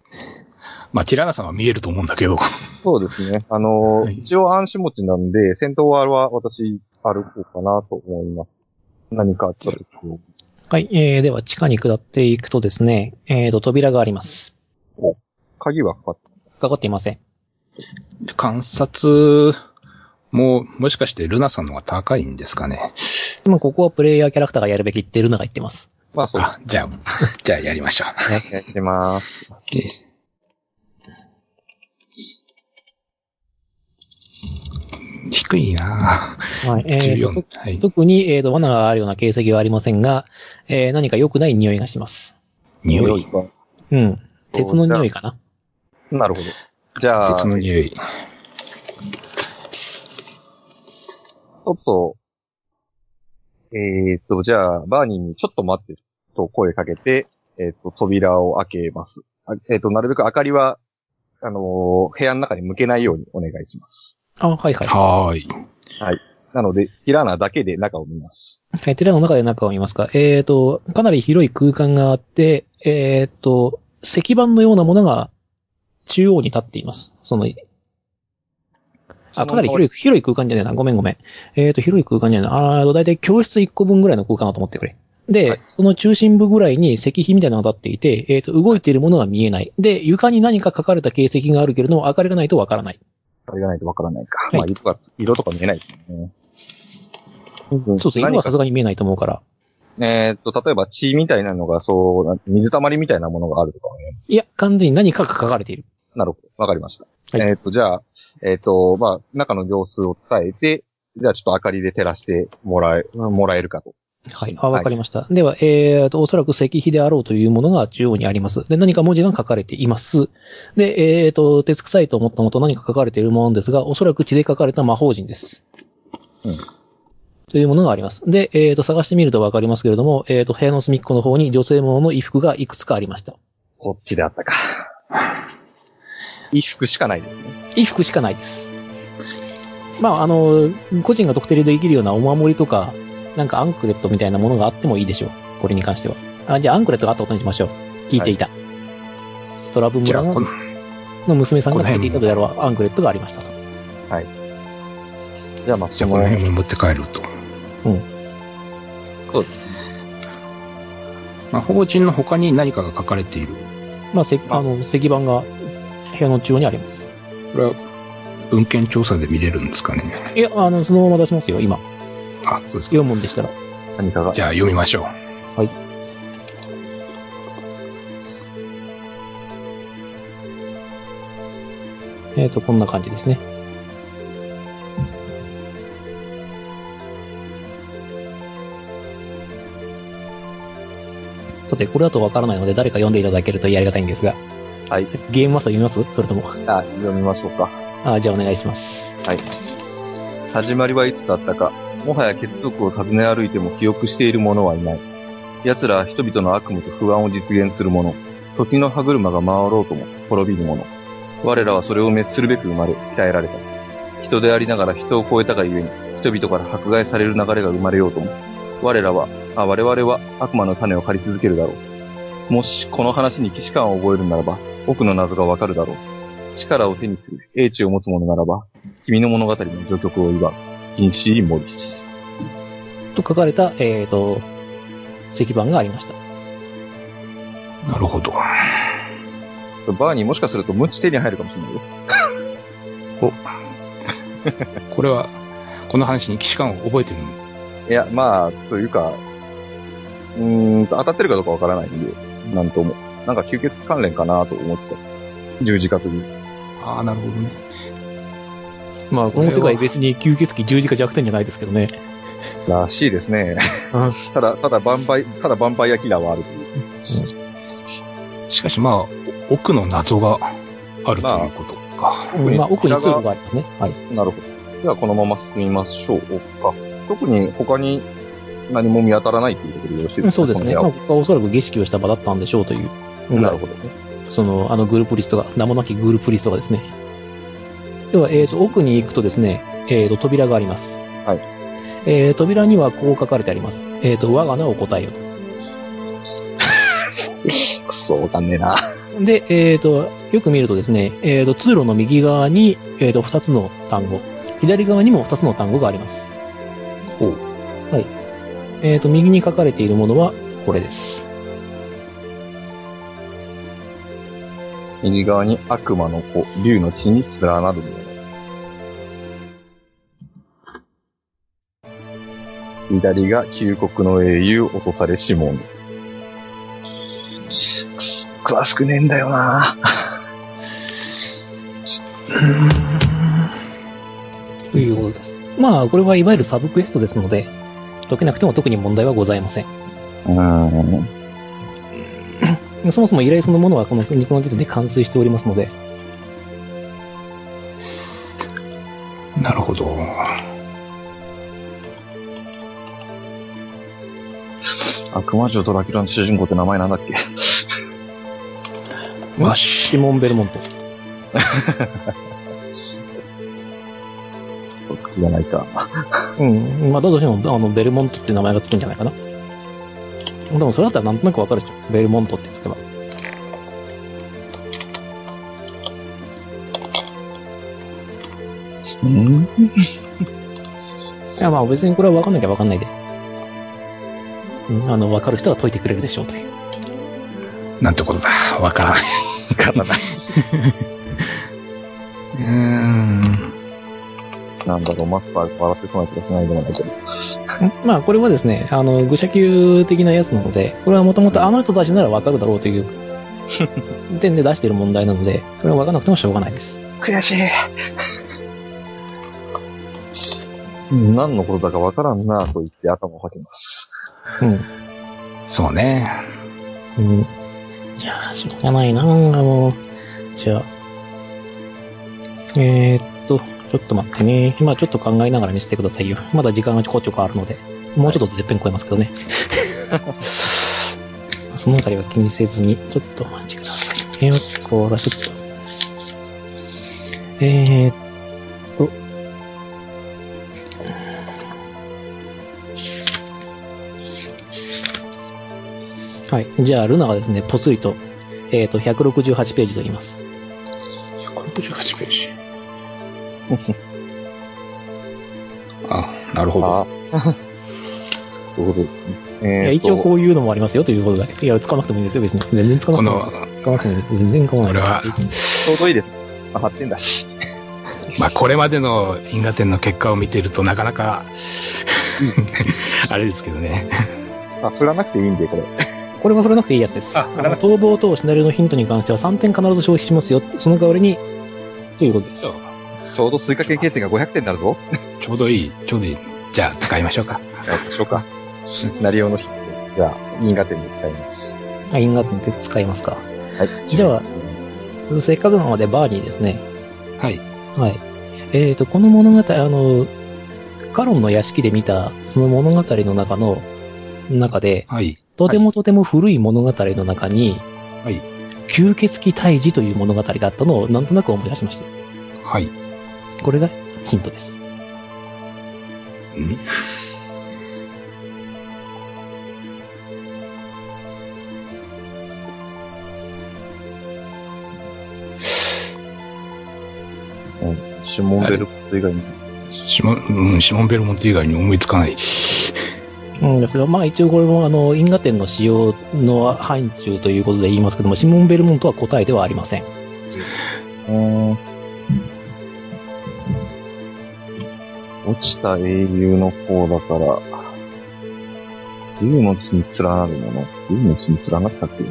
まあ、ティラナさんは見えると思うんだけど。
そうですね。あのー
はい
一応暗視持ちなんで、戦闘は私、歩こうかなと思います。何かあった時に。
はい。えー、では、地下に下っていくとですね、えーと、扉があります。
鍵はかかって
かかっていません。
観察も、もしかしてルナさんの方が高いんですかね。
でも、ここはプレイヤーキャラクターがやるべきってルナが言ってます。
まあそう
あ、 じゃあ、じゃあやりましょう。
ですね。やってます。
低いなぁ。
はい。えー
14
と、
はい。
特に、えーと、罠があるような形跡はありませんが、えー何か良くない匂いがします。
匂い。
が
うん。鉄の匂いかな。
なるほど。じゃあ、
鉄
ち
の匂い。
ょっと、えーっと、じゃあ、バーニーにちょっと待ってと声かけて、えーっと、扉を開けます。あえーっと、なるべく明かりは、あのー部屋の中に向けないようにお願いします。
あ、はいはい。
はーい。
なので、ティラナだけで中を見ます。
え寺の中で中を見ますか。えーと、かなり広い空間があって、えーと、石板のようなものが中央に立っています。その、あ、かなり広い、広い空間じゃねえな。ごめんごめん。えーと、広い空間じゃねえな。あーだいたい教室1個分ぐらいの空間だと思ってくれ。で、
はい
その中心部ぐらいに石碑みたいなのが立っていて、えーと、動いているものは見えない。で、床に何か書かれた形跡があるけれども、明かりがないとわからない。
あれがないとわからないか。
はい
まあ、色が、色とか見えないですね。ん
そうそう、今
何
は
か
さすがに見えないと思うから。
えーっと、例えば血みたいなのが、そうな、水たまりみたいなものがあるとかね。
いや、完全に何かが書かれている。
なるほど。わかりました。
はい
えーっと、じゃあ、えーっと、まあ、中の様子を伝えて、じゃあちょっと明かりで照らしてもらえ、もらえるかと。
はい。あ、わかりました。では、えーと、おそらく石碑であろうというものが中央にあります。で、何か文字が書かれています。で、えーと、手つくさいと思ったのと何か書かれているものですが、おそらく血で書かれた魔法陣です。
うん
というものがあります。で、えーと、探してみるとわかりますけれども、えーと、部屋の隅っこの方に女性ものの衣服がいくつかありました。
こっちであったか。衣服しかないですね。
衣服しかないです。まあ、あの、個人が特定できるようなお守りとか、なんかアンクレットみたいなものがあってもいいでしょう。これに関しては。あ、じゃあアンクレットがあったことにしましょう。聞いていた。トラブ
じゃ
村
あ、こ
の
の、
の娘さんがつけていたであろうアンクレットがありましたと。
じゃあ、まあ、
じゃあこの辺も持って帰ると。
うん
そう
まあ、法人の他に何かが書かれている。
まあ、せあの、石板が部屋の中央にあります。
これは、文献調査で見れるんですかね。
いや、あの、そのまま出しますよ、今。
あ、そうですか。
読むんでしたら。
何かが。
じゃあ読みましょう。
はい。えーと、こんな感じですね。さて、これだとわからないので、誰か読んでいただけるとありがたいんですが。
はい。
ゲームマスター読みますそれとも。
あ読みましょうか。
あ、じゃあお願いします。
始まりはいつだったか。もはや血族を訪ね歩いても記憶している者はいない。奴らは人々の悪夢と不安を実現する者。時の歯車が回ろうとも滅びる者。我らはそれを滅するべく生まれ、鍛えられた。人でありながら人を超えたがゆえに、人々から迫害される流れが生まれようとも。我らは、あ、我々は悪魔の種を借り続けるだろう。もし、この話に既視感を覚えるならば、奥の謎がわかるだろう。力を手にする、英知を持つ者ならば、君の物語の序曲を祝う。禁止モリス。
と書かれた、えーと、石板がありました。
なるほど。
バーにもしかすると無知手に入るかもしれないよ。
これは、この話に騎士官を覚えてるの
いや、まあ、というか、うーんと、当たってるかどうかわからないんで、なんとも。なんか吸血関連かなと思っちゃう。十字架という。
ああ、なるほどね。
まあ、この世界別に吸血鬼十字架弱点じゃないですけどね。
らしいですね
うん。
ただ、ただ、バンパイ、ただ、バンパイアキラーはあるという。
しかしまあ、お奥の謎があるということか。
うんまあ、奥に通路がありますね。はい。
なるほど。では、このまま進みましょうか。特に他に何も見当たらないということでよろし
う
いです
ん
か
そうですね。
こ
まあ、
の
ここはおそらく儀式をした場だったんでしょうというぐ
部屋な
ら
る
い、
ほどね。
その、あのグループリストが、名もなきグループリストがですね。では、えっ、と、奥に行くとですね、えっ、と、扉があります。
はい。
えー、扉にはこう書かれてあります。えっ、と、我が名を答えよ
くそ、わかんねえな。
と。で、えっ、と、よく見るとですね、えっ、と、通路の右側に、えっ、と、二つの単語、左側にも二つの単語があります。
ほう
はい。えっ、と、右に書かれているものは、これです。
右側に悪魔の子、竜の血に連なるもの。左が旧国の英雄、落とされし者。詳しくねえんだよな
ということです。まあ、これはいわゆるサブクエストですので、解けなくても特に問題はございません。
うーん。
そもそも依頼そのものはこのこの時点で完遂しておりますので、
なるほど。
悪魔女ドラキュラの主人公って名前なんだっけ
わ
シ
し。
モン・ベルモント。
そっちじゃないか。
うん。まあ、だとしても、あの、ベルモントって名前がつくんじゃないかな。でも、それだったらなんとなくわかるでしょ。ベルモントってつけば。
うん
いや、まあ、別にこれはわかんなきゃわかんないで。うん、あの、わかる人は解いてくれるでしょうという。
なんてことだ。わからない。うーん。
なんだろう、マスターが笑ってそうな気がしないでもないけど。
まあ、これはですね、あの、愚者級的なやつなので、これはもともとあの人たちならわかるだろうという 点で出している問題なので、これはわかんなくてもしょうがないです。
悔しい。何のことだかわからんなぁと言って頭をかけます。
うん。
そうね。
うん。じゃあ、しょうがないなぁ、もう。じゃあ。えー、っと、ちょっと待ってね。今ちょっと考えながら見せてくださいよ。まだ時間がちょこちょこあるので。もうちょっとでてっぺん超えますけどね。 そのあたりは気にせずに、ちょっとお待ちくださいね。よっこら、ちょっと。えー、っと。はい。じゃあ、ルナがですね、ぽつりと、えー、っと、168ページと言います。
168ページ。 あ、なるほど。
ああ。 ということですね。え
い
ー
や
と
一応こういうのもありますよということだけ。いや、使わなくてもいいですよ、別に。全然使わ
こ
なくて
の
も。、使わなくてもいいです。全然構わないです。
ちょうどいいです。あ、発展だし。
まあ、これまでの因果点の結果を見てるとなかなか、 あれですけどね。
あ、振らなくていいんで、これ。
これは振らなくていいやつです。
あ
あ
振ら
の
なく
逃亡等シナリオのヒントに関しては3点必ず消費しますよ。その代わりに、ということです。
ちょうど追加経験値が500点になるぞ。
ちょうどいい、ちょうどいい。じゃあ、使いましょうか。
やりましょう か。シナリオのヒント。じゃあ、因果点で使います。
あ、因果点って使いますか。
はい。
じゃせっかくなのでバーニーですね。
はい。
はい。えーと、この物語、あの、カロンの屋敷で見た、その物語の中の、中で、
はい。
とてもとても古い物語の中に、
はい。
吸血鬼退治という物語があったのをなんとなく思い出しました。
はい。
これがヒントです。
ん
うん。シモンベルコ以外に。
シモン、うん、シモンベルモント以外に思いつかない。
うんですが、まあ一応これもあの因果点の使用の範疇ということで言いますけども、シモン・ベルモントは答えではありません。
うん落ちた英雄の方だから、竜の血に連なるもの竜の血に連なったっけ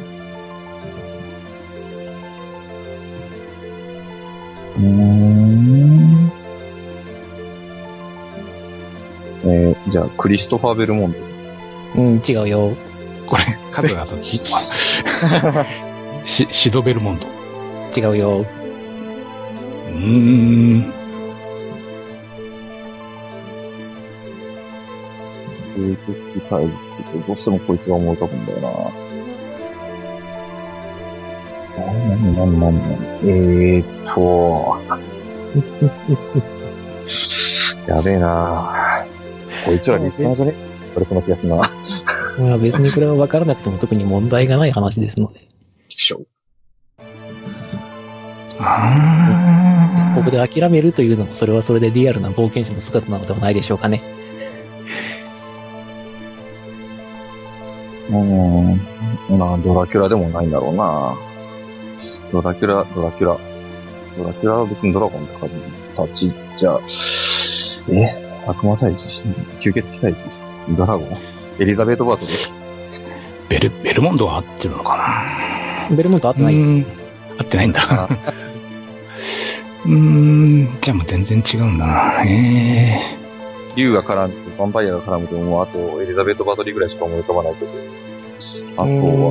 うーん。えー、じゃあ、クリストファー・ベルモント。
うん、違うよ。
これ、カズがと、し、シドベルモンド。う
違うよ。
ーん。
芸術タイルってどうしてもこいつが思い浮かぶんだよな。なんなんなんなんえーっと。やべえなこいつらリスナーじゃねこれその気がするな。
まあ別にこれは分からなくても特に問題がない話ですので、
あ
ここで諦めるというのもそれはそれでリアルな冒険者の姿なのではないでしょうかね。
うーん。まあ、ドラキュラでもないんだろうなドラキュラ、ドラキュラ。ドラキュラは別にドラゴンとかたちじゃ、え悪魔退治吸血鬼退治ドラゴンエリザベート・バートです。
ベル、ベルモンドは合ってるのかな
ベルモント合ってな
う
いよ。
ーん合ってないんだ
あ。
うーん、じゃあもう全然違うんだな。え
竜が絡んで、ヴァンパイアが絡むと、もうあとエリザベート・バートリーぐらいしか思い浮かばないけど。あと
う
は、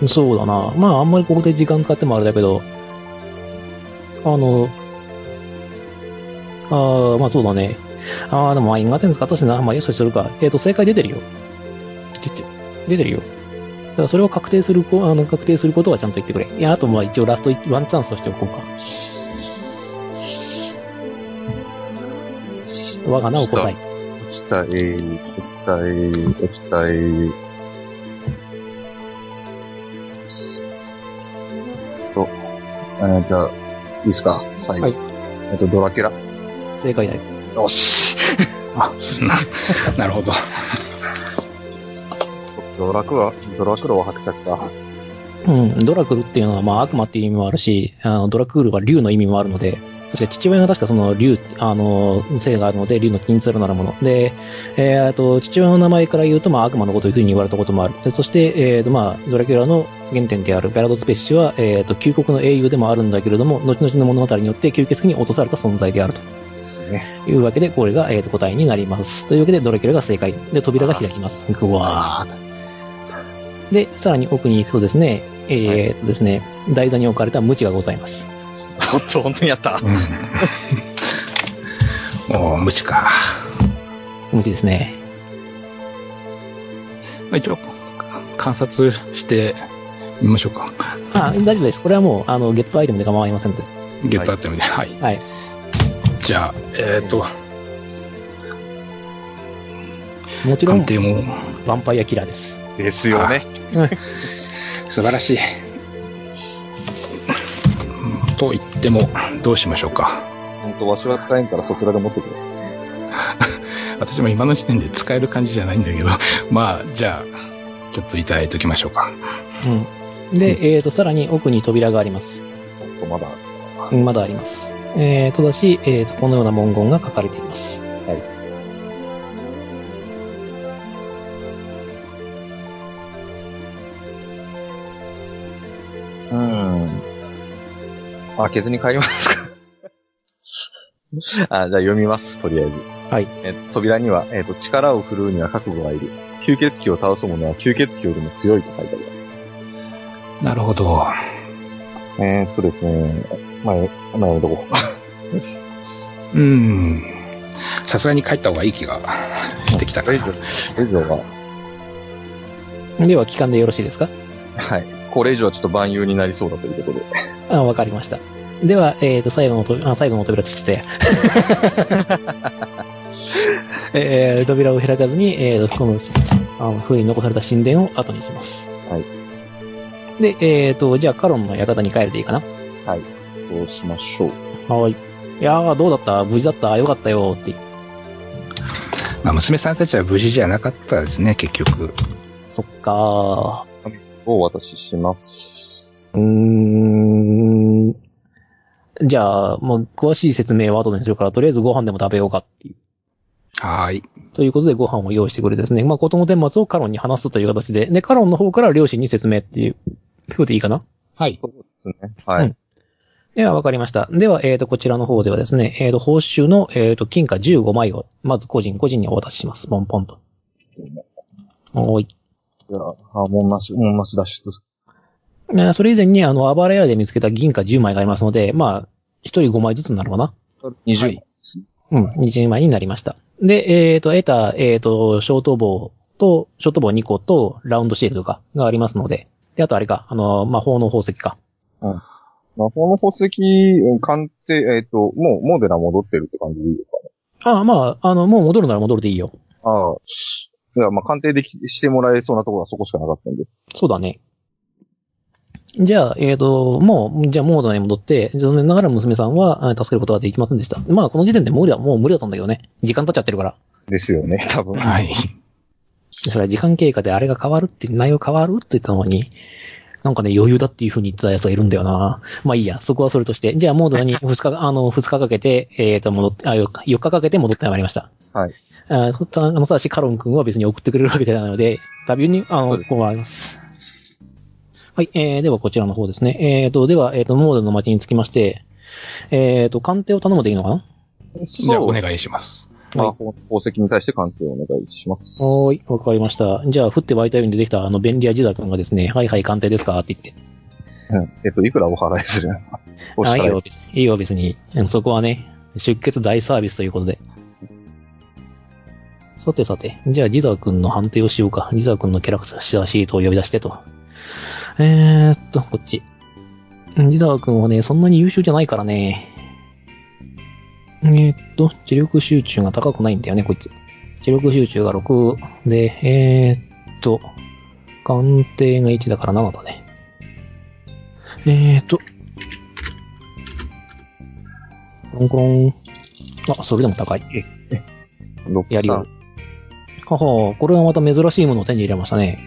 ーん、そうだな。まああんまりここで時間使ってもあれだけど、あの、ああ、まあそうだね。ああ、でもまあ因果点使ったしな。まあよしとするか。えっ、と、正解出てるよ。出てる出てるよ。だからそれを確定するこ、あの、確定することはちゃんと言ってくれ。いや、あとまあ一応ラストワンチャンスとしておこうか。我が名を答え。
落ちた英雄、落ちた英雄、落ちた英雄。と、えー、じゃあ、いいっすか最後。
はい
えっと、ドラキュラ。
正解だよ。
よし。
ー、なるほど。
ドラクラ、ドラクラは伯爵 か。
うん、ドラクルっていうのは、まあ、悪魔っていう意味もあるし、あのドラクールは竜の意味もあるので、確か父親が確かその竜、あの、性があるので、竜の金鶴なるもの。で、えー、と、父親の名前から言うと、まあ、悪魔のことというふうに言われたこともある。でそして、えー、と、まあ、ドラキュラの原点であるベラド・スペッシュは、えー、と、旧国の英雄でもあるんだけれども、後々の物語によって吸血鬼に落とされた存在であると。いうわけで、これが、えー、と答えになります。というわけで、ドラキュラが正解。で、扉が開きます。ぐわーっと。で、さらに奥に行くとですね、えー、とですね、台座に置かれた無知がございます。
おっと、本当にやった。
うん、おー、無知か。
無知ですね。
まあ一応、観察してみましょうか。
あ、大丈夫です。これはもう、あの、ゲットアイテムで構いませんので。
ゲットアイテムで。はい。
はい。
じゃあ、えっ、と、
もちろん、
鑑
ヴ
定も
ァンパイアキラーです。
ですよね。
素晴らしい。と言っても、どうしましょうか。
本当わしは使えんからそちらで持ってくれ。
私も今の時点で使える感じじゃないんだけど、 まあ、じゃあ、ちょっといただいておきましょうか。
うん。で、えー、と、さらに奥に扉があります。
ちょっとまだ。
うんまだあります。えー、ただし、えー、と、このような文言が書かれています。
うん。あ、ケツに帰りますか。あ、じゃあ読みます、とりあえず。
はい。
え扉には、えっ、と、力を振るうには覚悟がいる。吸血鬼を倒す者は吸血鬼よりも強いと書いてあります。
なるほど。
えーっとですね、まあ、まあ、やめとこう。
うん。さすがに帰った方がいい気がしてきたか
以
ら
上、。以上は、
では、期間でよろしいですか
はい。これ以上はちょっと万有になりそうだということで。
あ、わかりました。では、えー、と、最後のと、あ、最後の扉つって。 えー、扉を開かずに、えー、と、この、あの、封に残された神殿を後にします。。
はい
で、えー、と、じゃあ、カロンの館に帰るでいいかな
そうしましょう。
はーい。いやー、どうだった無事だったよかったよーって。
まあ、娘さんたちは無事じゃなかったですね、結局。
そっか
をお渡しします。
ー。うーん。じゃあ、もう詳しい説明は後でしょうから、とりあえずご飯でも食べようかっていう。
はーい。
ということでご飯を用意してくれてですね。まあ、子供天末をカロンに話すという形で、で、カロンの方から両親に説明っていう。ということでいいかな
はい。
そうですね。は
う
い
ん。では、わかりました。では、えっ、と、こちらの方ではですね、えっ、と、報酬の、えっ、と、金貨15枚を、まず個人、個人にお渡しします。ポンポンと。おーい。
じゃあ、あもんなし、もんなし脱出。
えーそれ以前に、あの、あばら屋で見つけた銀貨10枚がありますので、まあ、1人5枚ずつになるかな。
20
は
はいい。
うん、20枚になりました。で、えっ、と、得た、えっ、と、ショート棒と、ショート棒2個と、ラウンドシールドか、がありますので、で、あとあれか、あの、魔法の宝石か。
魔法の宝石、うん鑑定、えっ、と、もう、モデラ戻ってるって感じでいいですかね。
ああ、まあ、あの、もう戻るなら戻るでいいよ。
ああ。いや、まあ、鑑定でき、してもらえそうなところはそこしかなかったんで。
そうだね。じゃあ、えっ、と、もう、じゃあ、モードに戻って、残念ながら娘さんはあ助けることはできませんでした。まあ、この時点で無理だ、もう無理だったんだけどね。時間経っちゃってるから。
ですよね、 多分。
はい。
それは時間経過であれが変わるって、内容変わるって言ったのに、なんかね、余裕だっていう風に言ってたやつがいるんだよな。まあいいや、そこはそれとして。じゃあ、モードに2日、あの、2日かけて、えっ、と、戻って、あ、4日、4日かけて戻ってまいりました。
はい。
あそあの、ただし、カロン君は別に送ってくれるわけではないので、旅に、あ
そう
の、
です
困ります。はい、えー、ではこちらの方ですね。えーと、では、えーと、モードの町につきまして、えーと、鑑定を頼むでいいのかな
そ
じゃあ、お
う。
願いします。
魔法の宝石に対して鑑定をお願いします。
はーい、わかりました。じゃあ、降って湧いたように出てきた、あの、便利屋ジダ君がですね、はいはい、鑑定ですかって言って。
うんえっと、いくらお払いするのお支
あいい
払い
よ、別にいいよ、別に。うんそこはね、出血大サービスということで。さてさて、じゃあ、ジダー君の判定をしようか。ジダー君のキャラクターシートを呼び出してと。えーっと、こっち。ジダー君はね、そんなに優秀じゃないからね。えーっと、知力集中が高くないんだよね、こいつ。知力集中が6で、えーっと、鑑定が1だから7だね。えーっと、コロンコロン。あ、それでも高い。
六
やりよ
三
う。ははこれはまた珍しいものを手に入れましたね。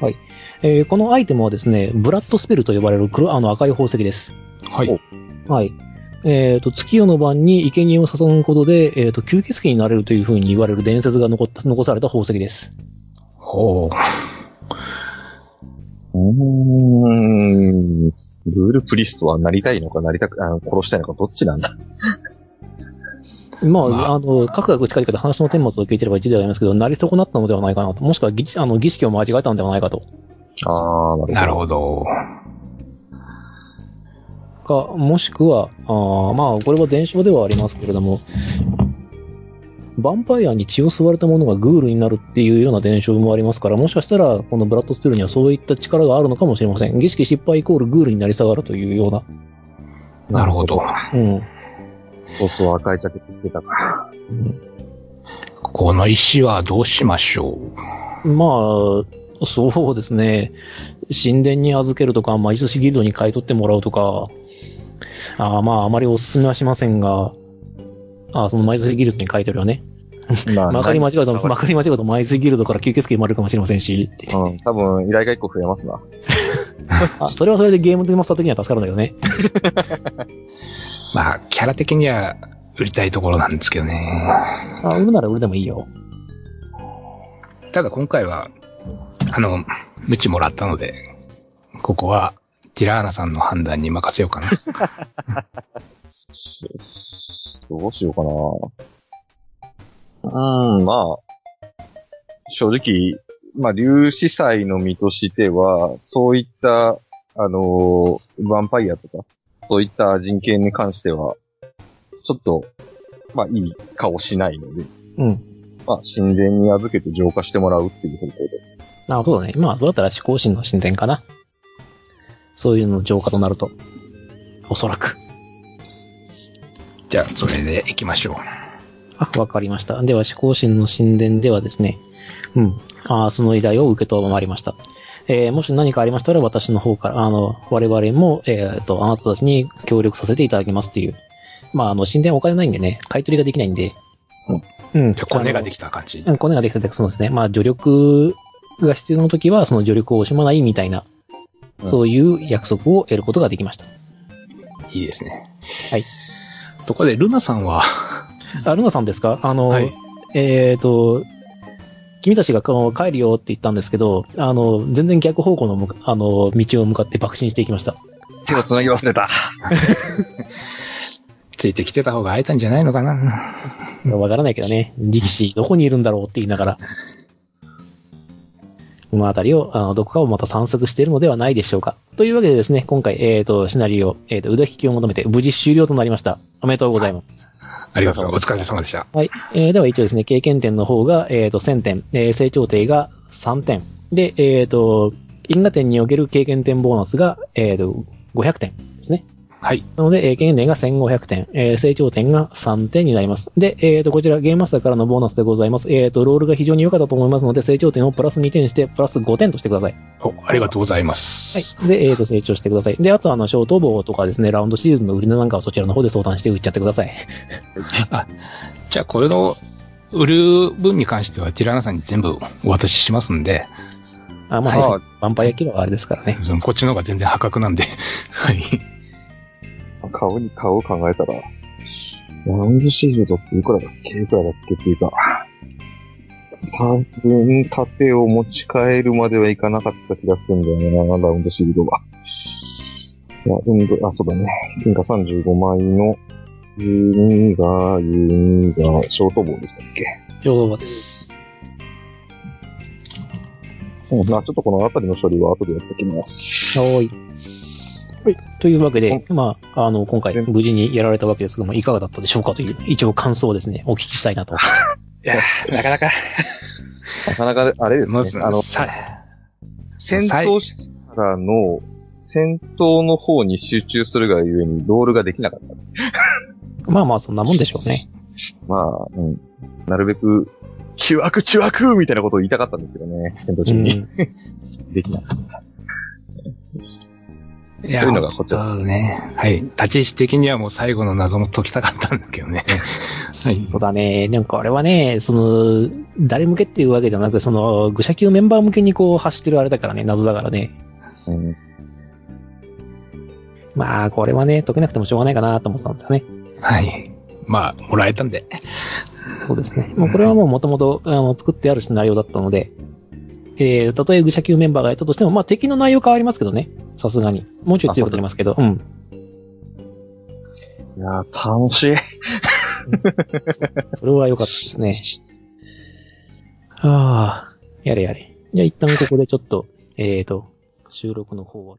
はい。えーこのアイテムはですね、ブラッドスペルと呼ばれる黒、あの赤い宝石です。
はい。
はい。えっ、と、月夜の晩に生贄を誘うことで、えっ、と、吸血鬼になれるというふうに言われる伝説が残った、残された宝石です。
ほ
う
う。
ーん。ルールプリストはなりたいのかなりたく、あの殺したいのかどっちなんだ
まあ、
まあ
あ、の、各々近々で話の顛末を聞いてれば事ではありますけど、なり損なったのではないかなと。もしくは儀式、あの、儀式を間違えたのではないかと。
あー、な
な
る
る
ほ
ほど。
か、もしくは、あーまあ、これは伝承ではありますけれども、ヴァンパイアに血を吸われたものがグールになるっていうような伝承もありますから、もしかしたら、このブラッドスペルにはそういった力があるのかもしれません。儀式失敗イコールグールになり下がるというような。
なるほど。
うん。
ど。そうそう、赤いジャケット着 てたから。
この石はどうしましょう
まあ、そうですね。神殿に預けるとか、魔術師ギルドに買い取ってもらうとか、あーまあ、あまりお勧めはしませんが、あーその魔術師ギルドに買い取るよね。
ま
まかり間違えた、まかり間違えたマイズギルドから吸血鬼生まれるかもしれませんし、
うん、多分、依頼が一個増えますな。
あ、それはそれでゲームでマスター的には助かるんだけどね。
まあ、キャラ的には売りたいところなんですけどね。
あ、売るなら売るでもいいよ。
ただ今回は、あの、無知もらったので、ここは、ティラーナさんの判断に任せようかな。
どうしようかな。うーん、まあ、正直、まあ、粒子祭の身としては、そういった、あのーヴァンパイアとか、そういった人権に関しては、ちょっと、まあ、いい顔しないので、
うん。
まあ、神殿に預けて浄化してもらうっていう方向で。
あ、そうだね。まあ、どうだったら思考心の進展かな。そういうの浄化となると。おそらく。
じゃあ、それで行きましょう。
あ、わかりました。では、思考心の神殿ではですね、うん。あーその依頼を受け止まりました。えーもし何かありましたら、私の方から、あの、我々も、えっ、と、あなたたちに協力させていただきますという。まあ、あの、神殿お金ないんでね、買い取りができないんで、うん。
じゃあコネができた感じ。
うん、コネができたってそうですね。まあ、助力が必要な時は、その助力を惜しまないみたいな、
うん
そういう約束を得ることができました。
いいですね。
はい。
ところで、ルナさんは、
あ、ルナさんですかあの、
はい
えっ、と、君たちがこう帰るよって言ったんですけど、あの、全然逆方向の向か、あの、道を向かって爆心していきました。
手を繋ぎ忘れた。
ついてきてた方が会えたんじゃないのかな。
わからないけどね、力士どこにいるんだろうって言いながら、このあたりを、あの、どこかをまた散策しているのではないでしょうか。というわけでですね、今回、えっ、と、シナリオ、えっ、と、腕引きを求めて無事終了となりました。おめでとうございます。
ありがとうございます。お疲れ様でした。
はい。えーでは一応ですね、経験点の方が、えっ、と、1000点、えー成長点が3点。で、えっ、と、因果点における経験点ボーナスが、えっ、と、500点ですね。
はい。
なので、えー経験点が1500点、えー成長点が3点になります。で、えっ、と、こちら、ゲームマスターからのボーナスでございます。えっ、と、ロールが非常に良かったと思いますので、成長点をプラス2点して、プラス5点としてください。
お、ありがとうございま
は
す。
い。で、えっ、と、成長してください。で、あと、あの、消灯棒とかですね、ラウンドシールドの売りのなんかはそちらの方で相談して売っちゃってください。
じゃあ、これの売る分に関しては、ティラナさんに全部お渡ししますんで、
あ、まあ、
は
ヴ
い
ァンパイアキラーはあれですからね。
そのこっちの方が全然破格なんで、 はい。
顔に顔を考えたら、ラウンドシールドっていくらだっけいくらだっけっていうか、多分、盾を持ち帰るまではいかなかった気がするんだよな、ラウンドシールドは。ラウンド、あ、そうだね。金貨35枚の、12が、12が、ショート棒でしたっけ
消灯棒です。
うん、まあちょっとこの辺りの処理は後でやっておきます。
はい。というわけで、まあ、あの、今回、
全部
無事にやられたわけですが、まあ、いかがだったでしょうかという、一応感想をですね、お聞きしたいなと。
なかなか、
なかなか、あれですね。
まず、
あの、
さ
戦闘しからの、戦闘の方に集中するがゆえに、ロールができなかった。
まあまあ、そんなもんでしょうね。
まあ、うん。なるべく、中悪中悪みたいなことを言いたかったんですけどね。戦闘
う
中に。
ん。
できなかっ
いや、
というのがこちら
そうね。はい。立ち位置的にはもう最後の謎も解きたかったんだけどね。はい。
そうだね。なんかあれはね、その、誰向けっていうわけじゃなく、その、愚者級メンバー向けにこう、走ってるあれだからね、謎だからね。
た。うん。
まあ、これはね、解けなくてもしょうがないかなと思ってたんですよね。
はい。まあ、もらえたんで。
そうですね。もうこれはもう元々、あの、作ってあるシナリオだったので、えー、たとえ愚者級メンバーがやったとしても、まあ敵の内容変わりますけどね。さすがに。もうちょい強くなりますけど、うん。
いやー、楽しい。
それは良かったですね。はあ、やれやれ。じゃあ一旦ここでちょっと、えーと、収録の方を。